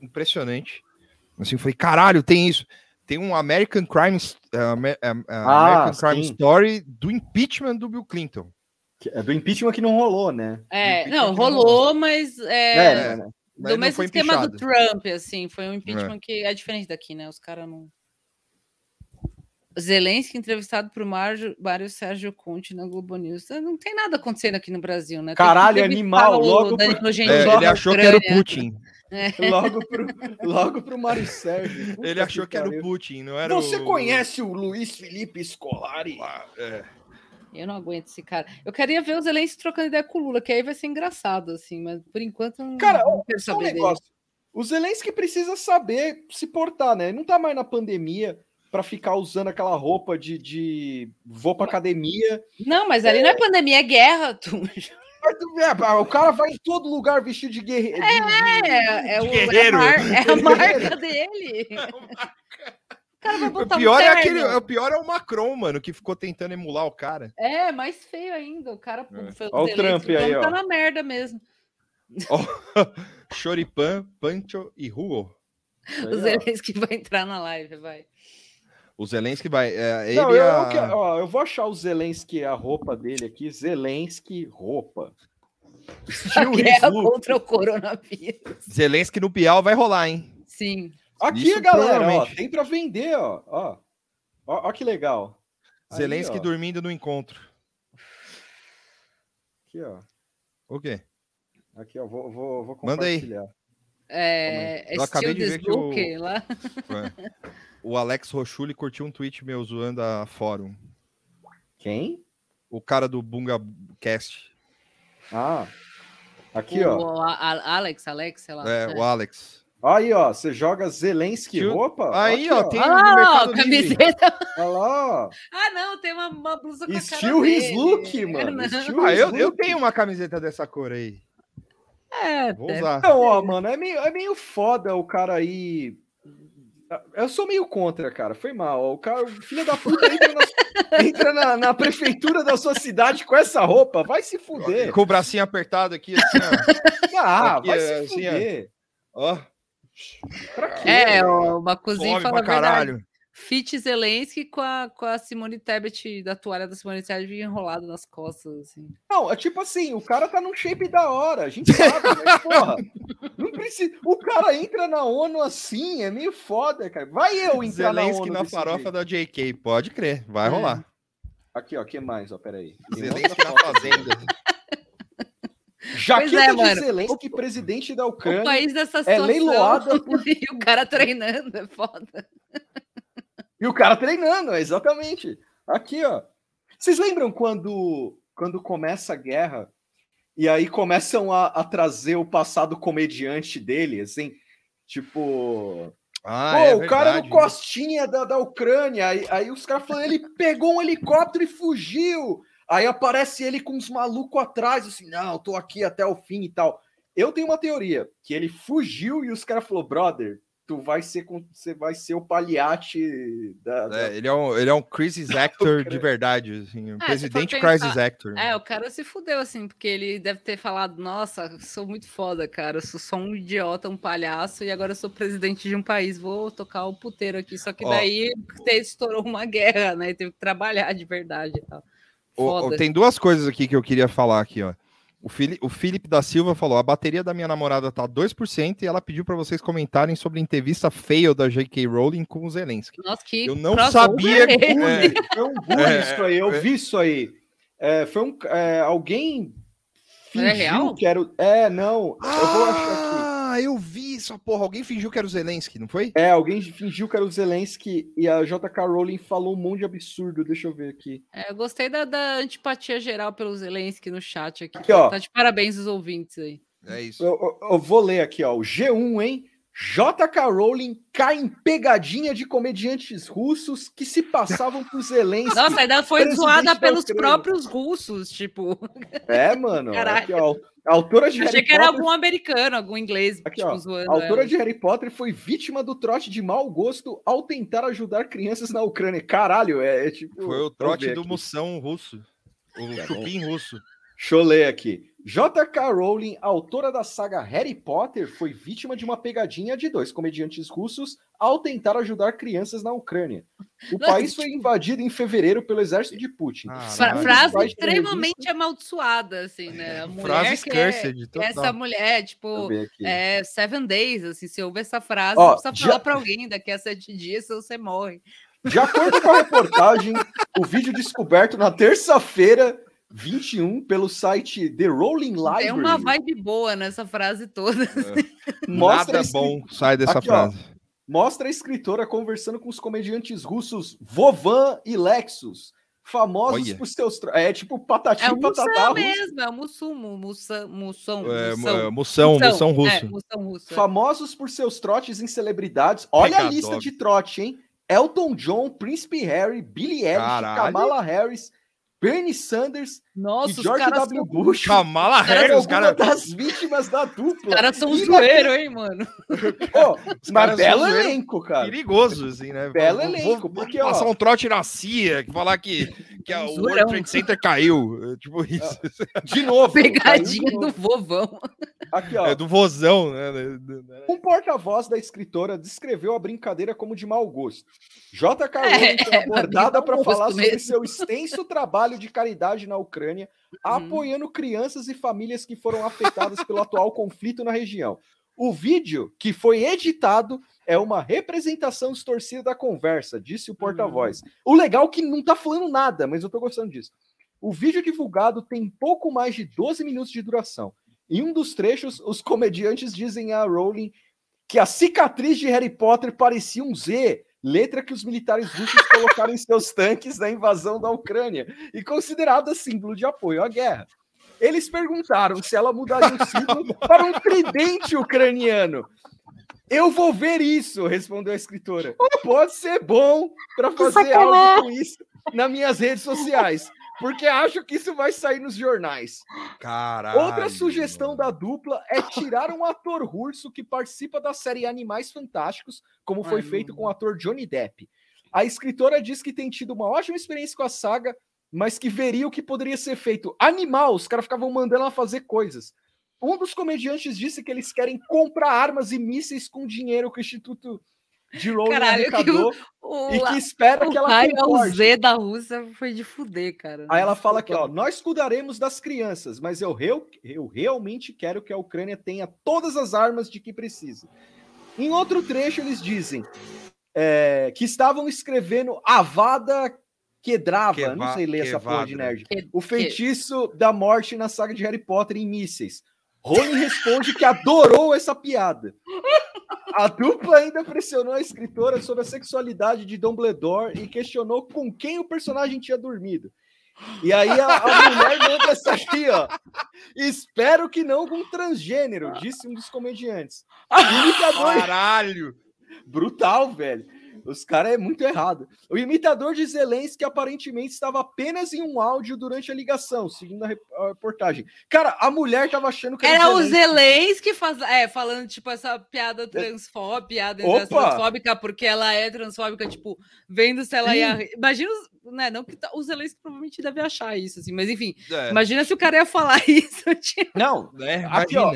Speaker 10: impressionante. Assim, eu falei, caralho, tem isso. Tem um American Crime, S- eh, Amer- eh, eh,
Speaker 9: Ah,
Speaker 10: American Crime
Speaker 9: sim.
Speaker 10: Story do impeachment do Bill Clinton.
Speaker 9: Que- É do impeachment que não rolou, né?
Speaker 8: É, não, rolou, mas é,
Speaker 9: É, né? [LAUGHS]
Speaker 10: Mas
Speaker 8: do
Speaker 10: não
Speaker 8: mesmo
Speaker 10: foi
Speaker 8: esquema do
Speaker 10: empichado.
Speaker 8: Trump, assim, foi um impeachment que é diferente daqui, né? Os caras não. Zelensky entrevistado por Mário, Mário Sérgio Conte na Globo News. Não tem nada acontecendo aqui no Brasil, né? Tem que
Speaker 9: Caralho,
Speaker 8: entrevistar
Speaker 9: animal,
Speaker 8: o
Speaker 9: logo
Speaker 8: Danilo
Speaker 9: pro-
Speaker 8: Gentili
Speaker 10: É,
Speaker 8: na
Speaker 10: ele achou que era o
Speaker 8: Ucrânia.
Speaker 10: Putin.
Speaker 8: É.
Speaker 9: Logo pro, logo pro Mário Sérgio. Puta
Speaker 10: Ele achou que era o
Speaker 9: pariu.
Speaker 10: Putin, não era
Speaker 9: Você
Speaker 10: o...
Speaker 9: conhece o Luiz Felipe Scolari?
Speaker 10: É.
Speaker 8: Eu não aguento esse cara. Eu queria ver o Zelensky trocando ideia com o Lula, que aí vai ser engraçado, assim, mas por enquanto eu não,
Speaker 9: Cara,
Speaker 8: não
Speaker 9: ó,
Speaker 8: quero
Speaker 9: só um
Speaker 8: saber dele.
Speaker 9: negócio. O Zelensky precisa saber se portar, né? Ele não tá mais na pandemia pra ficar usando aquela roupa de, de vou pra academia.
Speaker 8: Não, mas ali não é pandemia, é guerra.
Speaker 10: [LAUGHS]
Speaker 8: Tu...
Speaker 9: Mas tu vê, pá, O cara vai em todo lugar vestido de guerreiro.
Speaker 8: É, é, o, é, a,
Speaker 9: Guerreiro.
Speaker 8: mar- é
Speaker 10: [LAUGHS]
Speaker 8: a marca dele. O cara vai
Speaker 10: É O
Speaker 8: botar um
Speaker 10: pior, é
Speaker 8: terno.
Speaker 10: aquele, o pior é o Macron, mano, que ficou tentando emular o cara.
Speaker 8: É, mais feio ainda. O cara pô,
Speaker 10: É.
Speaker 8: foi
Speaker 10: Ó o
Speaker 8: Zelensky,
Speaker 10: Trump aí,
Speaker 8: Trump
Speaker 10: ó.
Speaker 8: tá na merda mesmo.
Speaker 10: Ó, Choripan, Pancho e Ruo.
Speaker 8: O Zelensky vai entrar na live, vai.
Speaker 10: O Zelensky vai. é, ele
Speaker 9: Não, eu,
Speaker 10: e
Speaker 9: eu
Speaker 10: a-
Speaker 9: quero- ó, eu vou achar o Zelensky, a roupa dele aqui. Zelensky, roupa.
Speaker 8: [LAUGHS] A
Speaker 10: Tio
Speaker 8: guerra
Speaker 10: Rizu.
Speaker 8: contra o coronavírus.
Speaker 10: Zelensky no Bial vai rolar, hein?
Speaker 8: Sim.
Speaker 9: Aqui,
Speaker 10: Isso
Speaker 9: galera, ó,
Speaker 10: provavelmente.
Speaker 9: tem pra vender, ó. Ó, ó, ó que legal. Aí,
Speaker 10: Zelensky
Speaker 9: ó,
Speaker 10: dormindo no encontro.
Speaker 9: Aqui, ó.
Speaker 10: O quê?
Speaker 9: Aqui, ó. Vou, vou, vou
Speaker 10: Manda aí.
Speaker 9: compartilhar.
Speaker 8: É,
Speaker 10: Eu acabei
Speaker 8: Still
Speaker 10: de
Speaker 8: this
Speaker 10: ver que o-
Speaker 8: book lá.
Speaker 10: É. O Alex Rochuli curtiu um tweet meu zoando a fórum.
Speaker 9: Quem?
Speaker 10: O cara do BungaCast.
Speaker 9: Ah. Aqui, ó.
Speaker 8: O, a- a- Alex, Alex, sei lá.
Speaker 10: É, o Alex.
Speaker 9: Aí, ó, você joga Zelensky
Speaker 10: Tio-
Speaker 9: roupa.
Speaker 10: Aí, ó, tem um
Speaker 8: Ah, lá, ó, camiseta.
Speaker 9: Olha lá, ó.
Speaker 8: Ah, não, tem uma, uma blusa com
Speaker 9: Still
Speaker 8: a cara
Speaker 9: his
Speaker 8: dele. É,
Speaker 9: look, mano.
Speaker 8: não.
Speaker 9: Still
Speaker 10: Ah,
Speaker 9: his
Speaker 10: eu,
Speaker 9: look.
Speaker 10: eu tenho uma camiseta dessa cor aí.
Speaker 8: É,
Speaker 10: Vou
Speaker 8: deve-
Speaker 10: usar.
Speaker 9: Então, ó, mano, é meio, é meio foda o cara aí. Eu sou meio contra, cara. Foi mal. ó. O cara, o filho da puta entra, na, entra na- na prefeitura da sua cidade com essa roupa. Vai se fuder.
Speaker 10: Com o bracinho apertado aqui, assim,
Speaker 8: [LAUGHS]
Speaker 10: ó.
Speaker 9: Ah,
Speaker 10: Aqui,
Speaker 9: vai
Speaker 10: é,
Speaker 9: se
Speaker 10: assim, ó.
Speaker 9: fuder.
Speaker 10: Ó,
Speaker 8: É, o Bacuzinho
Speaker 10: come
Speaker 8: fala a
Speaker 10: pra
Speaker 8: verdade.
Speaker 10: caralho.
Speaker 8: Fit Zelensky com a, com a Simone Tebet, da toalha da Simone Tebet enrolada nas costas, assim.
Speaker 9: Não, é tipo assim, o cara tá num shape da hora, a gente sabe, mas porra, não precisa. O cara entra na ONU assim, é meio foda, cara. Vai eu entrar
Speaker 10: Zelensky
Speaker 9: na ONU.
Speaker 10: na
Speaker 9: desse
Speaker 10: farofa
Speaker 9: jeito.
Speaker 10: da JK, pode crer, vai
Speaker 9: É.
Speaker 10: rolar.
Speaker 9: Aqui, ó, que mais, ó, peraí. Tem um
Speaker 10: Zelensky
Speaker 9: outra
Speaker 10: na
Speaker 9: foto.
Speaker 10: fazenda.
Speaker 9: Jaqueta
Speaker 8: Pois é,
Speaker 9: de
Speaker 8: mano.
Speaker 9: Zelensky, presidente da Ucrânia.
Speaker 8: O país dessa
Speaker 9: é
Speaker 8: situação.
Speaker 9: leiloada
Speaker 8: [LAUGHS] E o cara treinando, é foda.
Speaker 9: E o cara treinando, é exatamente. Aqui, ó. Vocês lembram quando, quando começa a guerra e aí começam a, a trazer o passado comediante dele, assim? Tipo.
Speaker 10: Ah,
Speaker 9: Pô,
Speaker 10: é
Speaker 9: o cara
Speaker 10: verdade,
Speaker 9: no Costinha da, da Ucrânia. Aí, aí os caras falam, ele pegou um helicóptero e fugiu. Aí aparece ele com uns malucos atrás, assim, não, eu tô aqui até o fim e tal. Eu tenho uma teoria, que ele fugiu e os caras falaram, brother, tu vai ser, com- você vai ser o paliate da... da-
Speaker 10: É, ele, é um, ele é um crisis actor de verdade, assim,
Speaker 8: É, se
Speaker 10: um
Speaker 8: for
Speaker 10: presidente
Speaker 8: pensar-
Speaker 10: crisis actor.
Speaker 8: É, o cara se fudeu, assim, porque ele deve ter falado: Nossa, sou muito foda, cara. Eu sou só um idiota, um palhaço, e agora eu sou presidente de um país. Vou tocar o puteiro aqui. Só que
Speaker 10: Ó.
Speaker 8: daí te- estourou uma guerra, né? E teve que trabalhar de verdade e tal.
Speaker 10: Ô, ô,
Speaker 8: Foda.
Speaker 10: tem duas coisas aqui que eu queria falar aqui, ó. O, Fili o Felipe da Silva falou: a bateria da minha namorada tá 2% e ela pediu pra vocês comentarem sobre a entrevista fail da J.K. Rowling com o Zelensky.
Speaker 8: Nossa, que
Speaker 10: Eu não
Speaker 8: crossover
Speaker 10: sabia
Speaker 8: é
Speaker 10: que-
Speaker 8: esse?
Speaker 10: é,
Speaker 9: Foi um burro
Speaker 10: É,
Speaker 9: isso aí, eu vi isso aí. É, foi um... é, alguém
Speaker 10: Mas é
Speaker 9: fingiu
Speaker 10: real?
Speaker 9: que era... o- É, não, eu vou achar aqui.
Speaker 10: Ah, eu vi isso, porra. Alguém fingiu que era o Zelensky, não foi?
Speaker 9: É, alguém fingiu que era o Zelensky e a JK Rowling falou um monte de absurdo. Deixa eu ver aqui.
Speaker 8: É, eu gostei da, da antipatia geral pelo Zelensky no chat aqui.
Speaker 9: Aqui, ó.
Speaker 8: Tá de parabéns os ouvintes aí.
Speaker 10: É isso.
Speaker 9: Eu, eu- eu vou ler aqui, ó. O G1, hein? JK Rowling cai em pegadinha de comediantes russos que se passavam por Zelensky.
Speaker 8: Nossa, ainda foi
Speaker 9: presidente
Speaker 8: zoada
Speaker 9: da
Speaker 8: pelos
Speaker 9: Ucrânia.
Speaker 8: próprios russos, tipo.
Speaker 9: [LAUGHS] É, mano.
Speaker 8: Caralho.
Speaker 9: Aqui, ó. A autora de
Speaker 8: Achei
Speaker 9: Harry
Speaker 8: que era
Speaker 9: Potter
Speaker 8: algum americano, algum inglês, tipo,
Speaker 9: ó,
Speaker 8: zoando.
Speaker 9: A autora
Speaker 8: ela.
Speaker 9: de Harry Potter foi vítima do trote de mau gosto ao tentar ajudar crianças na Ucrânia. Caralho, é, é tipo.
Speaker 10: Foi o
Speaker 9: vamos
Speaker 10: trote
Speaker 9: ver
Speaker 10: do
Speaker 9: aqui. Tá
Speaker 10: Moção russo. O Chupim russo.
Speaker 9: Deixa eu ler aqui. J.K. Rowling, autora da saga Harry Potter, foi vítima de uma pegadinha de dois comediantes russos ao tentar ajudar crianças na Ucrânia. O
Speaker 8: Nossa,
Speaker 9: país foi invadido em fevereiro pelo exército de Putin.
Speaker 10: Ah,
Speaker 8: Fra-
Speaker 9: Vários
Speaker 8: frase
Speaker 9: sites de
Speaker 8: extremamente amaldiçoada, assim, né? A mulher
Speaker 10: Frases
Speaker 8: que é-
Speaker 10: cursed,
Speaker 8: que é essa
Speaker 10: total.
Speaker 8: mulher,
Speaker 9: Deixa eu
Speaker 8: tipo,
Speaker 9: ver aqui.
Speaker 8: é, Seven Days, assim, se ouve essa frase,
Speaker 9: Ó,
Speaker 8: você precisa
Speaker 9: já-
Speaker 8: falar pra alguém daqui a sete dias, senão você morre.
Speaker 9: De acordo com a reportagem, o vídeo descoberto na terça-feira, 21, pelo site The Rolling Library,
Speaker 8: Tem É uma vibe boa nessa frase toda.
Speaker 9: mostra
Speaker 10: Nada
Speaker 9: esse-
Speaker 10: bom sai dessa
Speaker 9: Aqui, ó.
Speaker 10: frase.
Speaker 9: mostra a escritora conversando com os comediantes russos Vovan e Lexus, famosos
Speaker 10: Olha.
Speaker 9: por seus... tra- É tipo patati
Speaker 8: É
Speaker 9: e
Speaker 8: o
Speaker 9: patatá
Speaker 8: Mussan
Speaker 9: tá, russo.
Speaker 8: mesmo, é o Mussumo, Mussan, Mussum,
Speaker 10: É, mu-
Speaker 8: Mussão.
Speaker 10: é, Mussão, Mussão russo.
Speaker 8: É, Mussão russo. é.
Speaker 9: Famosos por seus trotes em celebridades. Olha a
Speaker 10: Pegador.
Speaker 9: lista de trote, hein? Elton John, Príncipe Harry, Billie Eilish,
Speaker 10: Caralho.
Speaker 9: Kamala Harris, Bernie Sanders
Speaker 8: Nossa,
Speaker 9: e
Speaker 8: os
Speaker 9: George
Speaker 8: caras
Speaker 9: W.
Speaker 8: são-
Speaker 9: Bush.
Speaker 10: Kamala
Speaker 9: Eram
Speaker 10: Harris,
Speaker 9: algumas
Speaker 10: os caras.
Speaker 9: das vítimas da dupla.
Speaker 8: Os caras são um
Speaker 9: E
Speaker 8: zoeiro, hein, mano?
Speaker 9: Pô, mas
Speaker 10: caras são
Speaker 9: belo
Speaker 10: zoeiro.
Speaker 9: elenco, cara.
Speaker 10: Perigoso, assim, né?
Speaker 9: Belo
Speaker 10: Vou- vou-
Speaker 9: elenco,
Speaker 10: vou
Speaker 9: porque, ó-
Speaker 10: passar um trote na CIA, que falar que, que a- o World
Speaker 8: Zoeirão.
Speaker 10: Trade Center caiu. É, Tipo isso.
Speaker 9: De novo.
Speaker 8: Pegadinha
Speaker 9: caiu de
Speaker 8: do
Speaker 9: novo.
Speaker 8: vovão.
Speaker 9: Aqui, ó.
Speaker 10: É do vozão, né?
Speaker 9: Um porta-voz da escritora descreveu a brincadeira como de mau gosto. J.K.
Speaker 8: [LAUGHS] É,
Speaker 9: Rowling foi
Speaker 8: é, mas de
Speaker 9: abordada
Speaker 8: mau
Speaker 9: para
Speaker 8: gosto
Speaker 9: falar sobre
Speaker 8: mesmo.
Speaker 9: seu extenso trabalho de caridade na Ucrânia, apoiando crianças e famílias que foram afetadas pelo atual conflito na região. O vídeo, que foi editado, é uma representação distorcida da conversa, disse o porta-voz. O legal é que não tá falando nada, mas eu tô gostando disso. O vídeo divulgado tem pouco mais de 12 minutos de duração. Em um dos trechos, os comediantes dizem a Rowling que a cicatriz de Harry Potter parecia um Z, letra que os militares russos colocaram em seus tanques na invasão da Ucrânia e considerada símbolo de apoio à guerra. Eles perguntaram se ela mudaria o símbolo para um tridente ucraniano. Eu vou ver isso, respondeu a escritora. Pode ser bom para fazer algo com isso nas minhas redes sociais, porque acho que isso vai sair nos jornais.
Speaker 10: Caralho.
Speaker 9: Outra sugestão da dupla é tirar um ator russo que participa da série Animais Fantásticos, como foi
Speaker 8: Ai,
Speaker 9: feito com o ator Johnny Depp. A escritora diz que tem tido uma ótima experiência com a saga, mas que veria o que poderia ser feito. Animal, os caras ficavam mandando ela fazer coisas. Um dos comediantes disse que eles querem comprar armas e mísseis com dinheiro que o Instituto de rolling
Speaker 8: Caralho, que o-
Speaker 9: arrecadou
Speaker 8: o-
Speaker 9: e que espera
Speaker 8: o
Speaker 9: que ela
Speaker 8: raio é um ao
Speaker 9: concorde.
Speaker 8: Z da Rusa foi de fuder, cara.
Speaker 9: Aí ela fala aqui, ó, nós cuidaremos das crianças, mas eu, reu- eu realmente quero que a Ucrânia tenha todas as armas de que precisa. Em outro trecho, eles dizem é, que estavam escrevendo Avada Kedrava,
Speaker 17: Keva-
Speaker 9: não sei ler essa porra de
Speaker 17: Kevadra.
Speaker 9: nerd,
Speaker 17: Que-
Speaker 9: o feitiço da morte na saga de Harry Potter em mísseis. Rony responde que adorou essa piada. A dupla ainda pressionou a escritora sobre a sexualidade de Dumbledore e questionou com quem o personagem tinha dormido. E aí a, a mulher manda essa aqui, ó. Espero que não com um transgênero, disse um dos comediantes. O imitador...
Speaker 10: Caralho!
Speaker 9: Brutal, velho. Os caras é muito errado. O imitador de Zelensky aparentemente estava apenas em um áudio durante a ligação, seguindo a rep- a reportagem. Cara, a mulher estava achando que
Speaker 8: Era o
Speaker 9: Zelensky.
Speaker 8: Zelensky faz... é, falando, tipo, essa piada transfóbica, piada
Speaker 9: É. Opa!
Speaker 8: transfóbica, porque ela é transfóbica, tipo, vendo se ela ia.
Speaker 16: Sim.
Speaker 8: Imagina, os- né? Não que tá- o Zelensky provavelmente deve achar isso, assim, mas enfim,
Speaker 9: É.
Speaker 8: imagina se o cara ia falar [LAUGHS] isso. tipo.
Speaker 9: Não,
Speaker 10: é,
Speaker 9: aqui, ó,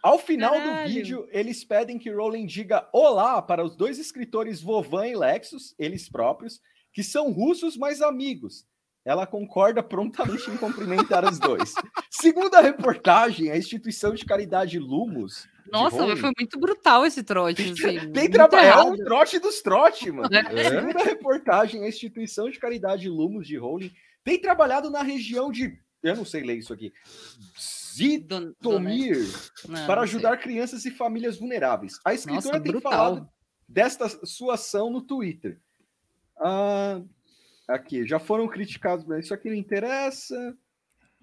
Speaker 9: ao final do vídeo, eles pedem que Rowling diga olá para os dois escritores Vovan e Lexus, eles próprios, que são russos, mas amigos. Ela concorda prontamente em cumprimentar os
Speaker 8: [LAUGHS]
Speaker 9: dois. Segundo a reportagem, a instituição de caridade Lumos. de
Speaker 8: Nossa, mas
Speaker 9: Rowling,
Speaker 8: foi muito brutal esse trote. Assim,
Speaker 9: Tem
Speaker 8: muito
Speaker 9: trabalho, é
Speaker 8: errado.
Speaker 9: um trote dos trote, mano.
Speaker 8: É.
Speaker 9: Segundo a reportagem, a instituição de caridade Lumos de Rowling tem trabalhado na região de. Eu não sei ler isso aqui. Zitomir,
Speaker 8: Ah,
Speaker 17: Não,
Speaker 9: para
Speaker 17: não
Speaker 9: ajudar crianças e famílias vulneráveis. A escritora
Speaker 17: Nossa,
Speaker 9: tem
Speaker 17: brutal.
Speaker 9: falado desta sua ação no Twitter. Ah, aqui, já foram criticados, mas isso aqui não interessa.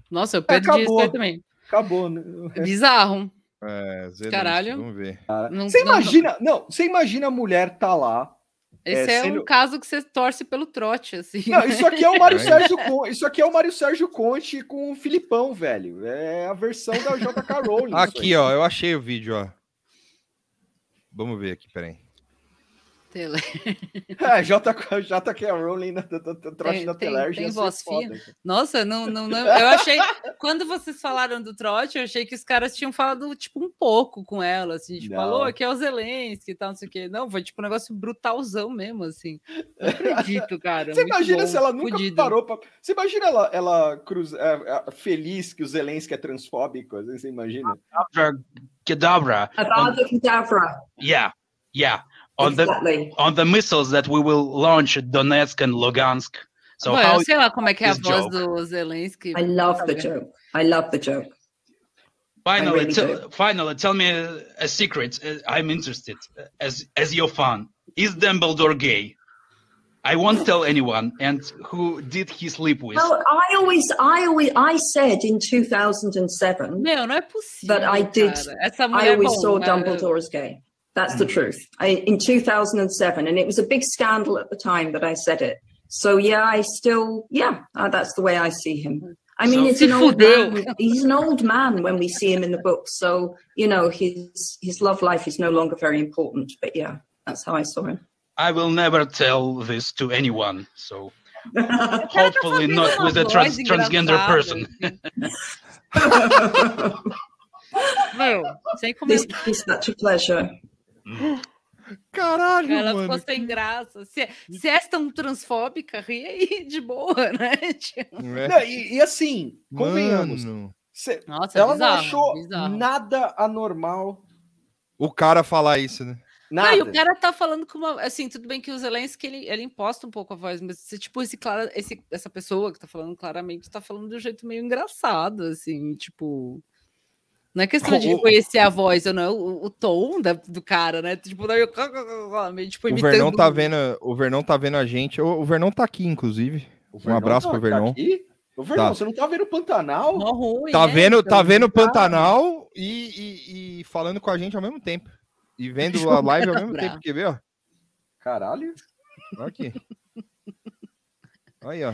Speaker 8: Nossa, o Pedro Dias
Speaker 9: Acabou.
Speaker 8: Pé também.
Speaker 9: Acabou, né?
Speaker 8: Bizarro.
Speaker 10: É, Zelensky,
Speaker 8: Caralho.
Speaker 10: Vamos ver.
Speaker 8: Não-
Speaker 9: você
Speaker 8: não-
Speaker 9: imagina, não, você imagina a mulher tá lá.
Speaker 8: Esse é,
Speaker 9: sendo-
Speaker 8: um caso que você torce pelo trote, assim.
Speaker 9: Não,
Speaker 8: [LAUGHS] né?
Speaker 9: isso aqui é o
Speaker 10: [LAUGHS]
Speaker 9: Mário Sérgio Conte, isso aqui é o Mário Sérgio Conte com o Filipão, velho. É a versão da JK Rowling. isso aí.
Speaker 10: Aqui, ó, eu achei o vídeo, ó. Vamos ver aqui, peraí.
Speaker 8: Tele-
Speaker 9: É, JK, JK Rowling na, na, na, na, trote
Speaker 8: Tem-
Speaker 9: da
Speaker 8: tem-
Speaker 9: Telerge.
Speaker 8: tem
Speaker 9: ia ser
Speaker 8: voz
Speaker 9: foda,
Speaker 8: fina?
Speaker 9: cara.
Speaker 8: Nossa, não, não, não. Eu achei. Quando vocês falaram do trote, eu achei que os caras tinham falado, tipo, um pouco com ela, assim, tipo,
Speaker 9: Não.
Speaker 8: falou que é o Zelensky e tal, não sei o quê. Não, foi tipo um negócio brutalzão mesmo, assim. Não acredito, cara.
Speaker 9: Você
Speaker 8: muito
Speaker 9: imagina
Speaker 8: bom,
Speaker 9: se ela nunca
Speaker 8: fudido.
Speaker 9: parou pra. Você imagina ela, ela cruz... é, é, feliz que o Zelensky é transfóbico? assim, Você imagina?
Speaker 18: Kedavra. On, yeah, yeah. On
Speaker 9: Exactly.
Speaker 18: the on the missiles that we will launch at Donetsk and Lugansk. So
Speaker 8: Bom,
Speaker 18: how
Speaker 8: eu sei lá como é que é a
Speaker 18: this
Speaker 8: voz
Speaker 18: joke?
Speaker 8: do Zelensky.
Speaker 19: I love the joke. I love the joke.
Speaker 18: Finally,
Speaker 19: really
Speaker 18: tell,
Speaker 19: do.
Speaker 18: finally, tell me a, a secret. Uh, I'm interested. uh, As as your fan, is Dumbledore gay? I won't tell anyone. And who did he sleep with?
Speaker 19: Well, I always, I always, I said in 2007 that I did,
Speaker 8: é cara. Essa
Speaker 19: I
Speaker 8: mulher é bomba.
Speaker 19: always saw Dumbledore as gay. That's the truth. I, in 2007, and it was a big scandal at the time that I said it. So yeah, I still, yeah, uh, that's the way I see him. I mean,
Speaker 8: So-
Speaker 19: it's an
Speaker 8: Se
Speaker 19: old
Speaker 8: fudeu.
Speaker 19: man. He's an old man when we see him in the books. So you know, his his love life is no longer very important. But yeah, that's how I saw him.
Speaker 18: I will never tell this to anyone. So
Speaker 19: Hopefully
Speaker 18: not with a trans- transgender person.
Speaker 8: [LAUGHS] Meu, sem
Speaker 19: This
Speaker 8: comentar.
Speaker 19: is such a pleasure.
Speaker 10: Caralho,
Speaker 8: Ela
Speaker 19: mano,
Speaker 8: ficou sem graça. Se, se és tão transfóbica, ri aí de boa, né? Tipo,
Speaker 10: É.
Speaker 9: Não, e, e assim, convenhamos. cê-
Speaker 18: é
Speaker 8: Nossa,
Speaker 9: ela
Speaker 8: é bizarro,
Speaker 9: não achou
Speaker 8: bizarro.
Speaker 9: nada anormal.
Speaker 10: O cara falar isso, né?
Speaker 8: Não, e o cara tá falando com uma. Assim, tudo bem que o Zelensky ele, ele imposta um pouco a voz, mas você, tipo, esse, clara, esse, essa pessoa que tá falando claramente tá falando de um jeito meio engraçado, assim, tipo. Não é questão de
Speaker 10: O-
Speaker 8: reconhecer a voz, ou não, é o, o tom da- do cara, né? Tipo, daí eu- [LAUGHS] meio tipo
Speaker 10: O
Speaker 8: imitando.
Speaker 10: Vernão tá vendo, o Vernão tá vendo a gente. O, o Vernão tá aqui, inclusive. um
Speaker 9: Vernão
Speaker 10: abraço
Speaker 9: tá-
Speaker 10: pro Vernão.
Speaker 9: Tá aqui? Ô, Vernão,
Speaker 10: Tá.
Speaker 9: você não tá vendo o Pantanal?
Speaker 8: Não, ruim, é.
Speaker 10: Tá vendo,
Speaker 8: né?
Speaker 10: tá vendo o
Speaker 9: Pantanal?
Speaker 10: Pantanal e, e- e falando com a gente ao mesmo tempo. E
Speaker 8: [LAUGHS]
Speaker 10: vendo a live ao mesmo
Speaker 9: Bravo.
Speaker 10: tempo. Quer ver, ó?
Speaker 9: Caralho.
Speaker 10: Olha aqui. Aí, ó.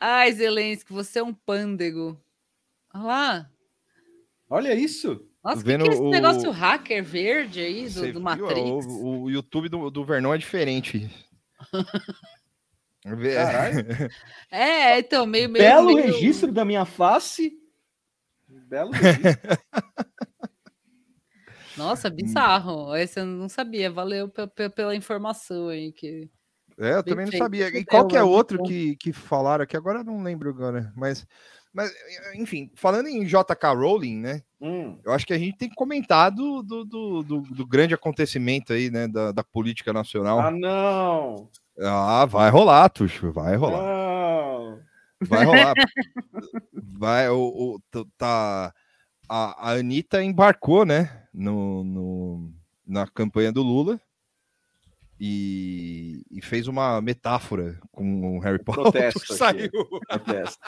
Speaker 8: Ai, Zelensky, você é um pândego. Olha lá.
Speaker 9: Olha isso.
Speaker 8: Nossa,
Speaker 10: Vendo
Speaker 8: que que é esse
Speaker 10: o-
Speaker 8: negócio hacker verde aí do,
Speaker 10: Você
Speaker 8: do
Speaker 10: viu? É,
Speaker 8: Matrix?
Speaker 10: O, o YouTube do, do Vernão
Speaker 8: [LAUGHS]
Speaker 10: é diferente. Vê-
Speaker 9: Caralho.
Speaker 8: É, então, meio, meio.
Speaker 9: Belo
Speaker 8: meio-
Speaker 9: registro da minha face. Belo registro.
Speaker 8: Nossa,
Speaker 10: Hum.
Speaker 8: bizarro. Esse eu não sabia. Valeu pe- pe- pela informação aí. Que... [LAUGHS]
Speaker 10: É, eu também não
Speaker 8: Perfeito.
Speaker 10: sabia. E
Speaker 8: Super,
Speaker 10: qual que é
Speaker 8: Wesley.
Speaker 10: outro que, que falaram aqui? Agora eu não lembro agora, mas, mas enfim, falando em JK Rowling, né? Eu acho que a gente tem que comentar do, do, do, do- do grande acontecimento aí, né? Da, da política nacional.
Speaker 9: Ah, não!
Speaker 10: Ah, vai rolar, Tuxo, vai rolar.
Speaker 9: Não!
Speaker 10: Vai rolar. [LAUGHS] Vai, o, o- t- tá, a, a Anitta embarcou, né? No, no- na campanha do Lula e, e fez uma metáfora com o Harry Potter.
Speaker 9: Protesto.
Speaker 10: [LAUGHS] Saiu.
Speaker 9: aqui. Protesto.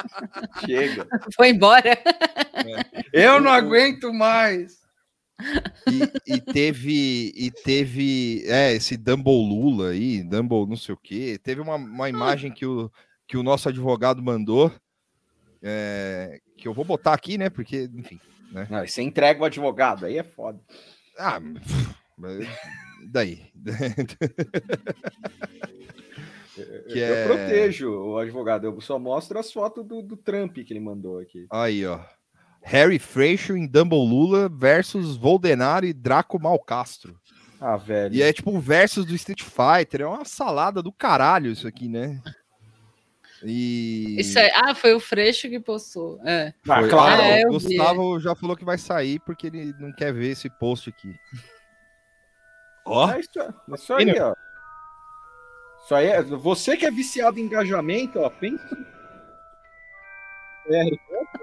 Speaker 9: Chega.
Speaker 8: Foi embora.
Speaker 9: Eu não aguento mais.
Speaker 10: E, e teve. E teve. É, esse Dumble Lula aí, Dumble não sei o quê. Teve uma, uma imagem que o, que o nosso advogado mandou. é, que eu vou botar aqui, né? Porque, enfim. Né?
Speaker 9: Não, e você entrega o advogado, aí é foda.
Speaker 10: Ah, mas- daí. [LAUGHS] Que
Speaker 9: eu
Speaker 10: é-
Speaker 9: protejo o advogado, eu só mostro as fotos do, do Trump que ele mandou aqui.
Speaker 10: Aí, ó. Harry Freixo em Dumble Lula versus Voldenaro e Draco Malcastro.
Speaker 9: Ah, velho.
Speaker 10: E é tipo versus do Street Fighter. É uma salada do caralho isso aqui, né? E.
Speaker 8: Isso aí- Ah, foi o Freixo que postou. É.
Speaker 10: Foi- Ah,
Speaker 8: Ah, é,
Speaker 10: o
Speaker 8: eu vi.
Speaker 10: Gustavo já falou que vai sair porque ele não quer ver esse post aqui. Ó.
Speaker 9: É isso, é isso aí, ó. Isso aí é... Você que é viciado em engajamento, ó, pensa. É Harry Potter?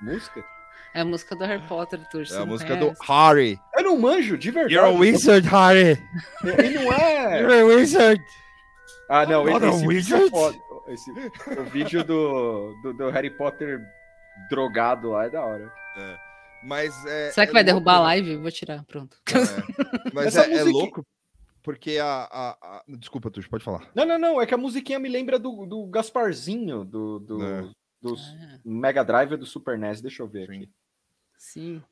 Speaker 9: Música?
Speaker 8: É a música do Harry Potter, Turso.
Speaker 10: É a
Speaker 8: não
Speaker 10: música do
Speaker 8: conhece?
Speaker 10: Harry.
Speaker 9: Eu não manjo, um de verdade.
Speaker 10: You're a wizard, Harry.
Speaker 9: E não é.
Speaker 10: You're a wizard.
Speaker 9: Ah, não,
Speaker 10: Not
Speaker 9: esse,
Speaker 10: a
Speaker 9: esse vídeo é
Speaker 10: wizard?
Speaker 9: foda. Esse- o vídeo do, do, do Harry Potter drogado lá é da hora.
Speaker 10: Mas é.
Speaker 8: Será que
Speaker 10: é
Speaker 8: vai
Speaker 10: louco,
Speaker 8: derrubar a
Speaker 10: né?
Speaker 8: live? Vou tirar, pronto.
Speaker 10: Mas
Speaker 9: Essa
Speaker 10: é, é
Speaker 9: musiquinha-
Speaker 10: louco porque a. a- a- Desculpa, Tux, pode falar.
Speaker 9: Não, não, não, é que a musiquinha me lembra do, do Gasparzinho, do, do,
Speaker 10: É.
Speaker 9: do
Speaker 8: Ah,
Speaker 9: Mega Drive do Super NES. Deixa eu ver aqui.
Speaker 8: Sim.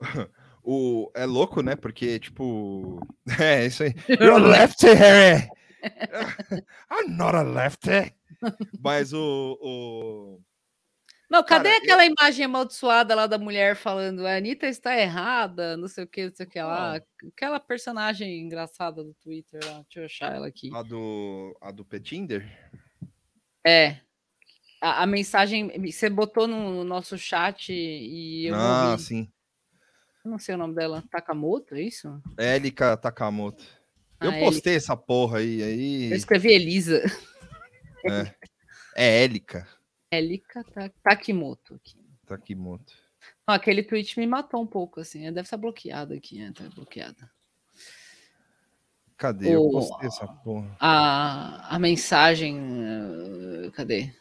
Speaker 10: O, é louco, né? Porque, tipo. [LAUGHS] É, isso
Speaker 8: [LAUGHS]
Speaker 10: aí. You're a lefty, Harry! [LAUGHS] I'm not a lefty! Mas o. o...
Speaker 8: Não, cadê aquela imagem amaldiçoada lá da mulher falando a Anitta está errada, não sei o que, não sei o que lá. Aquela personagem engraçada do Twitter lá, deixa eu achar ela aqui.
Speaker 10: A do, a do Petinder?
Speaker 8: É. A, a mensagem, você botou no nosso chat e eu não
Speaker 10: ah,
Speaker 8: vi.
Speaker 10: sim.
Speaker 8: não sei o nome dela. Takamoto, é isso?
Speaker 10: Élica Takamoto.
Speaker 8: Ah,
Speaker 10: Eu postei essa porra aí. aí...
Speaker 8: Eu escrevi Elisa.
Speaker 10: É, é Élica
Speaker 8: Elika Ta- Takimoto.
Speaker 10: Takamoto.
Speaker 8: Não, aquele tweet me matou um pouco, assim. Deve estar bloqueada aqui, né? Tá bloqueada.
Speaker 10: Cadê? Eu
Speaker 8: O-
Speaker 10: postei essa porra.
Speaker 8: a, a mensagem. eh, Cadê?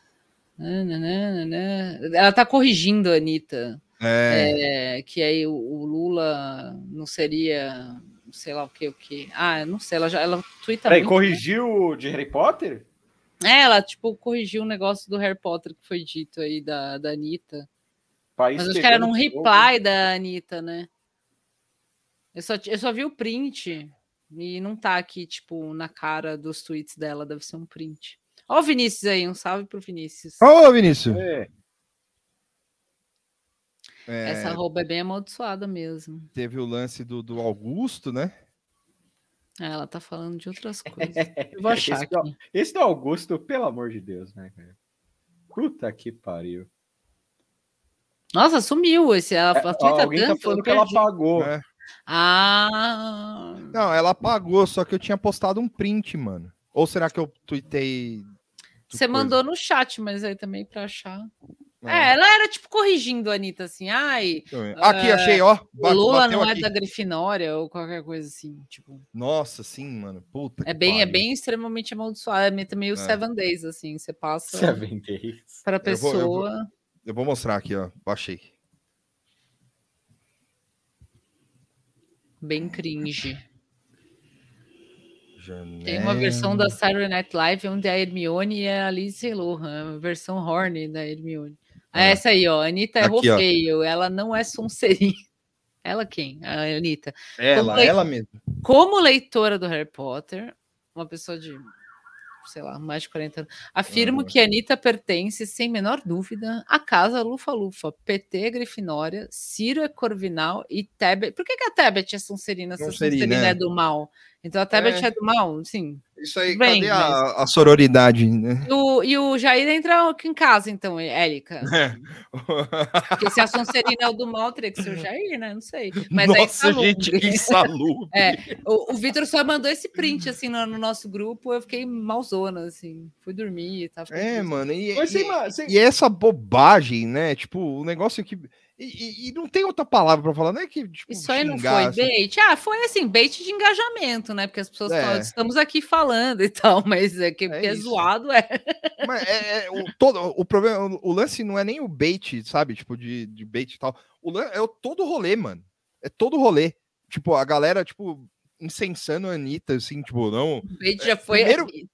Speaker 8: Nananana. Ela tá corrigindo a Anitta.
Speaker 10: É.
Speaker 8: É, que aí o, o Lula não seria. Sei lá o que, o que. Ah, eu não sei, ela já ela tuita.
Speaker 9: Peraí,
Speaker 8: muito.
Speaker 9: corrigiu de Harry Potter?
Speaker 8: É, ela, tipo, corrigiu o negócio do Harry Potter que foi dito aí da, da Anitta.
Speaker 9: País
Speaker 8: Mas acho que era
Speaker 9: pegando
Speaker 8: num
Speaker 9: fogo.
Speaker 8: reply da Anitta, né? Eu só, ti- eu só vi o print e não tá aqui, tipo, na cara dos tweets dela, deve ser um print. Ó o Vinícius aí, um salve pro Vinícius.
Speaker 10: Ô, Vinícius! É,
Speaker 8: Essa roupa é bem amaldiçoada mesmo.
Speaker 10: Teve o lance do, do Augusto, né?
Speaker 8: Ah, Ela tá falando de
Speaker 9: [LAUGHS]
Speaker 8: outras coisas. Eu vou achar
Speaker 9: esse,
Speaker 8: aqui.
Speaker 9: do, esse do Augusto, pelo amor de Deus, né, cara? Puta que pariu.
Speaker 8: Nossa, sumiu esse. Ela, ela
Speaker 9: Ó,
Speaker 8: tuita
Speaker 9: alguém tá
Speaker 8: tanto, eu
Speaker 9: falando que ela
Speaker 8: perdi.
Speaker 9: pagou.
Speaker 10: É.
Speaker 8: Ah,
Speaker 10: Não, ela apagou, só que eu tinha postado um print, mano. Ou será que eu tuitei.
Speaker 8: Você
Speaker 10: coisa.
Speaker 8: mandou no chat, mas aí também pra achar. É, ela era tipo corrigindo a Anitta, assim, ai.
Speaker 10: Eu- Aqui,
Speaker 8: eh,
Speaker 10: achei, ó,
Speaker 8: O
Speaker 10: bate-
Speaker 8: Lula
Speaker 10: bateu
Speaker 8: não
Speaker 10: aqui.
Speaker 8: é da Grifinória ou qualquer coisa assim. Tipo,
Speaker 10: Nossa, sim, mano. Puta.
Speaker 8: é
Speaker 10: que
Speaker 8: bem, é
Speaker 10: pariu.
Speaker 8: bem extremamente amaldiçoado. É meio- meio
Speaker 10: É.
Speaker 8: Seven Days, assim. Você passa
Speaker 9: Seven Days.
Speaker 8: pra
Speaker 10: Eu vou-
Speaker 8: pessoa.
Speaker 10: eu vou- Eu vou mostrar aqui, ó. Baixei.
Speaker 8: Bem cringe. Tem
Speaker 10: Janela.
Speaker 9: É.
Speaker 8: uma versão da Saturday Night Live onde a Hermione é a Lindsay Lohan, a versão horny da Hermione. Ah, essa aí, ó. A Anitta é
Speaker 10: Aqui, ó.
Speaker 8: feio, ela não é Sonserina. Ela quem? A Anitta.
Speaker 10: Ela,
Speaker 8: lei-
Speaker 10: ela mesma.
Speaker 8: Como leitora do Harry Potter, uma pessoa de sei lá, mais de 40 anos. Afirmo que a Anitta pertence, sem menor dúvida, à casa Lufa-Lufa, PT é Grifinória, Ciro é Corvinal e Tebet. Por que, que a Tebet é Sonserina? Se a
Speaker 10: Sonserina,
Speaker 8: Sonserina
Speaker 10: é.
Speaker 8: é do mal. Então a Tebet
Speaker 10: É.
Speaker 8: é, do mal, sim.
Speaker 10: Isso aí,
Speaker 8: Bem,
Speaker 10: cadê
Speaker 8: mas-
Speaker 10: a, a sororidade, né?
Speaker 8: E o, e o Jair entra aqui em casa, então, Érica. Porque se a Sonserina é o do mal, teria que ser o Jair, né? Não sei. [LAUGHS] Mas é
Speaker 10: Nossa,
Speaker 8: insalubre.
Speaker 10: gente, que insalubre.
Speaker 8: É, o, o Vitor só mandou esse print, assim, no, no nosso grupo, eu fiquei malzona, assim. Fui dormir e tal. fiquei
Speaker 10: É,
Speaker 8: triste.
Speaker 10: mano, e,
Speaker 8: Mas
Speaker 10: e-
Speaker 8: sem ma- sem-
Speaker 10: e essa bobagem, né? Tipo, o negócio que. E, e- e não tem outra palavra pra falar, não é que. Tipo,
Speaker 8: Isso aí não
Speaker 10: xingar,
Speaker 8: foi
Speaker 10: assim.
Speaker 8: bait? Ah, foi assim, bait de engajamento, né? Porque as pessoas
Speaker 10: É.
Speaker 8: falam, estamos aqui falando e tal, [LAUGHS] mas é que que é
Speaker 10: isso.
Speaker 8: zoado, é.
Speaker 10: Mas é, é o, todo, o problema, o, o lance não é nem o bait, sabe? Tipo, de, de bait e tal. O lan- é o, todo o rolê, mano. É todo o rolê. Tipo, a galera, tipo, incensando a Anitta, assim, tipo, não.
Speaker 8: O bait já foi.
Speaker 10: primeiro-
Speaker 8: assim.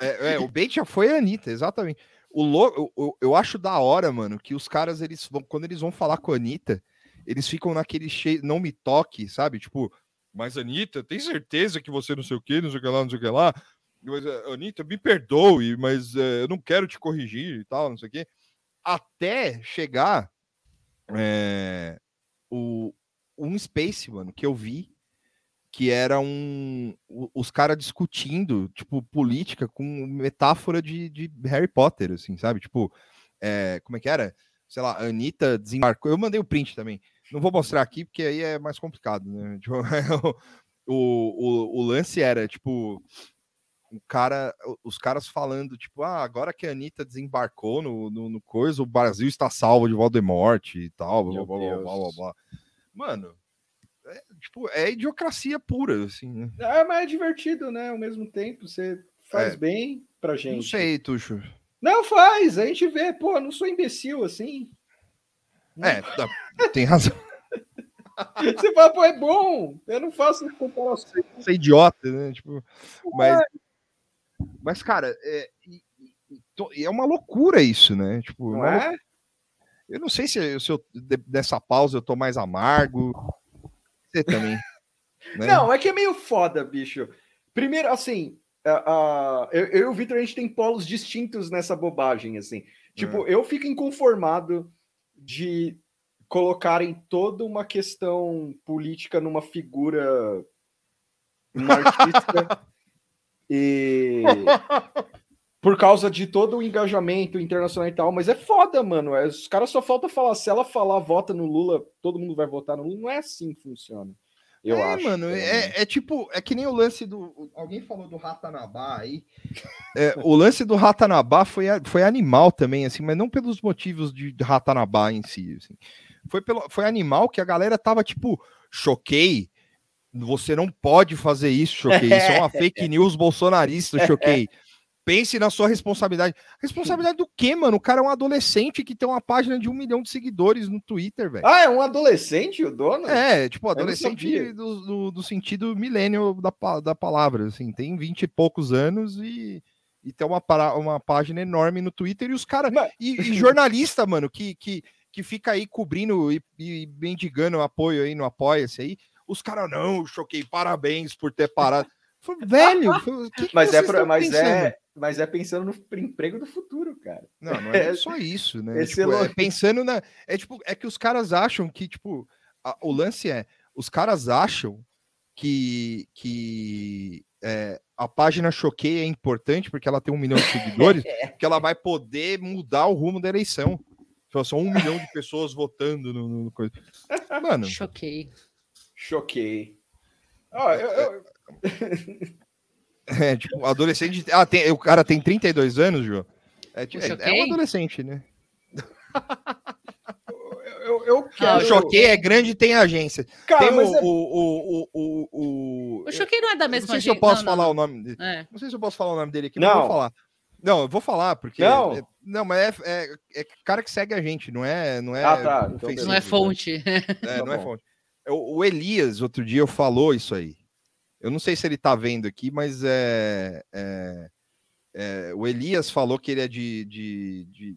Speaker 10: É, é, o bait já foi a Anitta, exatamente. O lo... eu, eu- eu acho da hora, mano, que os caras, eles vão, quando eles vão falar com a Anitta, eles ficam naquele cheio, não me toque, sabe? Tipo, mas Anitta, tem certeza que você não sei o que, não sei o que lá, não sei o que lá? Mas, eh, Anitta, me perdoe, mas eh, eu não quero te corrigir e tal, não sei o quê. Até chegar eh, o, um space, mano, que eu vi, que era um o- os caras discutindo tipo política com metáfora de, de Harry Potter, assim, sabe? Tipo, é, como é que era? Sei lá, a Anitta desembarcou. Eu mandei o print também. Não vou mostrar aqui porque aí é mais complicado, né? [LAUGHS] Tipo, o, o, o lance era tipo o cara, o- os caras falando, tipo, ah, agora que a Anitta desembarcou no, no, no coisa, o Brasil está salvo de Voldemort e tal, blá,
Speaker 12: Meu
Speaker 10: blá, blá,
Speaker 12: Deus.
Speaker 10: blá, blá, blá. Mano, é, tipo, é idiocracia pura, assim, né?
Speaker 9: É, mas é divertido, né? Ao mesmo tempo, você faz
Speaker 10: É.
Speaker 9: bem pra gente.
Speaker 10: Não sei, Tuxo.
Speaker 9: Não faz, a gente vê, pô, não sou imbecil assim. [LAUGHS]
Speaker 10: É, tá, tem razão.
Speaker 9: Você fala, pô, é bom, eu não faço comparação.
Speaker 10: Você é idiota, né? Tipo,
Speaker 9: É.
Speaker 10: mas, mas cara, é, e- e- e to- e é uma loucura isso, né? Tipo,
Speaker 9: Não
Speaker 10: uma
Speaker 9: é?
Speaker 10: lou- Eu não sei se, eu- se eu, de- dessa pausa eu tô mais amargo. Você
Speaker 9: [LAUGHS]
Speaker 10: também. né?
Speaker 9: Não, é que é meio foda, bicho. Primeiro, assim, a, a- eu, eu e o Vitor, a gente tem polos distintos nessa bobagem, assim.
Speaker 10: Hum.
Speaker 9: Tipo, eu fico inconformado de colocarem toda uma questão política numa figura, uma artista,
Speaker 10: [LAUGHS]
Speaker 9: e... Por causa de todo o engajamento internacional e tal, mas é foda, mano. é- Os caras só falta falar, se ela falar vota no Lula, todo mundo vai votar no Lula. Não é assim que funciona. Eu
Speaker 10: é,
Speaker 9: acho.
Speaker 10: mano,
Speaker 9: pelo menos.
Speaker 10: é, é tipo, é que nem o lance do. Alguém falou do Ratanabá
Speaker 9: [LAUGHS]
Speaker 10: aí. É, o lance do Ratanabá foi, a- foi animal também, assim, mas não pelos motivos de de Ratanabá em si. assim. Foi, pelo, foi animal que a galera tava tipo, choquei. Você não pode fazer isso, choquei. Isso
Speaker 9: [LAUGHS]
Speaker 10: é uma fake news bolsonarista, choquei. Pense na sua responsabilidade. Responsabilidade do quê, mano? O cara é um adolescente que tem uma página de um milhão de seguidores no Twitter, velho.
Speaker 9: Ah, é um adolescente o dono?
Speaker 10: É, tipo,
Speaker 9: Eu não
Speaker 10: adolescente
Speaker 9: sabia.
Speaker 10: do, do, do sentido milênio da, pa- da palavra, assim, tem 20 e poucos anos e, e tem uma, para- uma página enorme no Twitter e os caras. E,
Speaker 9: [LAUGHS]
Speaker 10: e jornalista, mano, que, que, que fica aí cobrindo e, e mendigando apoio aí no Apoia-se aí, os caras, não, choquei, parabéns por ter
Speaker 9: [LAUGHS]
Speaker 10: parado. Falei, Velho, o que que
Speaker 9: mas é,
Speaker 10: vocês
Speaker 9: pra-
Speaker 10: tão
Speaker 9: mas
Speaker 10: pensando?
Speaker 9: é, mas é pensando no pr- emprego do futuro, cara.
Speaker 10: Não, não é só isso, né?
Speaker 9: Esse
Speaker 10: Tipo, é
Speaker 9: elogio-
Speaker 10: pensando na. É tipo, é que os caras acham que, tipo, a- o lance é, os caras acham que, que é, a página Choquei é importante porque ela tem um milhão de
Speaker 9: [LAUGHS]
Speaker 10: seguidores,
Speaker 9: É.
Speaker 10: que ela vai poder mudar o rumo da eleição. Só só um milhão de pessoas votando no, no- no coisa.
Speaker 9: [LAUGHS]
Speaker 10: Mano.
Speaker 8: Choquei.
Speaker 9: Choquei. Ó, eu- eu-
Speaker 10: É, tipo, adolescente. Ah, tem, o cara tem 32 anos, João. É, tipo,
Speaker 9: O
Speaker 10: é- é
Speaker 9: Choquei?
Speaker 10: um adolescente, né?
Speaker 9: eu, eu
Speaker 10: Ah,
Speaker 9: quero.
Speaker 10: o Choquei é grande e tem agência.
Speaker 9: Cara,
Speaker 10: tem o,
Speaker 9: mas é-
Speaker 10: o, o, o, o, o-
Speaker 8: O Choquei não é da
Speaker 10: Não
Speaker 8: mesma
Speaker 10: sei se eu
Speaker 8: gente- não,
Speaker 10: posso
Speaker 8: não,
Speaker 10: falar
Speaker 8: não.
Speaker 10: o nome dele.
Speaker 8: É.
Speaker 10: Não sei se eu posso falar o nome dele aqui, mas
Speaker 9: Não.
Speaker 10: eu vou falar. Não, eu vou falar, porque.
Speaker 9: Não.
Speaker 10: é- não, mas é, é, é cara que segue a gente, não é. Não é,
Speaker 9: Ah, tá, então
Speaker 10: ofensivo,
Speaker 8: Não é
Speaker 10: né?
Speaker 8: fonte. [LAUGHS]
Speaker 10: É,
Speaker 9: Tá
Speaker 10: não é
Speaker 9: bom.
Speaker 10: fonte. É, O, o Elias, outro dia, falou isso aí. Eu não sei se ele tá vendo aqui, mas é. é- é, o Elias falou que ele é de, de, de-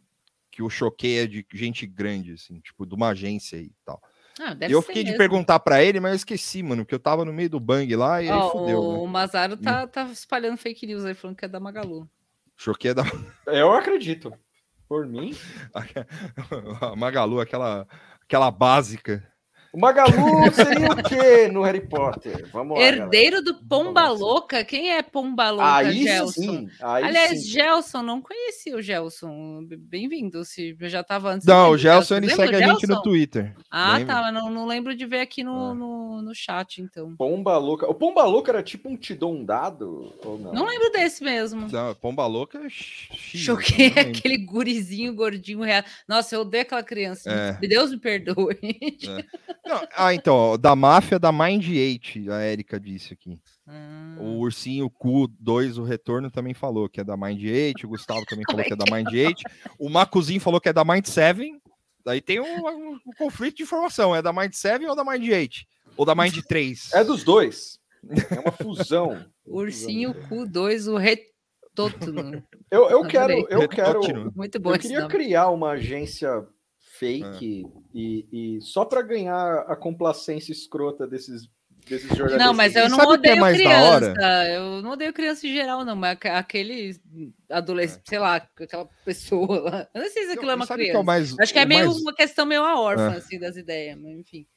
Speaker 10: que o choquei é de gente grande, assim, tipo, de uma agência e tal.
Speaker 8: Ah,
Speaker 10: E
Speaker 8: deve
Speaker 10: eu
Speaker 8: ser
Speaker 10: fiquei de
Speaker 8: mesmo.
Speaker 10: perguntar pra ele, mas eu esqueci, mano, porque eu tava no meio do bang lá e aí
Speaker 8: Ó,
Speaker 10: fudeu.
Speaker 8: o,
Speaker 10: né?
Speaker 8: Mazaro tá, tá espalhando fake news aí, falando que é da Magalu.
Speaker 10: Choquei da. [LAUGHS]
Speaker 9: Eu acredito. Por mim.
Speaker 10: A Magalu, aquela, aquela básica.
Speaker 9: O Magalu seria o quê no Harry Potter? Vamos lá. galera.
Speaker 8: Herdeiro do Pomba Louca? Quem é Pomba
Speaker 10: Ah,
Speaker 8: Louca,
Speaker 9: Aí
Speaker 8: Gelson?
Speaker 9: sim, aí
Speaker 8: Aliás,
Speaker 9: sim.
Speaker 8: Gelson, não conhecia o Gelson. Bem-vindo, se eu já tava antes.
Speaker 10: Não,
Speaker 8: do
Speaker 10: o Gelson ele
Speaker 8: Lembra
Speaker 10: segue
Speaker 8: o
Speaker 10: a gente no
Speaker 8: Gelson?
Speaker 10: Twitter. Ah.
Speaker 8: Ah,
Speaker 10: Lembra?
Speaker 8: tá, mas não, não lembro de ver aqui no, no, no chat, então.
Speaker 9: Pomba louca. O Pomba louca era tipo um tidondado ou não?
Speaker 8: Não é. lembro desse mesmo.
Speaker 10: Não, pomba louca é x- x-
Speaker 8: Hum. Choquei
Speaker 10: não lembro.
Speaker 8: aquele gurizinho gordinho real. Nossa, eu odeio aquela criança.
Speaker 10: É.
Speaker 8: Deus me perdoe.
Speaker 10: [LAUGHS] Ah, então, ó, da máfia da Mind 8, a Erika disse aqui.
Speaker 8: Ah, Uhum.
Speaker 10: O Ursinho Cu 2, o Retorno, também falou que é da Mind 8. O Gustavo
Speaker 8: [LAUGHS]
Speaker 10: também falou que é da Mind 8. O Macuzinho falou que é da Mind 7. Daí tem um, um- um conflito de informação. É da Mind 7 ou da Mind 8? Ou da Mind 3?
Speaker 9: É dos dois. É uma fusão.
Speaker 8: Ursinho Q2, o retótulo.
Speaker 9: Eu, eu quero,
Speaker 8: Adorei.
Speaker 9: eu quero.
Speaker 8: Muito bom
Speaker 9: Eu
Speaker 8: esse
Speaker 9: queria
Speaker 8: nome.
Speaker 9: criar uma agência fake
Speaker 10: Ah.
Speaker 9: e, e só para ganhar a complacência escrota desses desses jornalistas.
Speaker 8: Não, mas eu não
Speaker 10: sabe o que é
Speaker 8: odeio
Speaker 10: mais da hora?
Speaker 8: criança. Eu não odeio criança em geral, não. Mas aque- aquele adolescente, sei lá, aquela pessoa lá. Eu não sei se aquilo é uma
Speaker 10: É. sabe o que é
Speaker 8: criança.
Speaker 10: o mais-
Speaker 8: Acho que é
Speaker 10: o
Speaker 8: meio
Speaker 10: mais-
Speaker 8: uma questão meio a órfã,
Speaker 10: É.
Speaker 8: assim, das ideias. Mas, enfim.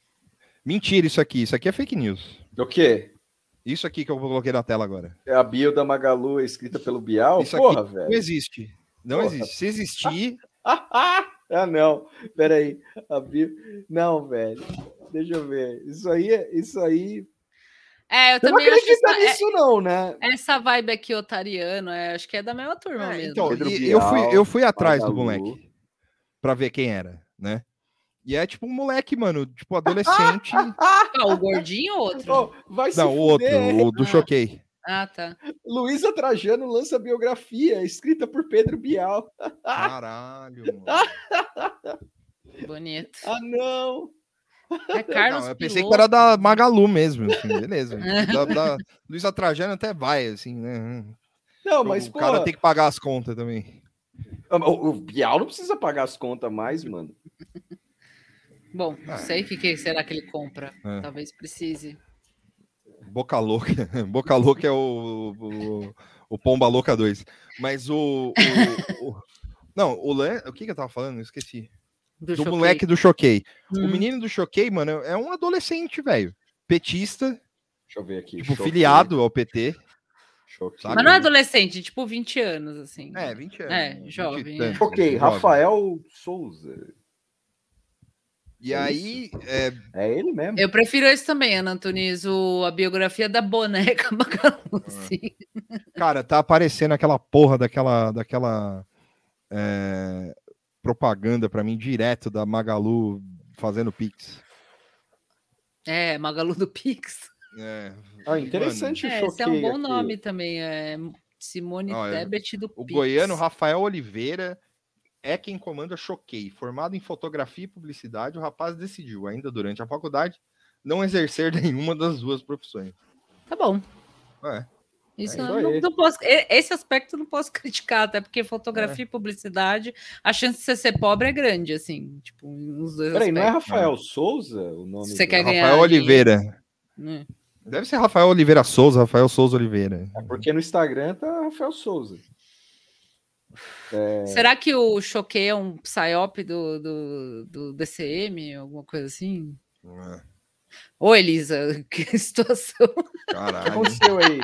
Speaker 10: Mentira, isso aqui. Isso aqui é fake news.
Speaker 9: O quê?
Speaker 10: Isso aqui que eu coloquei na tela agora.
Speaker 9: É a bio da Magalu é escrita pelo Bial?
Speaker 10: Isso
Speaker 9: Porra,
Speaker 10: aqui
Speaker 9: velho.
Speaker 10: não existe. Não
Speaker 9: É. Porra.
Speaker 10: existe. Se existir,
Speaker 9: [LAUGHS] ah, não. Peraí. A bio... Não, velho. Deixa eu ver. Isso aí, é- isso aí.
Speaker 8: É, eu,
Speaker 9: Eu não
Speaker 8: também acho
Speaker 9: acredito
Speaker 8: essa- é-
Speaker 9: nisso, não, né?
Speaker 8: Essa vibe aqui otariano, é, acho que é da mesma turma mesmo.
Speaker 10: Então, e- eu, fui, eu fui atrás do moleque pra ver quem era, né? E é tipo um moleque, mano,
Speaker 8: [LAUGHS]
Speaker 10: tipo adolescente.
Speaker 8: Ah, o gordinho ou outro?
Speaker 10: Então.
Speaker 9: vai
Speaker 10: não, o outro, o do Choquei.
Speaker 8: Ah, tá.
Speaker 9: Luísa Trajano lança biografia escrita por Pedro Bial. Ah. [LAUGHS]
Speaker 10: Caralho, mano. [LAUGHS]
Speaker 8: Bonito.
Speaker 9: Ah, não.
Speaker 8: É Carlos
Speaker 10: Não, eu pensei
Speaker 8: Piloto.
Speaker 10: que era da Magalu mesmo, assim, beleza. da, da Luísa Trajano até vai, assim, né?
Speaker 9: Não,
Speaker 10: O-
Speaker 9: mas,
Speaker 10: o cara
Speaker 9: porra.
Speaker 10: tem que pagar as contas também.
Speaker 9: O, o Bial não precisa pagar as contas mais, mano.
Speaker 8: Bom, não sei o que, que será que ele compra.
Speaker 10: É.
Speaker 8: Talvez precise.
Speaker 10: Boca Louca. [LAUGHS] Boca Louca é o, o, o Pomba Louca 2. Mas o. o- o- não, o, Lan- o que, que eu tava falando? Eu esqueci.
Speaker 8: Do,
Speaker 10: do
Speaker 8: Choquei.
Speaker 10: moleque do Choquei. O
Speaker 8: Hum.
Speaker 10: menino do Choquei, mano, é um adolescente, velho. Petista,
Speaker 9: Deixa eu ver aqui.
Speaker 10: tipo,
Speaker 9: Choquei,
Speaker 10: filiado ao PT.
Speaker 9: Choquei.
Speaker 8: Mas não é adolescente, tipo 20 anos, assim.
Speaker 10: É, 20 anos.
Speaker 8: É, jovem. é.
Speaker 10: tantos,
Speaker 9: Choquei.
Speaker 10: jovem.
Speaker 9: Rafael Souza.
Speaker 10: E aí. É...
Speaker 9: é ele mesmo.
Speaker 8: Eu prefiro esse também, Ana Antunes, o, a biografia da boneca [LAUGHS] Magalu,
Speaker 10: Ah.
Speaker 8: sim.
Speaker 10: Cara, tá aparecendo aquela porra daquela. daquela é, propaganda pra mim direto da Magalu fazendo Pix.
Speaker 8: É, Magalu do Pix.
Speaker 10: É.
Speaker 9: Ah, interessante
Speaker 8: É,
Speaker 9: o
Speaker 8: esse
Speaker 9: Choquei.
Speaker 8: é um bom
Speaker 9: aqui.
Speaker 8: nome também, é Simone
Speaker 10: Olha,
Speaker 8: Tebet do
Speaker 10: é O
Speaker 8: Pix.
Speaker 10: goiano Rafael Oliveira é quem comanda Choquei. Formado em fotografia e publicidade, o rapaz decidiu, ainda durante a faculdade, não exercer [LAUGHS] nenhuma das duas profissões.
Speaker 8: Tá bom.
Speaker 10: É.
Speaker 8: Isso,
Speaker 10: É isso
Speaker 8: eu não,
Speaker 10: aí.
Speaker 8: não posso, e- esse aspecto eu não posso [LAUGHS] criticar, até porque
Speaker 10: É.
Speaker 8: fotografia e publicidade, a chance de você ser pobre é grande, assim, tipo, uns dois
Speaker 9: Peraí, não é
Speaker 8: aspectos.
Speaker 9: Rafael Souza o nome?
Speaker 8: Você
Speaker 9: do-
Speaker 8: quer ganhar
Speaker 10: Rafael
Speaker 8: dinheiro?
Speaker 10: Oliveira.
Speaker 8: Hum.
Speaker 10: Deve ser Rafael Oliveira Souza, Rafael Souza Oliveira.
Speaker 9: Porque no Instagram tá Rafael Souza. É,
Speaker 8: Será que o Choquei é um psyop do, do, do DCM, alguma coisa assim? Ô, Elisa, [LAUGHS] que situação.
Speaker 9: O
Speaker 10: Caralho.
Speaker 9: que aconteceu aí?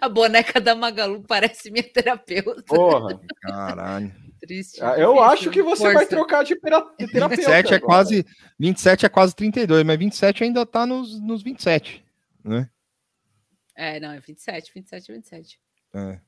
Speaker 8: A boneca da Magalu parece minha terapeuta.
Speaker 9: Porra.
Speaker 10: Caralho.
Speaker 8: Triste.
Speaker 9: Ah, Eu
Speaker 8: difícil,
Speaker 10: né?
Speaker 9: acho que você vai
Speaker 8: força.
Speaker 9: trocar de tera- de terapeuta.
Speaker 10: 27 é
Speaker 9: agora.
Speaker 10: quase 27 é quase 32, mas 27 ainda tá nos, nos 27, né?
Speaker 8: É, não, é 27, 27, 27.
Speaker 10: É.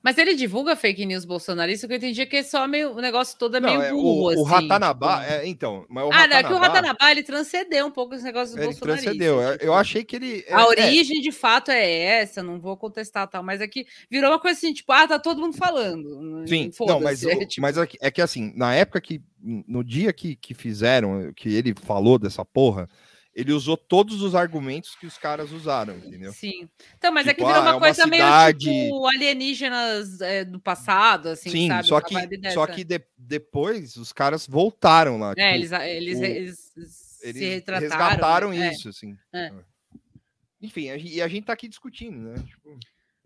Speaker 8: Mas ele divulga fake news bolsonarista, que eu entendi que é só meio, o negócio todo é meio
Speaker 10: Não, é,
Speaker 8: burro,
Speaker 10: o, o
Speaker 8: assim,
Speaker 10: Ratanabá,
Speaker 8: tipo.
Speaker 10: é, então, mas o
Speaker 8: ah, não, é que o
Speaker 10: Ratanabá,
Speaker 8: Ratanabá, ele transcendeu um pouco esse negócio do
Speaker 10: ele
Speaker 8: bolsonarista.
Speaker 10: transcendeu. Eu, eu achei que ele é,
Speaker 8: A
Speaker 10: é,
Speaker 8: origem de fato é essa, não vou contestar tal, mas é que virou uma coisa assim, tipo, ah, tá todo mundo falando.
Speaker 10: Sim, não,
Speaker 8: foda-se,
Speaker 10: mas,
Speaker 8: é,
Speaker 10: o-
Speaker 8: tipo,
Speaker 10: mas é que- é que assim, na época que, no dia que, que fizeram, que ele falou dessa porra, ele usou todos os argumentos que os caras usaram,
Speaker 8: [LAUGHS]
Speaker 10: entendeu?
Speaker 8: Sim. Então, mas é que
Speaker 10: Tipo,
Speaker 8: virou
Speaker 10: ah,
Speaker 8: uma,
Speaker 10: é uma
Speaker 8: coisa
Speaker 10: cidade-
Speaker 8: meio tipo alienígenas é, do passado, assim,
Speaker 10: Sim,
Speaker 8: sabe?
Speaker 10: só
Speaker 8: Uma
Speaker 10: que,
Speaker 8: vibe
Speaker 10: só
Speaker 8: dessa.
Speaker 10: que de- depois os caras voltaram lá.
Speaker 8: É,
Speaker 10: tipo,
Speaker 8: eles, eles,
Speaker 10: o-
Speaker 8: eles,
Speaker 10: eles
Speaker 8: se retrataram.
Speaker 10: resgataram
Speaker 8: né? É.
Speaker 10: isso, assim.
Speaker 8: É.
Speaker 10: Enfim, a gen- e a gente tá aqui discutindo, né? Tipo,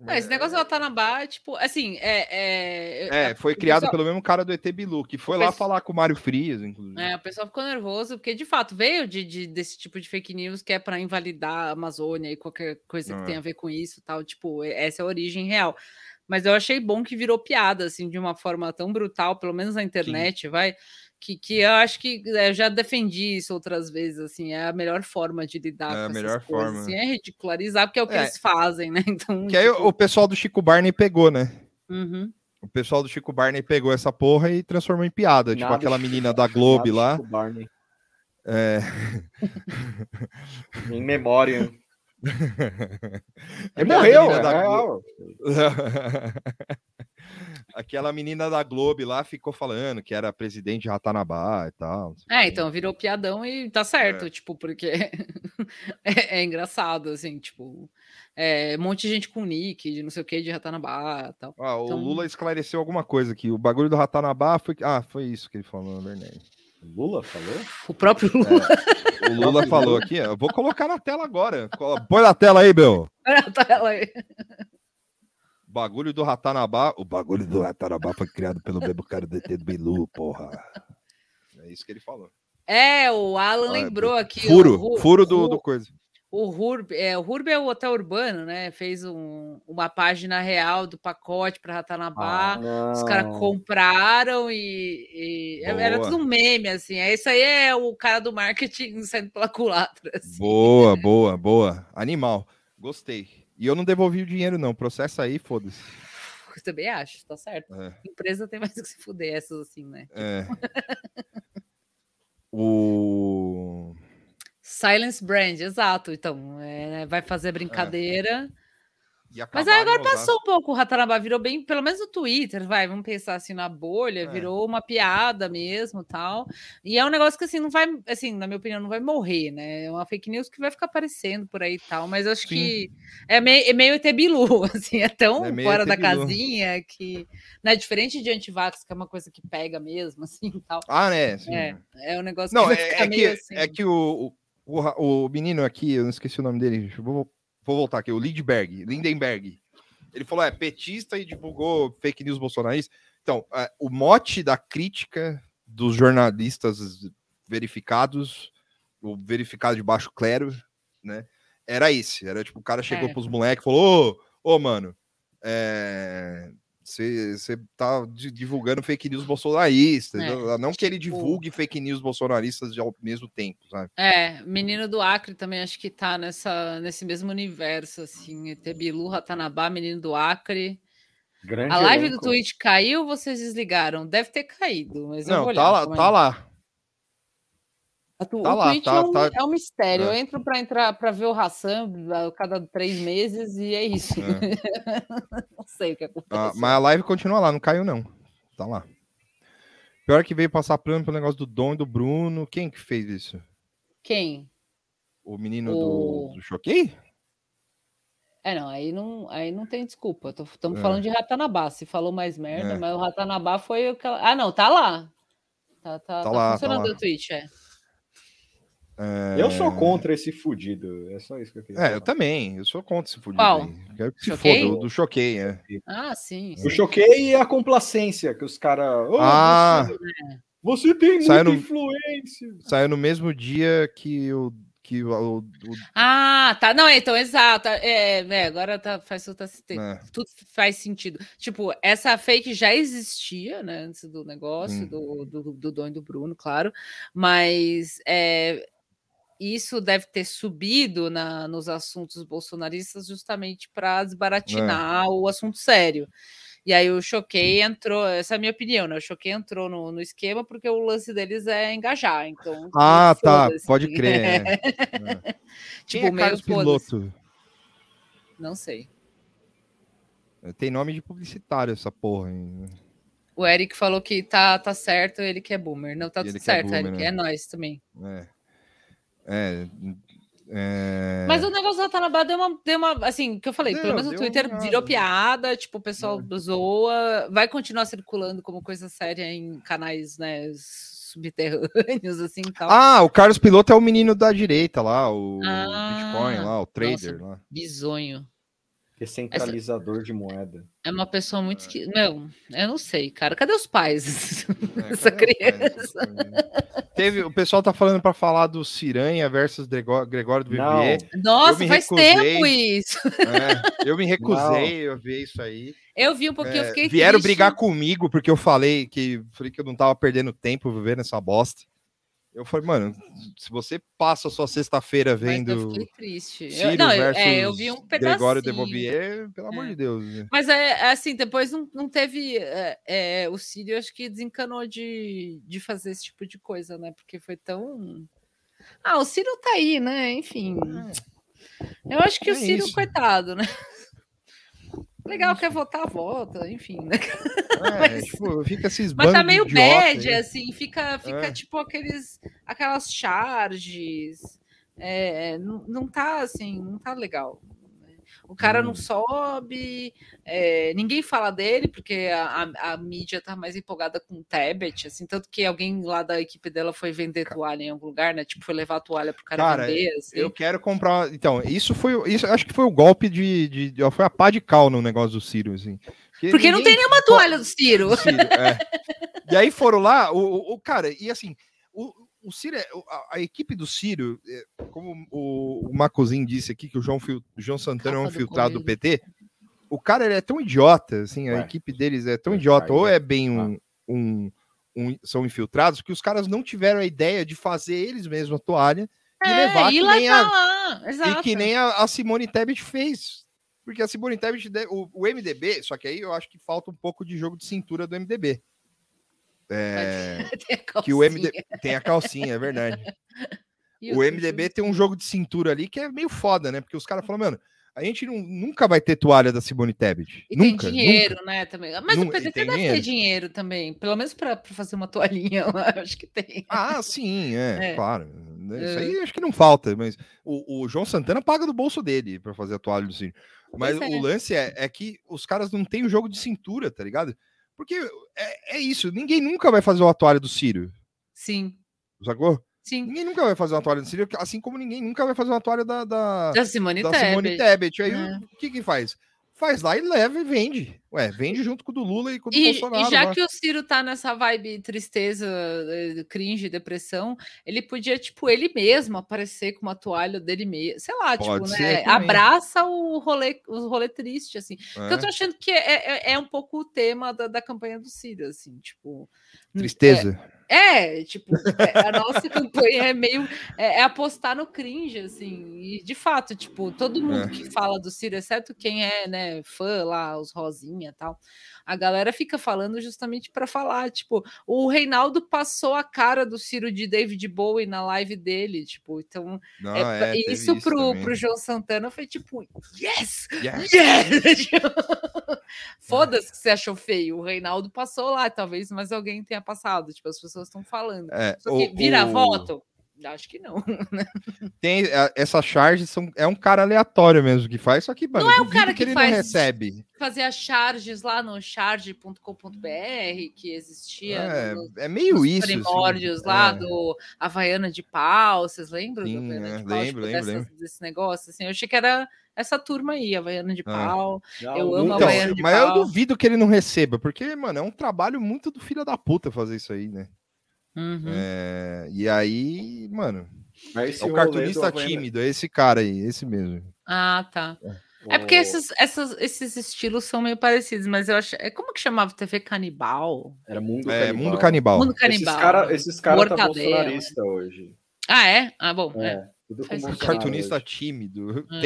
Speaker 8: Não, É, Ah, esse negócio da Tanabá, tipo, assim, é.
Speaker 10: é, foi
Speaker 8: o
Speaker 10: criado
Speaker 8: pessoal-
Speaker 10: pelo mesmo cara do ET Bilu, que foi lá
Speaker 8: Mas-
Speaker 10: falar com o Mário Frias, inclusive.
Speaker 8: É, o pessoal ficou nervoso, porque de fato veio de, de- desse tipo de fake news que é para invalidar a Amazônia e qualquer coisa que
Speaker 10: É.
Speaker 8: tenha a ver com isso e tal. Tipo, e- essa é a origem real. Mas eu achei bom que virou piada, assim, de uma forma tão brutal, pelo menos na internet, vai. Que, que eu acho que é, eu já defendi isso outras vezes, assim, é a melhor forma de lidar
Speaker 10: É a
Speaker 8: com
Speaker 10: melhor
Speaker 8: essas coisas,
Speaker 10: forma.
Speaker 8: assim, é ridicularizar, porque é o que
Speaker 10: É.
Speaker 8: eles fazem, né? [LAUGHS] Então,
Speaker 10: Que aí o pessoal do Chico Barney pegou, né?
Speaker 8: uhum.
Speaker 10: O pessoal do Chico Barney pegou essa porra e transformou em piada. tipo
Speaker 9: Nada
Speaker 10: aquela
Speaker 9: Chico-
Speaker 10: menina da Globo lá.
Speaker 9: Chico Barney.
Speaker 10: É. [LAUGHS]
Speaker 9: Em memória.
Speaker 10: Aquela
Speaker 9: morreu,
Speaker 10: menina da
Speaker 9: é
Speaker 10: Glo- Aquela menina da Globo lá ficou falando que era presidente de Ratanabá e tal.
Speaker 8: É, então virou piadão e tá certo, tipo, porque [LAUGHS] é, é engraçado, assim, tipo, é, um monte de gente com nick, de não sei o que, de Ratanabá e tal.
Speaker 10: Ah, o
Speaker 8: Então,
Speaker 10: Lula esclareceu alguma coisa aqui. O bagulho do Ratanabá foi. Ah, foi isso que ele falou, na verdade.
Speaker 9: Lula falou?
Speaker 8: O próprio [LAUGHS]
Speaker 10: Lula. o Lula falou aqui, ó. Eu vou colocar na tela agora. Colo- Põe na tela aí, meu.
Speaker 8: olha, tá ela
Speaker 10: É.
Speaker 8: aí.
Speaker 10: Bagulho do Ratanabá. O bagulho do Ratanabá foi criado pelo mesmo cara do ET do Bilu, porra. É isso que ele falou.
Speaker 8: É, o Alan
Speaker 10: Olha,
Speaker 8: lembrou aqui.
Speaker 10: Furo,
Speaker 8: o Ru-
Speaker 10: furo do,
Speaker 8: Ru-
Speaker 10: do coisa.
Speaker 8: O Hurb, é, o Hurb é o hotel urbano, né? Fez um- uma página real do pacote para Ratanabá.
Speaker 16: Ah.
Speaker 8: os caras compraram e, e- era
Speaker 10: Boa.
Speaker 8: tudo um meme, assim. É isso aí é o cara do marketing [LAUGHS] saindo pela culatra. assim.
Speaker 10: Boa, boa, boa. Animal. Gostei. E eu não devolvi o dinheiro, não. Processa aí, foda-se.
Speaker 8: Eu também acho, tá certo.
Speaker 10: É.
Speaker 8: Empresa tem mais que se fuder, essas assim, né?
Speaker 10: É.
Speaker 8: [LAUGHS]
Speaker 10: O.
Speaker 8: Silence Brand, exato. Então, é, vai fazer brincadeira.
Speaker 10: E
Speaker 8: Mas aí agora passou um pouco, o Ratanabá virou bem, pelo menos no Twitter, vai, vamos pensar assim na bolha,
Speaker 16: É.
Speaker 8: virou uma piada mesmo, tal. E é um negócio que assim não vai, assim, na minha opinião, não vai morrer, né? É uma fake news que vai ficar aparecendo por aí e tal, mas eu acho que é meio, é meio ET Bilu, [LAUGHS] assim, é tão
Speaker 16: É meio
Speaker 8: fora
Speaker 16: ET
Speaker 8: da
Speaker 16: Bilu.
Speaker 8: casinha que, né, diferente de antivax, que é uma coisa que pega mesmo, assim, e tal.
Speaker 10: Ah, né, sim.
Speaker 8: É, é um negócio
Speaker 10: Não,
Speaker 8: vai
Speaker 10: é,
Speaker 8: ficar
Speaker 10: é que,
Speaker 8: meio assim.
Speaker 10: é que o, o, o ra- o menino aqui, eu não esqueci o nome dele, gente, vou, vou voltar aqui, o Lindbergh, Lindenberg. Ele falou, é petista e divulgou fake news bolsonarista. Então, é, o mote da crítica dos jornalistas verificados, o verificado de baixo clero, né, era esse. Era tipo, o cara chegou
Speaker 17: É.
Speaker 10: pros moleques e falou, ô, ô, mano, é... Você tá di- divulgando fake news bolsonaristas.
Speaker 8: É,
Speaker 10: né? Não que ele divulgue fake news bolsonaristas ao mesmo tempo, sabe?
Speaker 8: É, Menino do Acre também acho que tá nessa, nesse mesmo universo, assim. ET Bilu, Ratanabá, Menino do Acre.
Speaker 9: Grande
Speaker 8: a live do
Speaker 9: elenco.
Speaker 8: Twitch caiu ou vocês desligaram? Deve ter caído, mas eu
Speaker 10: Não,
Speaker 8: vou olhar.
Speaker 10: tá lá,
Speaker 8: calma
Speaker 10: tá
Speaker 8: aí.
Speaker 10: lá.
Speaker 8: A tu-
Speaker 10: tá
Speaker 8: o
Speaker 10: lá,
Speaker 8: Twitch
Speaker 10: tá-
Speaker 8: é, um,
Speaker 10: tá-
Speaker 8: é um mistério. Eu
Speaker 10: é.
Speaker 8: entro para entrar para ver o Hassan a cada três meses e é isso. [LAUGHS] Não sei o que acontece.
Speaker 10: Ah, mas a live continua lá, não caiu, não. Tá lá. Pior que veio passar plano pelo negócio do Dom e do Bruno. Quem que fez isso?
Speaker 8: Quem?
Speaker 10: O menino
Speaker 8: O-
Speaker 10: do, do Choquei?
Speaker 8: É, não, aí não, aí não tem desculpa. Estamos
Speaker 10: É.
Speaker 8: falando de Ratanabá. Se falou mais merda,
Speaker 10: É.
Speaker 8: mas o Ratanabá foi o que ela... Ah, não, tá lá. Tá, tá,
Speaker 10: Tá
Speaker 8: tá
Speaker 10: lá, tá
Speaker 8: funcionando
Speaker 10: lá.
Speaker 8: o Twitch, é.
Speaker 10: É...
Speaker 9: Eu sou contra esse fudido. É só isso que eu queria
Speaker 10: É, eu também. Eu sou contra esse fudido
Speaker 8: Qual?
Speaker 10: aí. Quero que se
Speaker 8: Choquei?
Speaker 10: foda, o do Choquei, é.
Speaker 8: Ah, sim. sim.
Speaker 9: Eu choquei a complacência que os caras.
Speaker 10: Ah!
Speaker 9: Você tem muita
Speaker 10: Saiu no-
Speaker 9: influência.
Speaker 10: Saiu no mesmo dia que o... Que o, o- o-
Speaker 8: Ah, tá. Não, então, exato. É, é, agora tá, faz tudo,
Speaker 10: É.
Speaker 8: tudo faz sentido. Tipo, essa fake já existia, né? Antes do negócio, do, do, do Dom e do Bruno, claro. Mas é, isso deve ter subido na, nos assuntos bolsonaristas justamente para desbaratinar o assunto sério. E aí o Choquei entrou, essa é a minha opinião, né? O Choquei entrou no, no esquema porque o lance deles é engajar, então...
Speaker 10: Ah, tá.
Speaker 8: foda-se.
Speaker 10: Pode crer.
Speaker 8: [LAUGHS]
Speaker 10: é. Quem
Speaker 8: Tipo,
Speaker 10: é
Speaker 8: meio
Speaker 10: Carlos
Speaker 8: foda
Speaker 10: Piloto?
Speaker 8: Não sei.
Speaker 10: Tem nome de publicitário essa porra. hein?
Speaker 8: O Eric falou que tá, tá certo, ele que é boomer. Não, tá
Speaker 10: Ele
Speaker 8: tudo
Speaker 10: que é
Speaker 8: certo,
Speaker 10: boomer,
Speaker 8: Eric.
Speaker 10: né?
Speaker 8: É nós também.
Speaker 10: É. É, é...
Speaker 8: Mas o negócio da Tanabá deu uma, deu uma. Assim, que eu falei,
Speaker 10: Deu,
Speaker 8: pelo menos no
Speaker 10: deu
Speaker 8: Twitter
Speaker 10: uma- É.
Speaker 8: virou piada, tipo, o pessoal zoa, vai continuar circulando como coisa séria em canais, né, subterrâneos, assim e tal.
Speaker 10: Ah, o Carlos Piloto é o menino da direita lá, o
Speaker 8: Ah,
Speaker 10: Bitcoin lá, o
Speaker 8: [LAUGHS]
Speaker 10: trader lá.
Speaker 8: Bisonho.
Speaker 9: Descentralizador de moeda.
Speaker 8: É uma pessoa muito esquisita. Não, eu não sei, cara. Cadê os pais [LAUGHS] dessa
Speaker 10: cadê os pais
Speaker 8: criança?
Speaker 10: né? Teve, o pessoal tá falando pra falar do Ciranha versus Grego- Gregório do
Speaker 8: Não.
Speaker 10: BBE.
Speaker 8: Nossa, faz tempo isso.
Speaker 10: É, eu me recusei
Speaker 8: Não.
Speaker 10: a ver isso aí.
Speaker 8: Eu vi um pouquinho, eu
Speaker 10: É,
Speaker 8: fiquei
Speaker 10: vieram
Speaker 8: triste.
Speaker 10: brigar comigo porque eu falei que, falei que eu não tava perdendo tempo vivendo essa bosta. Eu falei, mano, se você passa a sua sexta-feira vendo
Speaker 8: Fiquei triste. Eu-
Speaker 10: Ciro
Speaker 8: não, eu,
Speaker 10: versus
Speaker 8: é, eu vi um pedacinho.
Speaker 10: Gregório de Bobier, pelo amor
Speaker 8: É.
Speaker 10: de
Speaker 8: [LAUGHS]
Speaker 10: Deus. né?
Speaker 8: Mas é é assim, depois não, não teve. é, é, o Círio acho que desencanou de, de fazer esse tipo de coisa, né? Porque foi tão. Ah, o Círio tá aí, né? Enfim. Eu acho que
Speaker 16: É
Speaker 8: o Círio,
Speaker 16: isso.
Speaker 8: coitado, né? [LAUGHS] Legal, quer votar, vota, enfim, né?
Speaker 10: É, tipo, fica esses
Speaker 8: Mas tá
Speaker 10: bandos de
Speaker 8: meio
Speaker 10: idiota
Speaker 8: bad,
Speaker 10: aí.
Speaker 8: assim, fica, fica
Speaker 10: É.
Speaker 8: tipo aqueles, aquelas charges. é, não, não tá assim, não tá legal. O cara
Speaker 10: Hum.
Speaker 8: não sobe, é, ninguém fala dele, porque a, a- a mídia tá mais empolgada com o Tebet, assim, tanto que alguém lá da equipe dela foi vender toalha em algum lugar, né? Tipo, foi levar a toalha pro cara,
Speaker 10: Cara,
Speaker 8: vender, assim.
Speaker 10: eu quero comprar. Então, isso foi. o- Isso, acho que foi o golpe de. de, de- foi a pá de cal no negócio do Ciro, assim.
Speaker 8: Porque não tem nenhuma toalha do Ciro.
Speaker 10: é. E aí foram lá, o, o- o cara, e assim, o, o Ciro, é- o- a, a equipe do Ciro, é, como o, o Macozinho disse aqui, que o João, Fil- João Santana é um
Speaker 14: Capa do
Speaker 10: filtrado do
Speaker 14: Correio.
Speaker 10: PT, o cara ele é tão idiota, assim, a equipe deles é tão idiota, ou é bem um, um, um- são infiltrados, que os caras não tiveram a ideia de fazer eles mesmos a toalha e levar
Speaker 8: e
Speaker 10: que
Speaker 8: lá
Speaker 10: nem
Speaker 8: tá
Speaker 10: a-
Speaker 8: lá,
Speaker 10: e
Speaker 8: [LAUGHS]
Speaker 10: que
Speaker 8: exato.
Speaker 10: nem a, a Simone Tebet fez. Porque a Simone Tebet, deve- o, o MDB, só que aí eu acho que falta um pouco de jogo de cintura do MDB. É,
Speaker 8: Tem a
Speaker 10: que o MDB
Speaker 8: calcinha.
Speaker 10: tem a calcinha, é verdade.
Speaker 8: assim. [LAUGHS] E
Speaker 10: o MDB tem um jogo de cintura ali que é meio foda, né? Porque os caras falam, mano, a gente nu- nunca vai ter toalha da Simone Tebet.
Speaker 8: E
Speaker 10: nunca,
Speaker 8: tem dinheiro,
Speaker 10: nunca.
Speaker 8: né? Também. Mas o
Speaker 10: Nunca- e
Speaker 8: PDT
Speaker 10: tem
Speaker 8: deve ter
Speaker 10: dinheiro.
Speaker 8: dinheiro também. Pelo menos para fazer uma [LAUGHS] toalhinha lá, eu acho que tem.
Speaker 10: Ah, sim, é,
Speaker 8: É.
Speaker 10: claro. né, Isso aí
Speaker 8: É.
Speaker 10: acho que não falta, mas o, o João Santana paga do bolso dele pra fazer a toalha do Ciro. Mas
Speaker 14: Pois é.
Speaker 10: o lance é, é que os caras não têm o jogo de cintura, tá ligado? Porque é, é isso, ninguém nunca vai fazer uma toalha do Ciro.
Speaker 8: Sim.
Speaker 10: Sacou?
Speaker 8: Sim.
Speaker 10: Ninguém nunca vai fazer uma toalha do Ciro, assim como ninguém nunca vai fazer uma toalha da, da,
Speaker 8: Da Simone
Speaker 10: da
Speaker 8: Tebet.
Speaker 10: Simone Tebet. Aí
Speaker 8: É.
Speaker 10: o que que faz? Faz lá e leva e vende. Ué, vende junto com o do Lula e com o do
Speaker 8: E,
Speaker 10: Bolsonaro.
Speaker 8: e já
Speaker 10: lá.
Speaker 8: que o Ciro tá nessa vibe tristeza, eh, cringe, depressão, ele podia, tipo, ele mesmo aparecer com uma toalha dele mesmo, sei lá,
Speaker 16: Pode
Speaker 8: tipo,
Speaker 16: ser
Speaker 8: né?
Speaker 16: também.
Speaker 8: Abraça o rolê, o rolê triste, assim. Porque eu
Speaker 10: É.
Speaker 8: tô achando que é, é- é um pouco o tema da, da campanha do Ciro, assim, tipo.
Speaker 10: Tristeza.
Speaker 8: É, tipo, é, a nossa [LAUGHS] campanha é meio é, é apostar no cringe, assim, e de fato, tipo, todo mundo
Speaker 16: É.
Speaker 8: que fala do Ciro, exceto quem é, né, fã lá, os Rosinha e tal, a galera fica falando justamente para falar, tipo, o Reinaldo passou a cara do Ciro de David Bowie na live dele, tipo, então,
Speaker 10: Não,
Speaker 8: é,
Speaker 10: é, teve
Speaker 8: isso
Speaker 10: isso
Speaker 8: pro,
Speaker 10: também.
Speaker 8: pro João Santana foi tipo, yes!
Speaker 10: Yes!
Speaker 8: Yes! [LAUGHS] Foda-se que você achou feio, o Reinaldo passou lá, talvez, mas alguém tenha passado, tipo, as pessoas estão falando.
Speaker 10: É,
Speaker 8: Só que
Speaker 10: o-
Speaker 8: vira
Speaker 10: o-
Speaker 8: voto? Acho que não. [LAUGHS] né?
Speaker 10: tem a- essa charge são, é um cara aleatório mesmo que faz, só que mano,
Speaker 8: Não é um
Speaker 10: duvido
Speaker 8: cara que
Speaker 10: ele
Speaker 8: faz-
Speaker 10: não recebe.
Speaker 8: Fazer as charges lá no charge.com.br que existia.
Speaker 10: É,
Speaker 8: no-
Speaker 10: é meio
Speaker 8: nos
Speaker 10: isso, assim,
Speaker 8: primórdios lá
Speaker 10: é.
Speaker 8: do Havaiana de Pau, vocês lembram? do
Speaker 10: Sim,
Speaker 8: Havaiana
Speaker 10: é,
Speaker 8: de pau, Tipo,
Speaker 10: lembro, lembro,
Speaker 8: dessas-
Speaker 10: lembro.
Speaker 8: desse negócio? Assim, eu achei que era essa turma aí, Havaiana de
Speaker 10: É.
Speaker 8: Pau. eu
Speaker 10: Então,
Speaker 8: amo Havaiana de
Speaker 10: mas eu
Speaker 8: Pau.
Speaker 10: duvido que ele não receba, porque, mano, é um trabalho muito do filho da puta fazer isso aí, né?
Speaker 8: Hum. Uhum.
Speaker 10: É, e aí, mano,
Speaker 9: Mas
Speaker 10: é
Speaker 9: esse
Speaker 10: o
Speaker 9: rolê do
Speaker 10: cartunista
Speaker 9: Havaiana-
Speaker 10: tímido, é esse cara aí, esse mesmo.
Speaker 8: Ah, tá. É porque esses, essas- esses estilos são meio parecidos, mas eu acho. é, Como que chamava TV Canibal?
Speaker 9: Era Mundo
Speaker 10: É, Mundo Canibal.
Speaker 8: Mundo
Speaker 9: Esses
Speaker 8: Canibal.
Speaker 9: caras esses cara tá
Speaker 8: Mortadela. né?
Speaker 9: bolsonarista hoje.
Speaker 8: Ah, é? Ah, bom.
Speaker 9: É,
Speaker 8: é.
Speaker 9: tudo com
Speaker 8: Faz
Speaker 10: O
Speaker 8: sentido.
Speaker 10: cartunista tímido,
Speaker 8: É.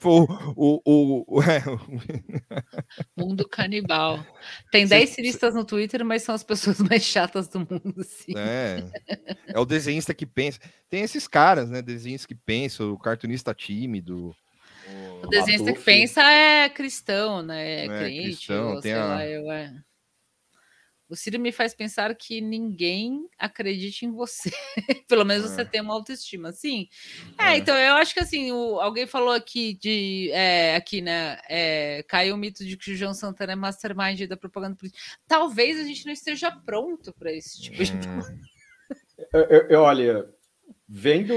Speaker 8: [LAUGHS]
Speaker 10: TM. o, o, o, o- é, o-
Speaker 8: Mundo canibal. Tem
Speaker 10: Cê-
Speaker 8: 10 ciristas no Twitter, mas são as pessoas [LAUGHS] mais chatas do mundo, assim. sim.
Speaker 10: É. É o desenhista que pensa. Tem esses caras, né? Desenhistas que pensam, o cartunista tímido.
Speaker 8: O desenhista que pensa é cristão, né? É,
Speaker 10: É,
Speaker 8: crente,
Speaker 10: cristão,
Speaker 8: ou
Speaker 10: tem
Speaker 8: sei
Speaker 10: a-
Speaker 8: lá, eu é. O Ciro me faz pensar que ninguém acredite em você. [LAUGHS] Pelo menos
Speaker 10: É.
Speaker 8: você tem uma autoestima. Sim. É, então eu acho que assim, o- alguém falou aqui de é, aqui, né? é, caiu o mito de que o João Santana é mastermind da propaganda política. Talvez a gente não esteja pronto para esse tipo
Speaker 10: É.
Speaker 8: de
Speaker 9: Eu, eu- eu, olha, vendo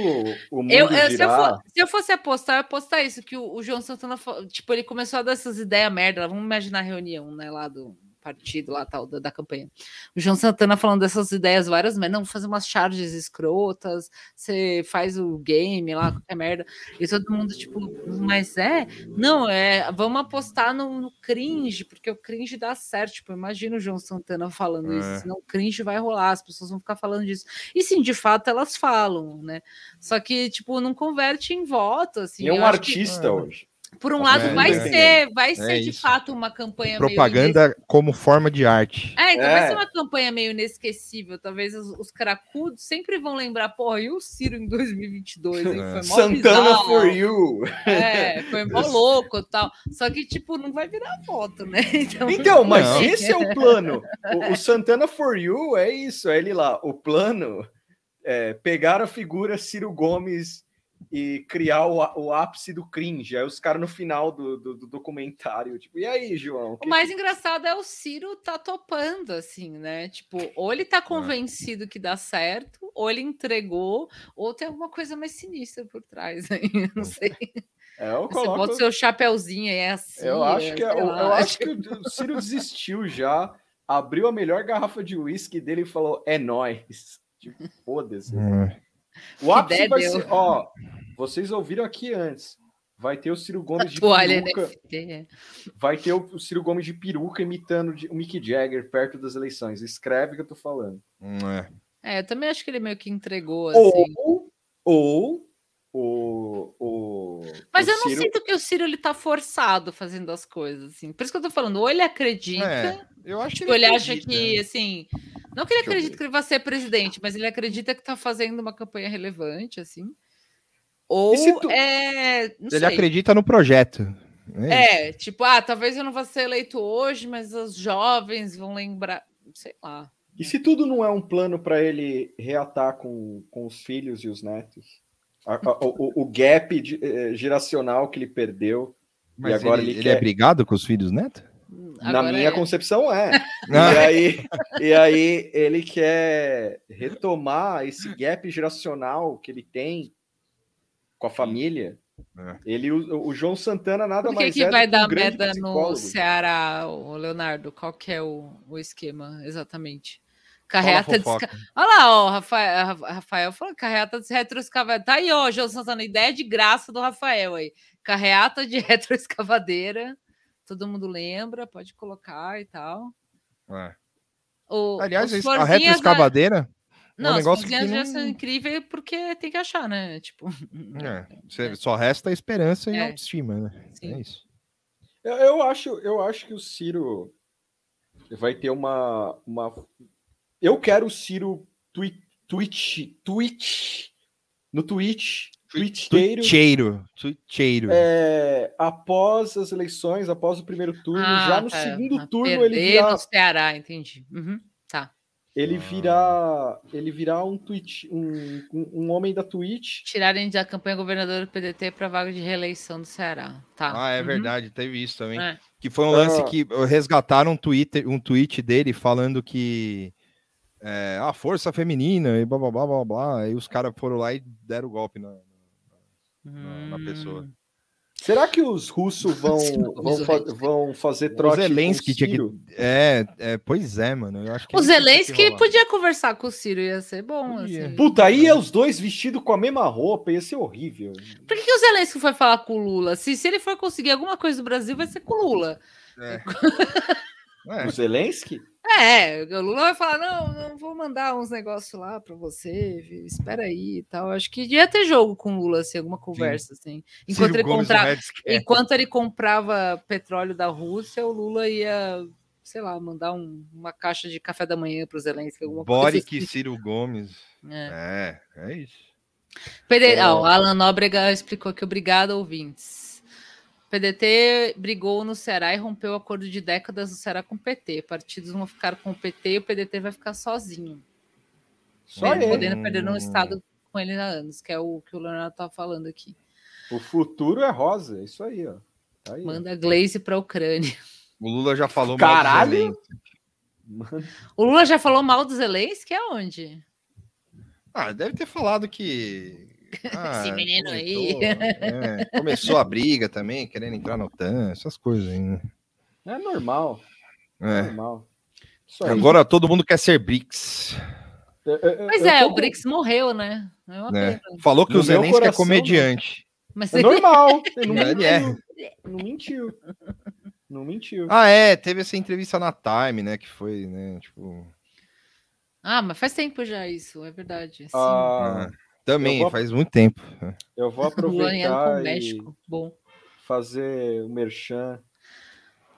Speaker 9: o mundo
Speaker 8: Eu, eu-
Speaker 9: girar...
Speaker 8: se, eu for- se eu fosse apostar, eu ia apostar isso, que o, o João Santana, fa- tipo, ele começou a dar essas ideias merda, lá, vamos imaginar a reunião, né, lá do partido, lá tal, da, da campanha. O João Santana falando dessas ideias várias, mas não, fazer umas charges escrotas, você faz o game lá, qualquer merda, e todo mundo, tipo, mas é? Não, é, vamos apostar no, no cringe, porque o cringe dá certo, tipo, imagina o João Santana falando
Speaker 17: É.
Speaker 8: isso, senão o cringe vai rolar, as pessoas vão ficar falando disso. E sim, de fato, elas falam, né? Só que, tipo, não converte em voto, assim.
Speaker 9: Ele é
Speaker 8: eu
Speaker 9: um
Speaker 8: acho que-
Speaker 9: artista hoje.
Speaker 8: Por um
Speaker 10: É,
Speaker 8: lado, vai
Speaker 10: é.
Speaker 8: ser, vai
Speaker 10: É
Speaker 8: ser de
Speaker 10: isso.
Speaker 8: fato uma campanha meio.
Speaker 10: Propaganda como forma de arte.
Speaker 8: É, então vai ser uma campanha meio inesquecível. Talvez os, os cracudos sempre vão lembrar, porra, e o Ciro em 2022? Hein? Foi mó
Speaker 9: Santana
Speaker 8: bizarro.
Speaker 9: for you.
Speaker 8: É, foi mó louco e tal. Só que, tipo, não vai virar voto, né? [LAUGHS]
Speaker 9: [LAUGHS] Então, mas
Speaker 8: Não.
Speaker 9: esse é o plano. O, o Santana for You é isso, é ele lá. O plano é pegar a figura Ciro Gomes e criar o, á- o ápice do cringe. Aí os caras no final do, do, do documentário, tipo, e aí, João?
Speaker 8: O mais engraçado é o Ciro tá topando, assim, né? Tipo, ou ele tá convencido que dá certo, ou ele entregou, ou tem alguma coisa mais sinistra por trás [LAUGHS] aí, eu não sei.
Speaker 9: É, eu
Speaker 8: Você
Speaker 9: coloco-
Speaker 8: bota o seu chapéuzinho e é assim.
Speaker 9: Eu acho que,
Speaker 8: sei
Speaker 9: é- eu,
Speaker 8: lá. [LAUGHS]
Speaker 9: eu acho que o o Ciro desistiu já, abriu a melhor garrafa de uísque dele e falou: é nóis. Tipo, foda-se.
Speaker 10: É.
Speaker 9: O ápice
Speaker 8: der,
Speaker 9: vai
Speaker 8: deu.
Speaker 9: ser, ó, vocês ouviram aqui antes. Vai ter o Ciro Gomes de
Speaker 8: Toalha né?
Speaker 9: peruca.
Speaker 8: NFT.
Speaker 9: Vai ter o o Ciro Gomes de peruca imitando de- o Mick Jagger perto das eleições. Escreve o que eu tô falando.
Speaker 8: É, eu também acho que ele meio que entregou,
Speaker 9: Ou-
Speaker 8: assim.
Speaker 9: Ou o. o
Speaker 8: Mas
Speaker 9: o
Speaker 8: eu não
Speaker 9: Ciro-
Speaker 8: sinto que o Ciro ele tá forçado fazendo as coisas, assim. Por isso que eu tô falando, ou ele acredita,
Speaker 10: É, eu acho que
Speaker 8: tipo,
Speaker 10: ele
Speaker 8: ele, acha
Speaker 10: acredita.
Speaker 8: que, assim, não que ele
Speaker 10: Deixa eu
Speaker 8: acredita que ele vai ser presidente, mas ele acredita que tá fazendo uma campanha relevante, assim. Ou é. não
Speaker 10: Ele
Speaker 8: sei.
Speaker 10: acredita no projeto. É.
Speaker 8: É, tipo, ah, talvez eu não vá ser eleito hoje, mas os jovens vão lembrar. Sei lá.
Speaker 9: E se tudo não é um plano para ele reatar com, com os filhos e os netos? A- a- o, o- o gap de- eh, geracional que ele perdeu. e
Speaker 10: Mas
Speaker 9: agora
Speaker 10: ele,
Speaker 9: ele,
Speaker 10: ele
Speaker 9: quer...
Speaker 10: é brigado com os filhos neto?
Speaker 9: Na minha concepção é.
Speaker 8: [LAUGHS]
Speaker 9: e,
Speaker 10: Ah.
Speaker 9: aí, e aí ele quer retomar esse gap geracional que ele tem com a família. Ele, o, o João Santana nada
Speaker 8: Por que,
Speaker 9: mais
Speaker 8: que
Speaker 9: é
Speaker 8: vai
Speaker 9: do que um
Speaker 8: dar
Speaker 9: grande
Speaker 8: merda no
Speaker 9: psicólogo.
Speaker 8: Ceará, o Leonardo? Qual que é o, o esquema exatamente? Carreata de.
Speaker 17: fofoca.
Speaker 8: Olha lá, ó, Rafael, Ra- Rafael falou carreata de retroescavadeira. Tá aí, ó, João Santana, ideia de graça do Rafael aí. Carreata de [LAUGHS] retroescavadeira. Todo mundo lembra, pode colocar e tal.
Speaker 10: É.
Speaker 8: O,
Speaker 10: Aliás,
Speaker 8: os
Speaker 10: isso- a
Speaker 8: florzinhas da-
Speaker 10: retroescavadeira é
Speaker 8: Não,
Speaker 10: um
Speaker 8: as
Speaker 10: negócio que
Speaker 8: florzinhas já são
Speaker 10: não...
Speaker 8: incríveis porque tem que achar, né? Tipo. [LAUGHS]
Speaker 10: É, você- só resta esperança e
Speaker 8: É.
Speaker 10: autoestima, né? É isso.
Speaker 9: Eu, eu acho, eu acho que o Ciro vai ter uma, uma... Eu quero o Ciro tweet, tweet, tweet no Twitch, twitteiro.
Speaker 10: Tuiteiro. Tuiteiro.
Speaker 9: É, após as eleições, após o primeiro turno, já no
Speaker 8: tá.
Speaker 9: segundo
Speaker 8: Ah,
Speaker 9: turno ele
Speaker 8: perder
Speaker 9: virá,
Speaker 8: no Ceará, entendi. Uhum, Tá.
Speaker 10: Ah.
Speaker 9: ele virá, ele virá um tweet, um, um, um homem da Twitch.
Speaker 8: Tirarem da campanha governador do PDT para vaga de reeleição do Ceará. Tá.
Speaker 10: Ah, é
Speaker 8: Uhum.
Speaker 10: verdade, teve isso também.
Speaker 8: É.
Speaker 10: Que foi um
Speaker 9: Ah.
Speaker 10: lance que resgataram um, Twitter, um tweet dele falando que é, a força feminina e blá blá blá blá blá. Aí os caras foram lá e deram o golpe na,
Speaker 8: Uhum.
Speaker 10: na- na pessoa.
Speaker 8: Hum.
Speaker 9: Será que
Speaker 8: [LAUGHS]
Speaker 9: os russos vão, vão, fa- vão fazer
Speaker 10: O
Speaker 9: trote? com
Speaker 10: Zelensky tinha que.
Speaker 9: Ciro?
Speaker 10: É, é, pois é, mano. Eu acho que
Speaker 8: O
Speaker 10: ele tinha que
Speaker 8: Zelensky
Speaker 10: rolar.
Speaker 8: podia conversar com o Ciro, ia ser bom. assim.
Speaker 9: Puta, aí é os dois vestidos com a mesma roupa, ia ser horrível.
Speaker 8: Por que, que o Zelensky foi falar com o Lula? Se, se ele for conseguir alguma coisa do Brasil, vai ser com o Lula. [LAUGHS]
Speaker 10: É,
Speaker 9: O Zelensky?
Speaker 8: É, o Lula vai falar: não, não vou mandar uns negócios lá para você, viu? espera aí e tal. Acho que ia ter jogo com o Lula, assim, alguma conversa, assim. Enquanto,
Speaker 17: Ciro
Speaker 8: ele,
Speaker 17: Gomes, o
Speaker 8: comprava,
Speaker 17: Red Scare.
Speaker 8: enquanto ele comprava petróleo da Rússia, o Lula ia, sei lá, mandar um- uma caixa de café da manhã para os Zelensky, alguma coisa.
Speaker 10: Boric
Speaker 8: assim.
Speaker 10: e Ciro Gomes. É, é, isso.
Speaker 8: Pede...
Speaker 10: É.
Speaker 8: Ah, o Alan Nóbrega explicou que obrigado, ouvintes. PDT brigou no Ceará e rompeu o acordo de décadas do Ceará com o PT. Partidos vão ficar com o PT e o PDT vai ficar sozinho.
Speaker 9: Só
Speaker 8: Mesmo
Speaker 9: ele.
Speaker 8: podendo perder um estado com ele há anos, que é o que o Leonardo tá falando aqui.
Speaker 9: O futuro é rosa, é isso aí, ó. Tá aí.
Speaker 8: Manda Glaze para a Ucrânia. [LAUGHS]
Speaker 10: O Lula já falou
Speaker 9: Caralho!
Speaker 10: mal do Zelensky.
Speaker 8: O Lula já falou mal do Zelensky? Aonde?
Speaker 10: Ah, deve ter falado que.
Speaker 8: [LAUGHS]
Speaker 10: Ah,
Speaker 8: Esse menino aí.
Speaker 10: comentou, é, começou a briga também, querendo entrar na OTAN, essas coisas aí, né?
Speaker 9: É normal. É.
Speaker 10: É.
Speaker 9: normal. Isso aí.
Speaker 10: Agora todo mundo quer ser BRICS.
Speaker 9: Eu- eu- eu-
Speaker 8: Pois
Speaker 9: eu
Speaker 8: é,
Speaker 9: tô
Speaker 8: o BRICS morreu, né? É uma
Speaker 10: né?
Speaker 8: pena.
Speaker 10: Falou que
Speaker 9: No
Speaker 10: o
Speaker 9: meu
Speaker 10: Zelensky é
Speaker 9: coração,
Speaker 10: comediante.
Speaker 8: Mas
Speaker 9: É normal. Ele não,
Speaker 10: Ele é.
Speaker 9: mentiu. Não mentiu. Não mentiu.
Speaker 10: Ah, é, teve essa entrevista na Time, né? Que foi, né? Tipo.
Speaker 8: [LAUGHS] Ah, mas faz tempo já isso, é verdade. Sim.
Speaker 9: Ah,
Speaker 10: ah, também,
Speaker 9: eu vou-
Speaker 10: faz muito tempo.
Speaker 9: Eu vou
Speaker 8: Ganhando com o
Speaker 9: aproveitar e
Speaker 8: México. Bom.
Speaker 9: fazer o merchan.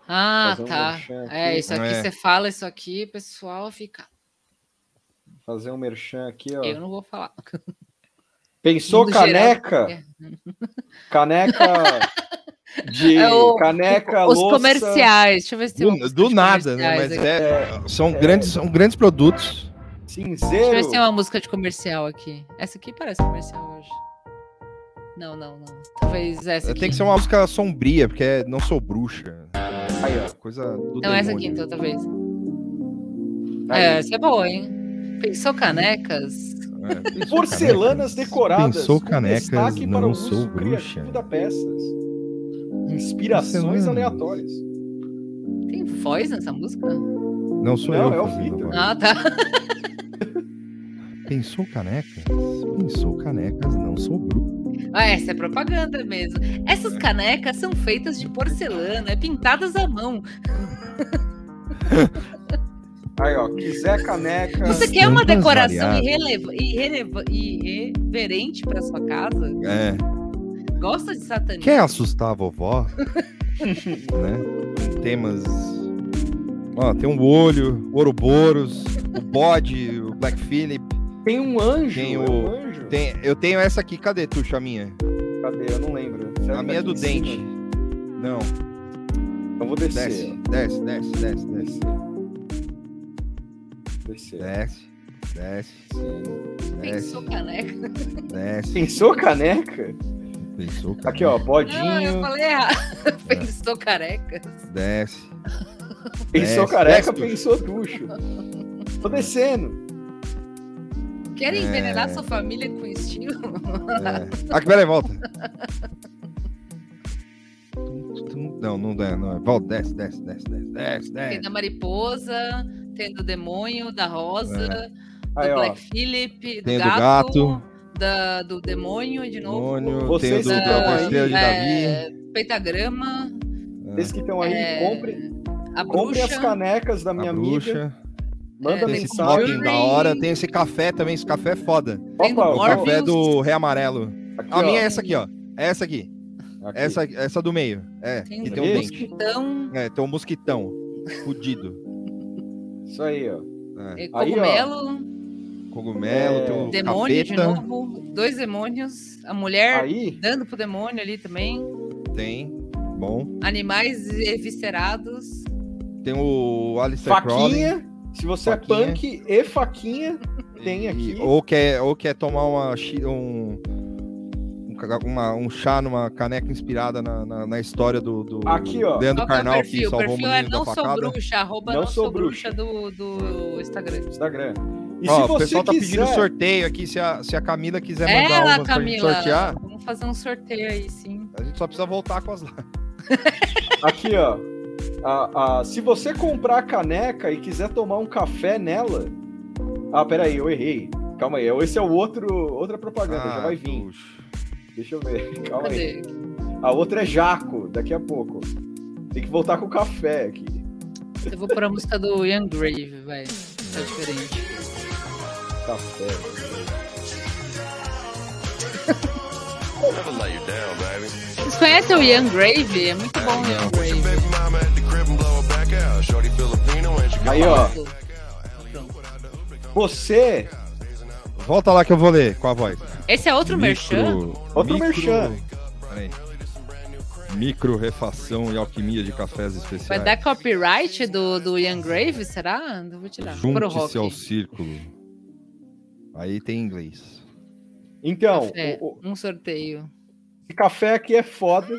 Speaker 8: Ah,
Speaker 9: fazer um
Speaker 8: tá.
Speaker 9: merchan
Speaker 8: É,
Speaker 9: aqui.
Speaker 8: isso aqui
Speaker 9: É.
Speaker 8: você fala, isso aqui, pessoal, fica.
Speaker 9: Fazer um merchan aqui, ó.
Speaker 8: Eu não vou falar.
Speaker 9: Pensou
Speaker 8: Mundo né?
Speaker 9: caneca?
Speaker 8: gerando- [LAUGHS]
Speaker 9: Caneca de
Speaker 8: É o-
Speaker 9: caneca
Speaker 8: os
Speaker 9: louça.
Speaker 8: comerciais. Deixa eu ver se tem uma
Speaker 10: Do,
Speaker 8: música
Speaker 10: do
Speaker 8: de
Speaker 10: nada, né?
Speaker 8: um comerciais
Speaker 10: Mas
Speaker 8: aqui.
Speaker 10: é, são, Grandes, são grandes produtos.
Speaker 8: Deixa eu ver se
Speaker 9: Cinzeiro.
Speaker 8: tem uma música de comercial aqui. Essa aqui parece comercial hoje. Não, não, não. Talvez essa aqui.
Speaker 10: É, Tem que ser uma música sombria, porque é não sou bruxa.
Speaker 9: Aí, ó.
Speaker 10: Coisa do
Speaker 8: Não, essa aqui
Speaker 10: um demônio.
Speaker 8: então, talvez.
Speaker 9: Aí.
Speaker 8: É, essa é boa, hein? Pensou canecas?
Speaker 10: É,
Speaker 9: Porcelanas decoradas.
Speaker 10: Pensou
Speaker 9: com
Speaker 10: canecas,
Speaker 9: destaque para
Speaker 10: não
Speaker 9: o uso
Speaker 10: sou bruxa.
Speaker 9: criativo da peças. Inspirações
Speaker 10: Porcelanas.
Speaker 9: aleatórias.
Speaker 8: Tem voz nessa música?
Speaker 10: Não sou
Speaker 9: Não,
Speaker 10: eu.
Speaker 9: é o
Speaker 10: fazendo
Speaker 9: Vitor.
Speaker 10: agora.
Speaker 8: Ah, tá. [LAUGHS]
Speaker 10: Pensou canecas? Pensou canecas, não sou bruxa.
Speaker 8: Ah, essa é propaganda mesmo. Essas canecas são feitas de porcelana, é pintadas à mão.
Speaker 9: Aí, ó. Quiser caneca.
Speaker 8: Você quer uma
Speaker 10: Tantas
Speaker 8: decoração
Speaker 10: variáveis.
Speaker 8: irreleva- irreleva- irreverente para sua casa?
Speaker 10: É.
Speaker 8: Gosta de satanismo?
Speaker 10: Quer assustar a
Speaker 9: [LAUGHS]
Speaker 10: vovó? né? Temas. Ó, tem um olho, Ouroboros, o bode, o Black Phillip.
Speaker 9: Tem um anjo.
Speaker 10: Tem
Speaker 9: é
Speaker 10: o-
Speaker 9: um anjo.
Speaker 10: Tem, eu tenho essa aqui, cadê, Tuxa, a minha?
Speaker 9: Cadê? Eu não lembro. Será
Speaker 10: A
Speaker 9: que
Speaker 10: minha é
Speaker 9: tá
Speaker 10: do
Speaker 9: aqui em
Speaker 10: dente.
Speaker 9: cima? Então,
Speaker 10: Não,
Speaker 9: Eu vou descer.
Speaker 10: desce, desce, desce, desce, desce.
Speaker 9: Descer.
Speaker 10: Desce, desce, desce,
Speaker 8: Pensou caneca?
Speaker 10: descer.
Speaker 9: Pensou caneca? Tá
Speaker 10: Pensou
Speaker 9: Aqui, ó.
Speaker 8: Ah, eu
Speaker 9: Bodinho.
Speaker 8: falei errado. [LAUGHS] Pensou careca?
Speaker 10: Desce.
Speaker 9: Pensou
Speaker 10: Desce,
Speaker 9: careca,
Speaker 10: desce,
Speaker 9: pensou ducho. Tô descendo.
Speaker 8: Quer
Speaker 10: É.
Speaker 8: envenenar sua família com estilo?
Speaker 10: É. Aqui, peraí, volta. Tum, tum. Não, não é, não é. Volta, desce, desce, desce, desce, desce,
Speaker 8: Tem
Speaker 10: desce.
Speaker 8: da mariposa, tem do demônio, da rosa, do
Speaker 10: Aí, ó.
Speaker 8: Black Philip, do
Speaker 10: É. Tem do
Speaker 8: gato,
Speaker 10: gato.
Speaker 8: da- do demônio de novo.
Speaker 10: Mônio, tem o
Speaker 9: Vocês
Speaker 10: do
Speaker 9: que
Speaker 10: da
Speaker 9: estão aí,
Speaker 10: Estrela de
Speaker 8: é,
Speaker 10: Davi.
Speaker 8: Pentagrama,
Speaker 9: Vocês que estão aí,
Speaker 8: É,
Speaker 9: compre,
Speaker 8: a
Speaker 9: compre
Speaker 8: bruxa.
Speaker 9: as canecas da minha
Speaker 10: A
Speaker 9: amiga.
Speaker 10: bruxa. É,
Speaker 9: Manda
Speaker 10: Tem esse
Speaker 9: mensagem.
Speaker 10: topping da hora. Tem esse café também. Esse café é foda.
Speaker 8: Tem do
Speaker 9: Opa,
Speaker 10: O
Speaker 9: Ó,
Speaker 10: café
Speaker 8: Morbius.
Speaker 10: do Rei Amarelo.
Speaker 9: Aqui,
Speaker 10: A minha
Speaker 9: ó.
Speaker 10: é essa aqui, ó. É Essa aqui.
Speaker 9: Aqui.
Speaker 10: Essa, essa do meio. É.
Speaker 8: Tem
Speaker 10: E
Speaker 8: do
Speaker 10: tem um
Speaker 9: Esse?
Speaker 10: dente.
Speaker 8: Então,
Speaker 10: É, tem um mosquitão. Fudido.
Speaker 9: Isso aí, ó.
Speaker 10: É.
Speaker 8: é,
Speaker 9: ó.
Speaker 8: cogumelo,
Speaker 10: Cogumelo,
Speaker 9: É.
Speaker 10: tem o
Speaker 8: demônio de
Speaker 10: capeta.
Speaker 8: novo, dois demônios, a
Speaker 10: É
Speaker 8: mulher
Speaker 9: Aí.
Speaker 8: dando pro demônio ali também,
Speaker 10: Tem. Bom.
Speaker 8: animais eviscerados.
Speaker 10: Tem o Alistair Crowley.
Speaker 9: Faquinha. Se você
Speaker 10: Faquinha.
Speaker 9: é punk e faquinha, tem aqui.
Speaker 10: E- ou, quer, ou quer tomar uma, chi- um, um, ca- uma- um chá numa caneca inspirada na, na- na história do, do
Speaker 9: Aqui, Ah, ó.
Speaker 10: Leandro
Speaker 8: Qual que é o
Speaker 10: Carnal, que
Speaker 8: perfil? O
Speaker 10: salvou o
Speaker 8: perfil
Speaker 10: menino
Speaker 8: é
Speaker 10: da
Speaker 8: não sou
Speaker 10: facada.
Speaker 8: bruxa, arroba
Speaker 9: Não
Speaker 8: não,
Speaker 9: sou
Speaker 8: sou bruxa, do, do Instagram.
Speaker 9: Instagram. E
Speaker 10: Ó,
Speaker 9: se
Speaker 10: o
Speaker 9: você
Speaker 10: pessoal tá
Speaker 9: quiser,
Speaker 10: pedindo sorteio aqui, se a, se a Camila quiser
Speaker 8: É
Speaker 10: mandar
Speaker 8: Ela,
Speaker 10: uma pra gente
Speaker 8: Camila,
Speaker 10: sortear,
Speaker 8: vamos fazer um sorteio aí, sim.
Speaker 10: a gente só precisa voltar com as lives.
Speaker 9: aqui, ó. A, a- se você comprar a caneca e quiser tomar um café nela. Ah, peraí, eu errei. Calma aí, esse é o outro, outra propaganda, já vai vir.
Speaker 10: Ah, puxa.
Speaker 9: Deixa eu ver, [LAUGHS] calma
Speaker 8: Cadê?
Speaker 9: aí. A outra é Jaco, daqui a pouco. Tem que voltar com o café aqui.
Speaker 8: Eu vou pôr a música do Young Grave, vai. Tá diferente.
Speaker 9: Café.
Speaker 8: Vocês conhecem o Young Grave? É muito bom o Young Grave.
Speaker 9: Aí, ó. Você.
Speaker 10: Volta lá que eu vou ler com a voz.
Speaker 8: Esse é outro merchan?
Speaker 10: Micro-
Speaker 9: Outro
Speaker 10: micro-
Speaker 9: merchan.
Speaker 10: Peraí. Micro refação e alquimia de cafés especiais.
Speaker 8: Vai dar copyright do, do Ian Grave, será? Não vou tirar. Pro rock.
Speaker 10: Junte-se ao círculo. Aí tem inglês.
Speaker 8: [LAUGHS]
Speaker 9: Então,
Speaker 8: É, um sorteio.
Speaker 9: esse café aqui é foda.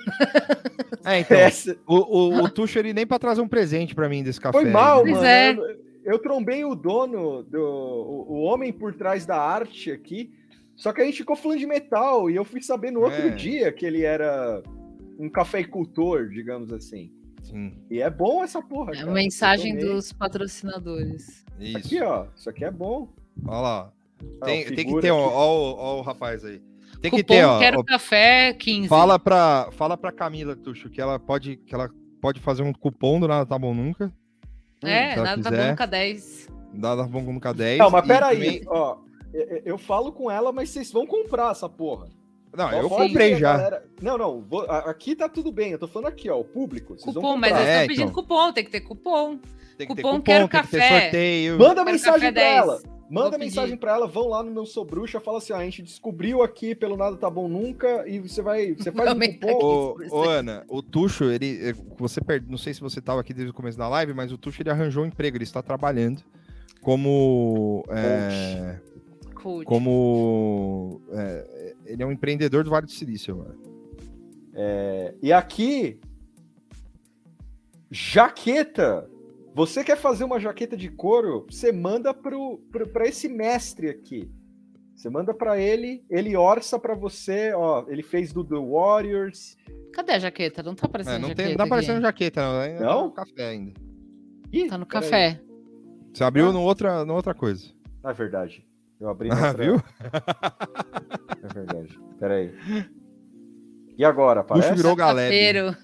Speaker 10: É, então.
Speaker 9: Essa-
Speaker 10: O, o, o Tuxo, ele nem pra trazer um presente pra mim desse café. né?
Speaker 9: Foi mal,
Speaker 10: Ele-
Speaker 9: mano.
Speaker 8: é.
Speaker 9: Eu, eu trombei o dono, do, o, o homem por trás da arte aqui. Só que a gente ficou falando de metal e eu fui saber no outro
Speaker 10: É.
Speaker 9: dia que ele era um cafeicultor, digamos assim.
Speaker 10: Sim.
Speaker 9: E é bom essa porra.
Speaker 8: É
Speaker 9: cara.
Speaker 8: a mensagem
Speaker 9: Eu tomei.
Speaker 8: dos patrocinadores.
Speaker 10: Isso.
Speaker 9: Aqui, ó. Isso aqui é bom.
Speaker 10: Olha lá.
Speaker 9: Ah,
Speaker 10: Tem,
Speaker 9: o
Speaker 10: tem que
Speaker 9: figura
Speaker 10: ter, ó,
Speaker 9: aqui.
Speaker 10: ó, o- ó o rapaz aí. Tem que
Speaker 8: Cupom
Speaker 10: ter, ó.
Speaker 8: Quero
Speaker 10: ó,
Speaker 8: Café 15.
Speaker 10: Fala pra, fala pra Camila, Tuxo, que ela pode, que ela pode fazer um cupom do Nada Tá Bom Nunca.
Speaker 8: É,
Speaker 10: se ela
Speaker 8: nada tá
Speaker 10: quiser.
Speaker 8: bom nunca 10.
Speaker 10: Nada Tá Bom Nunca 10.
Speaker 9: Não, mas
Speaker 10: e
Speaker 9: peraí,
Speaker 10: também-
Speaker 9: ó. eu- Eu falo com ela, mas vocês vão comprar essa porra.
Speaker 10: Não,
Speaker 9: Só
Speaker 10: Ah, eu
Speaker 9: pode
Speaker 10: comprei
Speaker 9: que a
Speaker 10: já.
Speaker 9: Não, não. vou- a- Aqui tá tudo bem. Eu tô falando aqui, ó. O público. Vocês vão
Speaker 8: Cupom, mas
Speaker 9: comprar.
Speaker 8: eles
Speaker 10: É,
Speaker 8: estão
Speaker 10: então.
Speaker 8: pedindo cupom, tem que ter cupom.
Speaker 10: Tem
Speaker 8: cupom,
Speaker 10: que ter
Speaker 8: quero
Speaker 10: tem que ter
Speaker 8: café.
Speaker 10: sorteio.
Speaker 9: Manda
Speaker 8: Quero café
Speaker 9: mensagem pra
Speaker 8: 10.
Speaker 9: ela.
Speaker 8: Vou
Speaker 9: Manda
Speaker 8: pedir.
Speaker 9: mensagem pra ela, vão lá no meu Sou Bruxa, fala assim, ó, a gente descobriu aqui pelo Nada Tá Bom Nunca, e você vai, você faz um cupom.
Speaker 10: Ô, ô, Ana, o Tuxo, ele. é, Você perde. Não sei se você estava aqui desde o começo da live, mas o Tuxo ele arranjou um emprego, ele está trabalhando como. é,
Speaker 8: Coach.
Speaker 10: como. é, ele é um empreendedor do Vale do Silício agora.
Speaker 9: É, e aqui, jaqueta. Você quer fazer uma jaqueta de couro? Você manda pro, pro, pra esse mestre aqui. Você manda pra ele, ele orça pra você, ó, ele fez do The Warriors.
Speaker 8: Cadê a jaqueta? Não tá aparecendo
Speaker 10: É, não,
Speaker 8: jaqueta.
Speaker 10: tem, não tá aparecendo
Speaker 8: aqui.
Speaker 10: jaqueta, não. Ainda tá
Speaker 9: Não?
Speaker 10: no café ainda.
Speaker 8: Tá no café.
Speaker 10: Você
Speaker 8: Ah.
Speaker 10: abriu no outra, no outra coisa.
Speaker 9: Na verdade. Eu abri.
Speaker 10: [LAUGHS] Ah,
Speaker 9: outra-
Speaker 10: viu?
Speaker 9: É verdade. Peraí. E agora, aparece?
Speaker 10: Puxo virou galera.
Speaker 8: Feiro.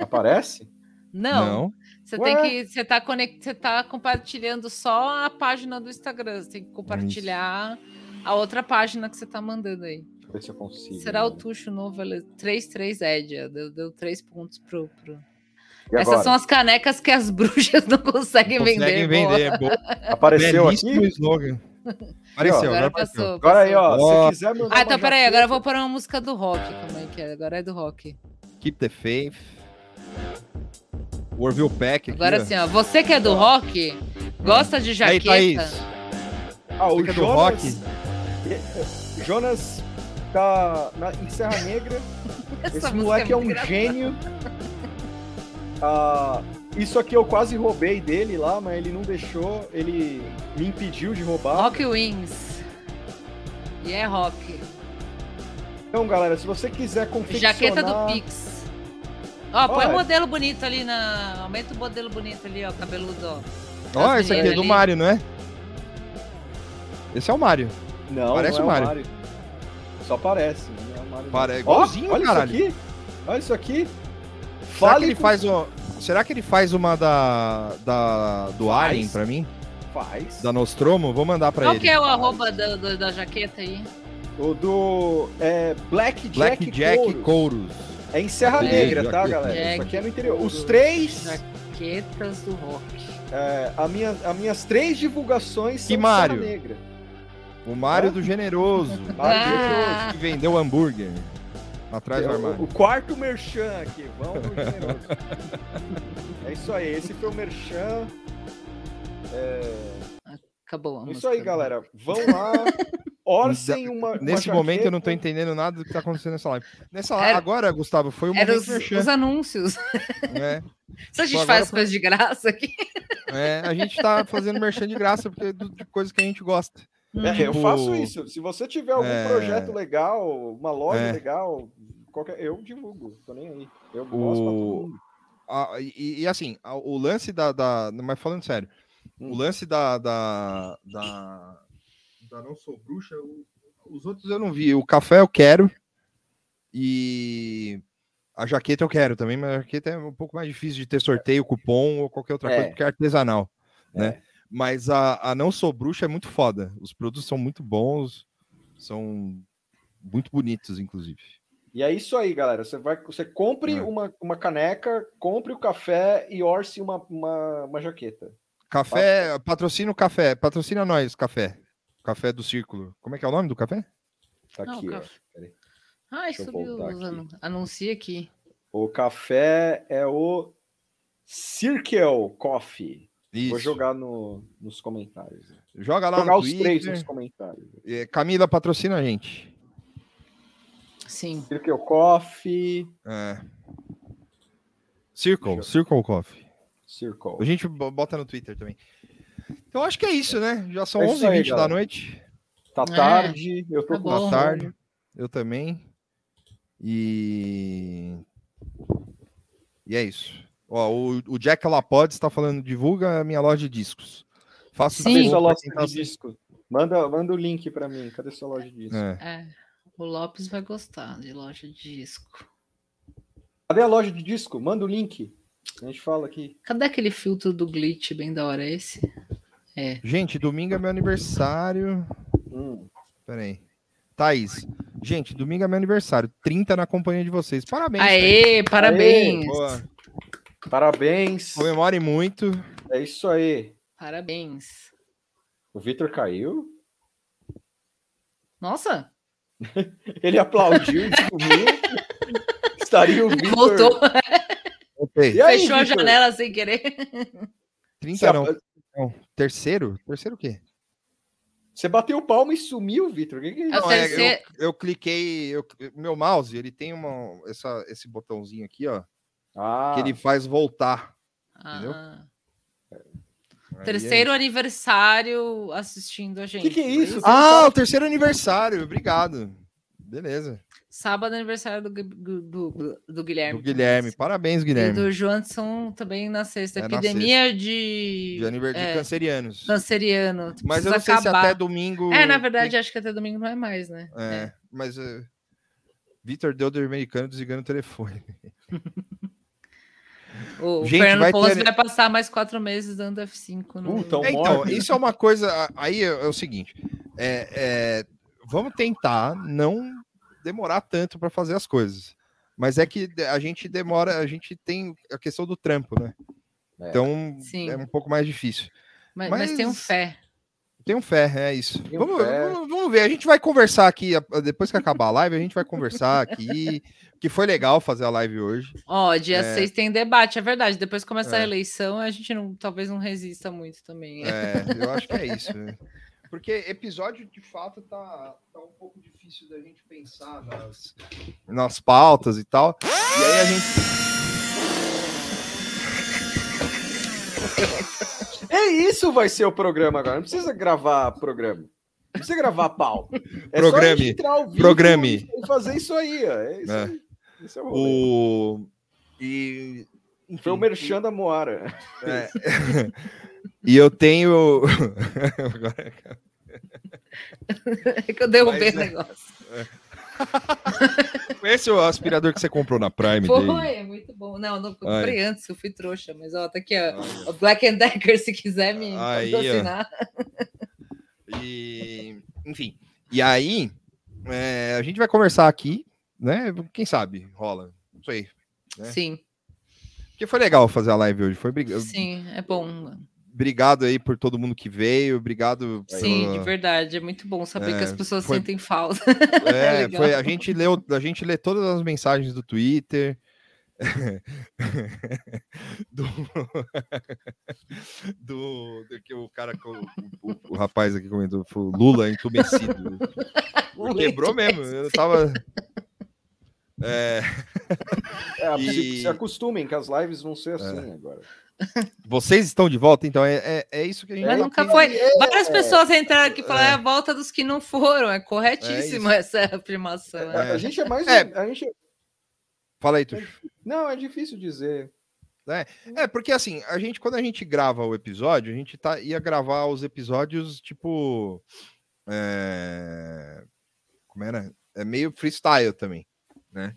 Speaker 9: Aparece?
Speaker 8: Não.
Speaker 10: Não.
Speaker 8: Você
Speaker 9: Ué?
Speaker 8: tem que. Você tá, conect, você tá compartilhando só a página do Instagram. Você tem que compartilhar a outra página que você tá mandando aí.
Speaker 9: Deixa eu ver se eu consigo. né?
Speaker 8: Será o Tuxo novo? ele- 33 Edia. Deu, deu 3 pontos pro. pro...
Speaker 9: E
Speaker 8: Essas
Speaker 9: agora?
Speaker 8: são as canecas que as [LAUGHS] bruxas não conseguem,
Speaker 10: Conseguem vender, é
Speaker 8: boa.
Speaker 10: boa.
Speaker 9: [LAUGHS] Apareceu
Speaker 10: Belíssimo
Speaker 9: aqui?
Speaker 8: [LAUGHS]
Speaker 10: slogan. Apareceu,
Speaker 9: Aqui, ó.
Speaker 8: Agora
Speaker 10: agora apareceu.
Speaker 8: passou.
Speaker 9: Agora aí, ó,
Speaker 10: Ó.
Speaker 9: se quiser mandar
Speaker 8: Ah,
Speaker 9: uma
Speaker 8: então peraí,
Speaker 9: jaqueta-
Speaker 8: agora eu vou pôr uma música do rock. Como é que é? Agora é do rock.
Speaker 10: Keep the faith. Orville Pack. aqui,
Speaker 8: Agora sim, ó. Você que é do rock, gosta de
Speaker 10: Aí,
Speaker 8: jaqueta.
Speaker 10: Thaís.
Speaker 9: Ah, o
Speaker 10: Você que é do
Speaker 9: Jonas-
Speaker 10: rock?
Speaker 9: E- Jonas tá na, em Serra
Speaker 8: [LAUGHS]
Speaker 9: Negra.
Speaker 8: Essa
Speaker 9: Esse
Speaker 8: música
Speaker 9: moleque
Speaker 8: é
Speaker 9: é
Speaker 8: muito
Speaker 9: um
Speaker 8: engraçada.
Speaker 9: gênio. Ah, isso aqui eu quase roubei dele lá, mas ele não deixou. Ele me impediu de roubar.
Speaker 8: Rock Wings. E é rock.
Speaker 9: Então, galera, se você quiser confeccionar...
Speaker 8: Jaqueta do Pix. Ó, põe
Speaker 9: Olha.
Speaker 8: o modelo bonito ali na. Aumenta o modelo bonito ali, ó, cabeludo, ó.
Speaker 9: tá
Speaker 10: Ó,
Speaker 8: Das
Speaker 10: esse aqui é
Speaker 8: meninas
Speaker 10: do
Speaker 8: ali.
Speaker 10: Mario, não é? Esse é o Mario.
Speaker 9: Não,
Speaker 10: Parece
Speaker 9: não
Speaker 10: o
Speaker 9: é
Speaker 10: Mario.
Speaker 9: Só parece, não é o Mario.
Speaker 10: Pare- é
Speaker 9: Ó,
Speaker 10: igualzinho,
Speaker 9: olha
Speaker 10: caralho.
Speaker 9: isso aqui. Olha isso aqui.
Speaker 10: Será que
Speaker 9: Fale
Speaker 10: ele
Speaker 9: com-
Speaker 10: faz o... Será que ele faz uma da, da do
Speaker 9: Faz.
Speaker 10: Alien pra mim?
Speaker 9: Faz.
Speaker 10: Da Nostromo? Vou mandar pra
Speaker 8: Qual
Speaker 10: ele.
Speaker 8: que é o arroba da, da- da jaqueta aí?
Speaker 9: O do é, Black Jack,
Speaker 10: Black Jack
Speaker 9: Couros.
Speaker 10: Couros.
Speaker 9: É em Serra
Speaker 10: Black
Speaker 9: Negra,
Speaker 10: Jack
Speaker 9: tá,
Speaker 10: Couros.
Speaker 9: galera? Isso
Speaker 8: Jack
Speaker 9: aqui é no interior. Os
Speaker 8: Couros.
Speaker 9: três,
Speaker 8: Jaquetas do rock.
Speaker 9: é, a minha, as minhas três divulgações são
Speaker 10: Que
Speaker 9: em
Speaker 10: Mário?
Speaker 9: Serra Negra.
Speaker 10: O Mario do
Speaker 9: [LAUGHS]
Speaker 10: Generoso.
Speaker 9: Mário
Speaker 8: Ah,
Speaker 10: Que vendeu hambúrguer. Atrás do
Speaker 9: É, o,
Speaker 10: armário.
Speaker 9: o quarto merchan aqui, vamos pro
Speaker 10: [LAUGHS]
Speaker 9: generoso. é isso aí, esse foi o merchan. É,
Speaker 8: Acabou a
Speaker 9: é
Speaker 8: música.
Speaker 9: isso aí, galera. Vão lá,
Speaker 10: [LAUGHS]
Speaker 9: orcem uma.
Speaker 10: Nesse
Speaker 9: uma
Speaker 10: momento eu não
Speaker 9: jaqueta.
Speaker 10: tô entendendo nada do que tá acontecendo nessa live. Nessa
Speaker 8: Era-
Speaker 10: agora, Gustavo, foi o
Speaker 8: Eram
Speaker 10: momento
Speaker 8: os,
Speaker 10: merchan,
Speaker 8: os anúncios. [LAUGHS]
Speaker 10: né?
Speaker 8: Se a gente
Speaker 10: Agora
Speaker 8: faz
Speaker 10: foi-
Speaker 8: coisas de graça aqui.
Speaker 10: É, a gente tá fazendo merchan de graça porque é do- de coisas que a gente gosta.
Speaker 9: É, eu
Speaker 10: Tipo,
Speaker 9: faço isso. Se você tiver algum
Speaker 10: é.
Speaker 9: projeto legal, uma loja
Speaker 10: É.
Speaker 9: legal, qualquer, eu divulgo. Tô nem aí. Eu gosto. pra todo
Speaker 10: O...
Speaker 9: mundo.
Speaker 10: a- e, e assim, a- o lance da, da- Mas falando sério,
Speaker 9: Hum.
Speaker 10: o lance da. Da, da, da Não Sou Bruxa, o- os outros eu não vi. O café eu quero. E. A jaqueta eu quero também, mas a jaqueta é um pouco mais difícil de ter sorteio, cupom ou qualquer outra
Speaker 9: É.
Speaker 10: coisa, porque é artesanal, né? Mas a, a Não Sou Bruxa é muito foda. Os produtos são muito bons, são muito bonitos, inclusive.
Speaker 9: E é isso aí, galera. Você vai, você compre
Speaker 10: É.
Speaker 9: uma, uma caneca, compre o café e orce uma, uma, uma jaqueta.
Speaker 10: Café, patrocina o café, patrocina nós, café. Café do Círculo. Como é que é o nome do café?
Speaker 9: Tá
Speaker 8: Não,
Speaker 9: aqui, ó.
Speaker 8: café. Ai,
Speaker 9: Deixa eu
Speaker 8: subiu
Speaker 9: voltar
Speaker 8: os
Speaker 9: aqui.
Speaker 8: anúncios. Anuncia aqui.
Speaker 9: O café é o Circle Coffee. Vou jogar no, nos comentários.
Speaker 10: Joga lá
Speaker 9: jogar
Speaker 10: no
Speaker 9: os
Speaker 10: Twitter.
Speaker 9: três nos comentários.
Speaker 10: É, Camila patrocina a gente.
Speaker 8: Sim.
Speaker 9: Circle Coffee.
Speaker 10: É. Circle, Circle Coffee.
Speaker 9: Circle.
Speaker 10: A gente bo- bota no Twitter também. Então acho que é isso, né? Já são
Speaker 9: É isso
Speaker 10: 11 h
Speaker 9: aí,
Speaker 10: 20 da
Speaker 9: galera.
Speaker 10: noite.
Speaker 9: Tá É, tarde, eu tô tá com
Speaker 10: Tá
Speaker 9: bom.
Speaker 10: tarde. Eu também. E. E é isso. Ó, o, o Jack Lapod está falando, divulga a minha loja de discos. Faço
Speaker 9: Cadê sua
Speaker 10: desconto pra
Speaker 9: loja
Speaker 10: quem tá
Speaker 9: de disco? Manda, manda o link pra mim. Cadê sua loja de disco?
Speaker 10: É.
Speaker 8: É, o Lopes vai gostar de loja de disco.
Speaker 9: Cadê a loja de disco? Manda o link. A gente fala aqui.
Speaker 8: Cadê aquele filtro do glitch bem da hora é esse? É.
Speaker 10: Gente, domingo é meu aniversário.
Speaker 9: Hum,
Speaker 10: Peraí. Thaís. Gente, domingo é meu aniversário. 30 na companhia de vocês. Parabéns.
Speaker 8: Aê,
Speaker 10: Thaís.
Speaker 8: parabéns.
Speaker 10: Boa.
Speaker 9: Parabéns.
Speaker 10: Comemore muito.
Speaker 9: É isso aí.
Speaker 8: Parabéns.
Speaker 9: O Vitor caiu. [LAUGHS]
Speaker 8: Nossa,
Speaker 9: Ele aplaudiu e sumiu. Estaria o Vitor.
Speaker 8: voltou.
Speaker 10: Voltei.
Speaker 8: Fechou a
Speaker 9: Vitor?
Speaker 8: janela sem querer.
Speaker 10: 30 não. não. Terceiro? Terceiro o quê?
Speaker 9: Você bateu palma e sumiu, Vitor. O que que é isso?
Speaker 10: Não,
Speaker 8: assim,
Speaker 10: é, eu, eu cliquei. Eu, meu mouse, ele tem uma, essa, esse botãozinho aqui, ó.
Speaker 9: Ah.
Speaker 10: Que ele faz voltar. Entendeu?
Speaker 8: Ah,
Speaker 10: Aí é
Speaker 8: terceiro aniversário assistindo a gente.
Speaker 10: Que que é
Speaker 8: foi
Speaker 10: isso? Ah, o terceiro aniversário. Obrigado. Beleza.
Speaker 8: Sábado é aniversário do, Gui- do, do- do
Speaker 10: O
Speaker 8: Guilherme.
Speaker 10: Guilherme. Parabéns,
Speaker 8: E
Speaker 10: Guilherme.
Speaker 8: É. do Johnson também na sexta.
Speaker 10: É na
Speaker 8: Epidemia de.
Speaker 10: De aniver- de
Speaker 8: É.
Speaker 10: cancerianos.
Speaker 8: Canceriano.
Speaker 10: Mas
Speaker 8: Precisa
Speaker 10: eu não sei se
Speaker 8: acabar.
Speaker 10: até domingo-
Speaker 8: É, na verdade, acho que até domingo não é mais, né?
Speaker 10: É, mas eh, Vitor deu do americano desligando o telefone.
Speaker 8: O
Speaker 10: Gente,
Speaker 8: Fernando
Speaker 10: vai
Speaker 8: Pouso
Speaker 10: ter-
Speaker 8: vai passar mais quatro meses dando F5 no.
Speaker 10: É, então, isso é uma coisa. a- Aí é, é o seguinte: é, é, vamos tentar não demorar tanto para fazer as coisas. Mas é que a gente demora, a gente tem a questão do trampo, né?
Speaker 9: É.
Speaker 10: Então
Speaker 8: Sim.
Speaker 10: é um pouco mais difícil.
Speaker 8: Mas, mas tem um fé.
Speaker 10: Tenho fé, é isso.
Speaker 8: Tenho
Speaker 10: Vamos,
Speaker 8: fé.
Speaker 10: vamos- vamos ver, a gente vai conversar aqui, a- depois que acabar a live, a gente vai conversar aqui, que foi legal fazer a live hoje.
Speaker 8: Ó, dia
Speaker 10: É.
Speaker 8: 6 tem debate, é verdade. Depois que começa a
Speaker 10: É.
Speaker 8: eleição, a gente não, talvez não resista muito também.
Speaker 10: É, eu acho que é isso. né? Porque episódio, de fato, tá, tá um pouco difícil da gente pensar nas, nas pautas e tal. E aí a gente.
Speaker 9: É isso vai ser o programa agora. Não precisa gravar programa. Não precisa gravar pau. É só a
Speaker 10: Programe.
Speaker 9: gente entrar ao vivo
Speaker 10: Programe.
Speaker 9: E fazer isso aí, ó. É isso
Speaker 10: né?
Speaker 9: aí. Esse é o rolê.
Speaker 10: o. E.
Speaker 9: Foi o merchan da Moara.
Speaker 10: É. [LAUGHS] E eu [LAUGHS] tenho. Agora-
Speaker 8: [LAUGHS] É que eu derrubei o
Speaker 10: Mas, é.
Speaker 8: negócio.
Speaker 10: Esse é o aspirador que você comprou na Prime
Speaker 8: Foi,
Speaker 10: Day.
Speaker 8: é muito bom. Não, não eu
Speaker 10: Ai.
Speaker 8: comprei antes, eu fui trouxa, mas ó, tá aqui, ó. O Black and Decker, se quiser me
Speaker 10: Aí, ó.
Speaker 8: patrocinar.
Speaker 10: E, enfim. E aí, é, a gente vai conversar aqui, né? Quem sabe rola. Não sei. né?
Speaker 8: Sim,
Speaker 10: Porque foi legal fazer a live hoje. Foi brig-
Speaker 8: sim, é bom.
Speaker 10: Obrigado aí por todo mundo que veio. Obrigado.
Speaker 8: Sim,
Speaker 10: pela-
Speaker 8: de verdade, é muito bom saber que
Speaker 10: Ah. É,
Speaker 8: as pessoas
Speaker 10: foi-
Speaker 8: sentem falta. [LAUGHS]
Speaker 10: É,
Speaker 8: legal.
Speaker 10: foi, a gente leu, a gente lê todas as mensagens do Twitter. [LAUGHS] do, do, do que o cara co- o, o- o rapaz aqui comentou foi o Lula
Speaker 8: [LAUGHS]
Speaker 10: entumecido
Speaker 8: Lula
Speaker 10: quebrou mesmo eu tava é,
Speaker 9: É,
Speaker 10: E- É.
Speaker 9: Se acostumem que as lives vão ser assim agora.
Speaker 10: vocês estão de volta então é, é, é isso que a gente
Speaker 8: Mas
Speaker 10: tá
Speaker 8: [LAUGHS] nunca
Speaker 10: pensando.
Speaker 8: foi. Várias pessoas entraram aqui e falaram é a volta dos que não foram. É corretíssima
Speaker 10: É
Speaker 8: essa afirmação. né?
Speaker 9: A gente é mais. A gente...
Speaker 10: fala aí Tuxo.
Speaker 9: Não, é difícil dizer.
Speaker 10: né? É, porque assim, a gente, quando a gente grava o episódio, a gente tá, ia gravar os episódios, tipo. é, Como era? É meio freestyle também, né?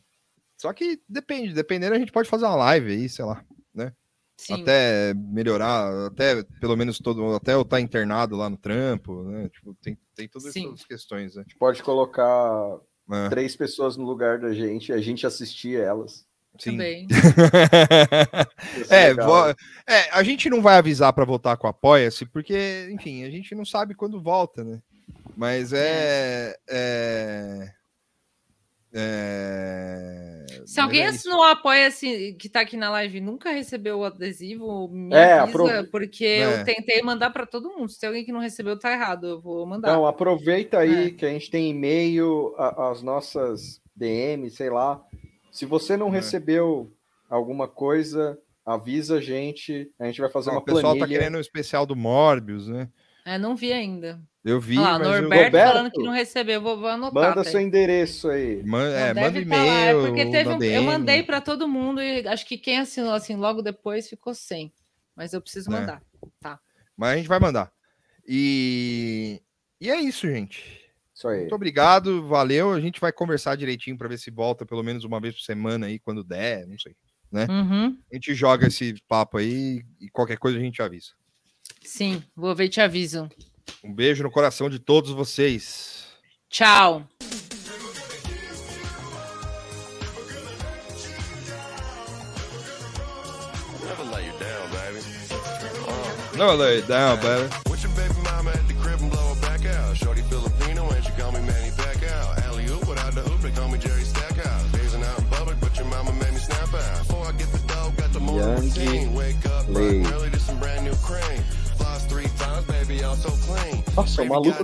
Speaker 10: Só que depende, dependendo, a gente pode fazer uma live aí, sei lá, né?
Speaker 8: Sim.
Speaker 10: Até melhorar, até pelo menos todo até eu estar internado lá no trampo, né? Tipo, tem, tem todas
Speaker 8: Sim.
Speaker 10: essas questões, né?
Speaker 9: Pode colocar
Speaker 10: É.
Speaker 9: três pessoas no lugar da gente, a gente assistir elas.
Speaker 10: Sim. [LAUGHS]
Speaker 8: Também. Tá
Speaker 10: é,
Speaker 9: legal.
Speaker 10: vo- é, a gente não vai avisar para voltar com o Apoia-se, porque, enfim, a gente não sabe quando volta, né? Mas é. é, é,
Speaker 8: Se alguém
Speaker 10: é
Speaker 8: assinou o Apoia-se que tá aqui na live e nunca recebeu o adesivo, me
Speaker 9: É,
Speaker 8: avisa,
Speaker 9: apro-
Speaker 8: porque
Speaker 9: É.
Speaker 8: eu tentei mandar para todo mundo. Se tem alguém que não recebeu, tá errado. Eu vou mandar.
Speaker 9: Não, Então, aproveita aí que a gente tem e-mail, a- as nossas DM, sei lá. Se você
Speaker 10: É.
Speaker 9: não recebeu alguma coisa, avisa a gente. A gente vai fazer
Speaker 10: Ó,
Speaker 9: uma
Speaker 10: o pessoal tá
Speaker 9: planilha.
Speaker 10: querendo o especial do Morbius, né?
Speaker 8: É, não vi ainda.
Speaker 10: Eu vi,
Speaker 8: Olha lá,
Speaker 10: mas eu-
Speaker 8: Ah, Norberto,
Speaker 10: Norberto,
Speaker 8: falando que não recebeu, vou, vou anotar.
Speaker 9: Manda
Speaker 8: tá aí.
Speaker 9: seu endereço aí.
Speaker 10: Manda, é,
Speaker 8: Deve
Speaker 10: manda
Speaker 8: tá lá, é
Speaker 10: e-mail.
Speaker 8: porque teve
Speaker 10: manda
Speaker 8: um- eu
Speaker 10: DM.
Speaker 8: mandei para todo mundo e acho que quem assinou assim logo depois ficou sem. Mas eu preciso
Speaker 10: É.
Speaker 8: mandar. Tá.
Speaker 10: Mas a gente vai mandar. E, e é isso, gente.
Speaker 9: Isso aí.
Speaker 10: Muito obrigado, valeu. A gente vai conversar direitinho para ver se volta pelo menos uma vez por semana aí, quando der, não sei. Né?
Speaker 8: Uhum.
Speaker 10: A gente joga esse papo aí e qualquer coisa a gente avisa.
Speaker 8: Sim, vou ver e te aviso.
Speaker 10: Um beijo no coração de todos vocês.
Speaker 8: Tchau.
Speaker 17: Never let you down, baby.
Speaker 10: Never lay down, baby.
Speaker 17: With your baby mama at the crib and blow her back out. Shorty Filipino and she call me Manny Pacquiao. Alley oop without the oop, they call me Jerry Stackhouse. Dazing out in public, but your mama made me snap out. Before I get the dog, got the morning
Speaker 9: Yankee
Speaker 17: routine. Wake up,
Speaker 9: Lee.
Speaker 17: bright and early to some brand new cream. Floss three times, baby, I'm so clean.
Speaker 9: Nossa, o maluco do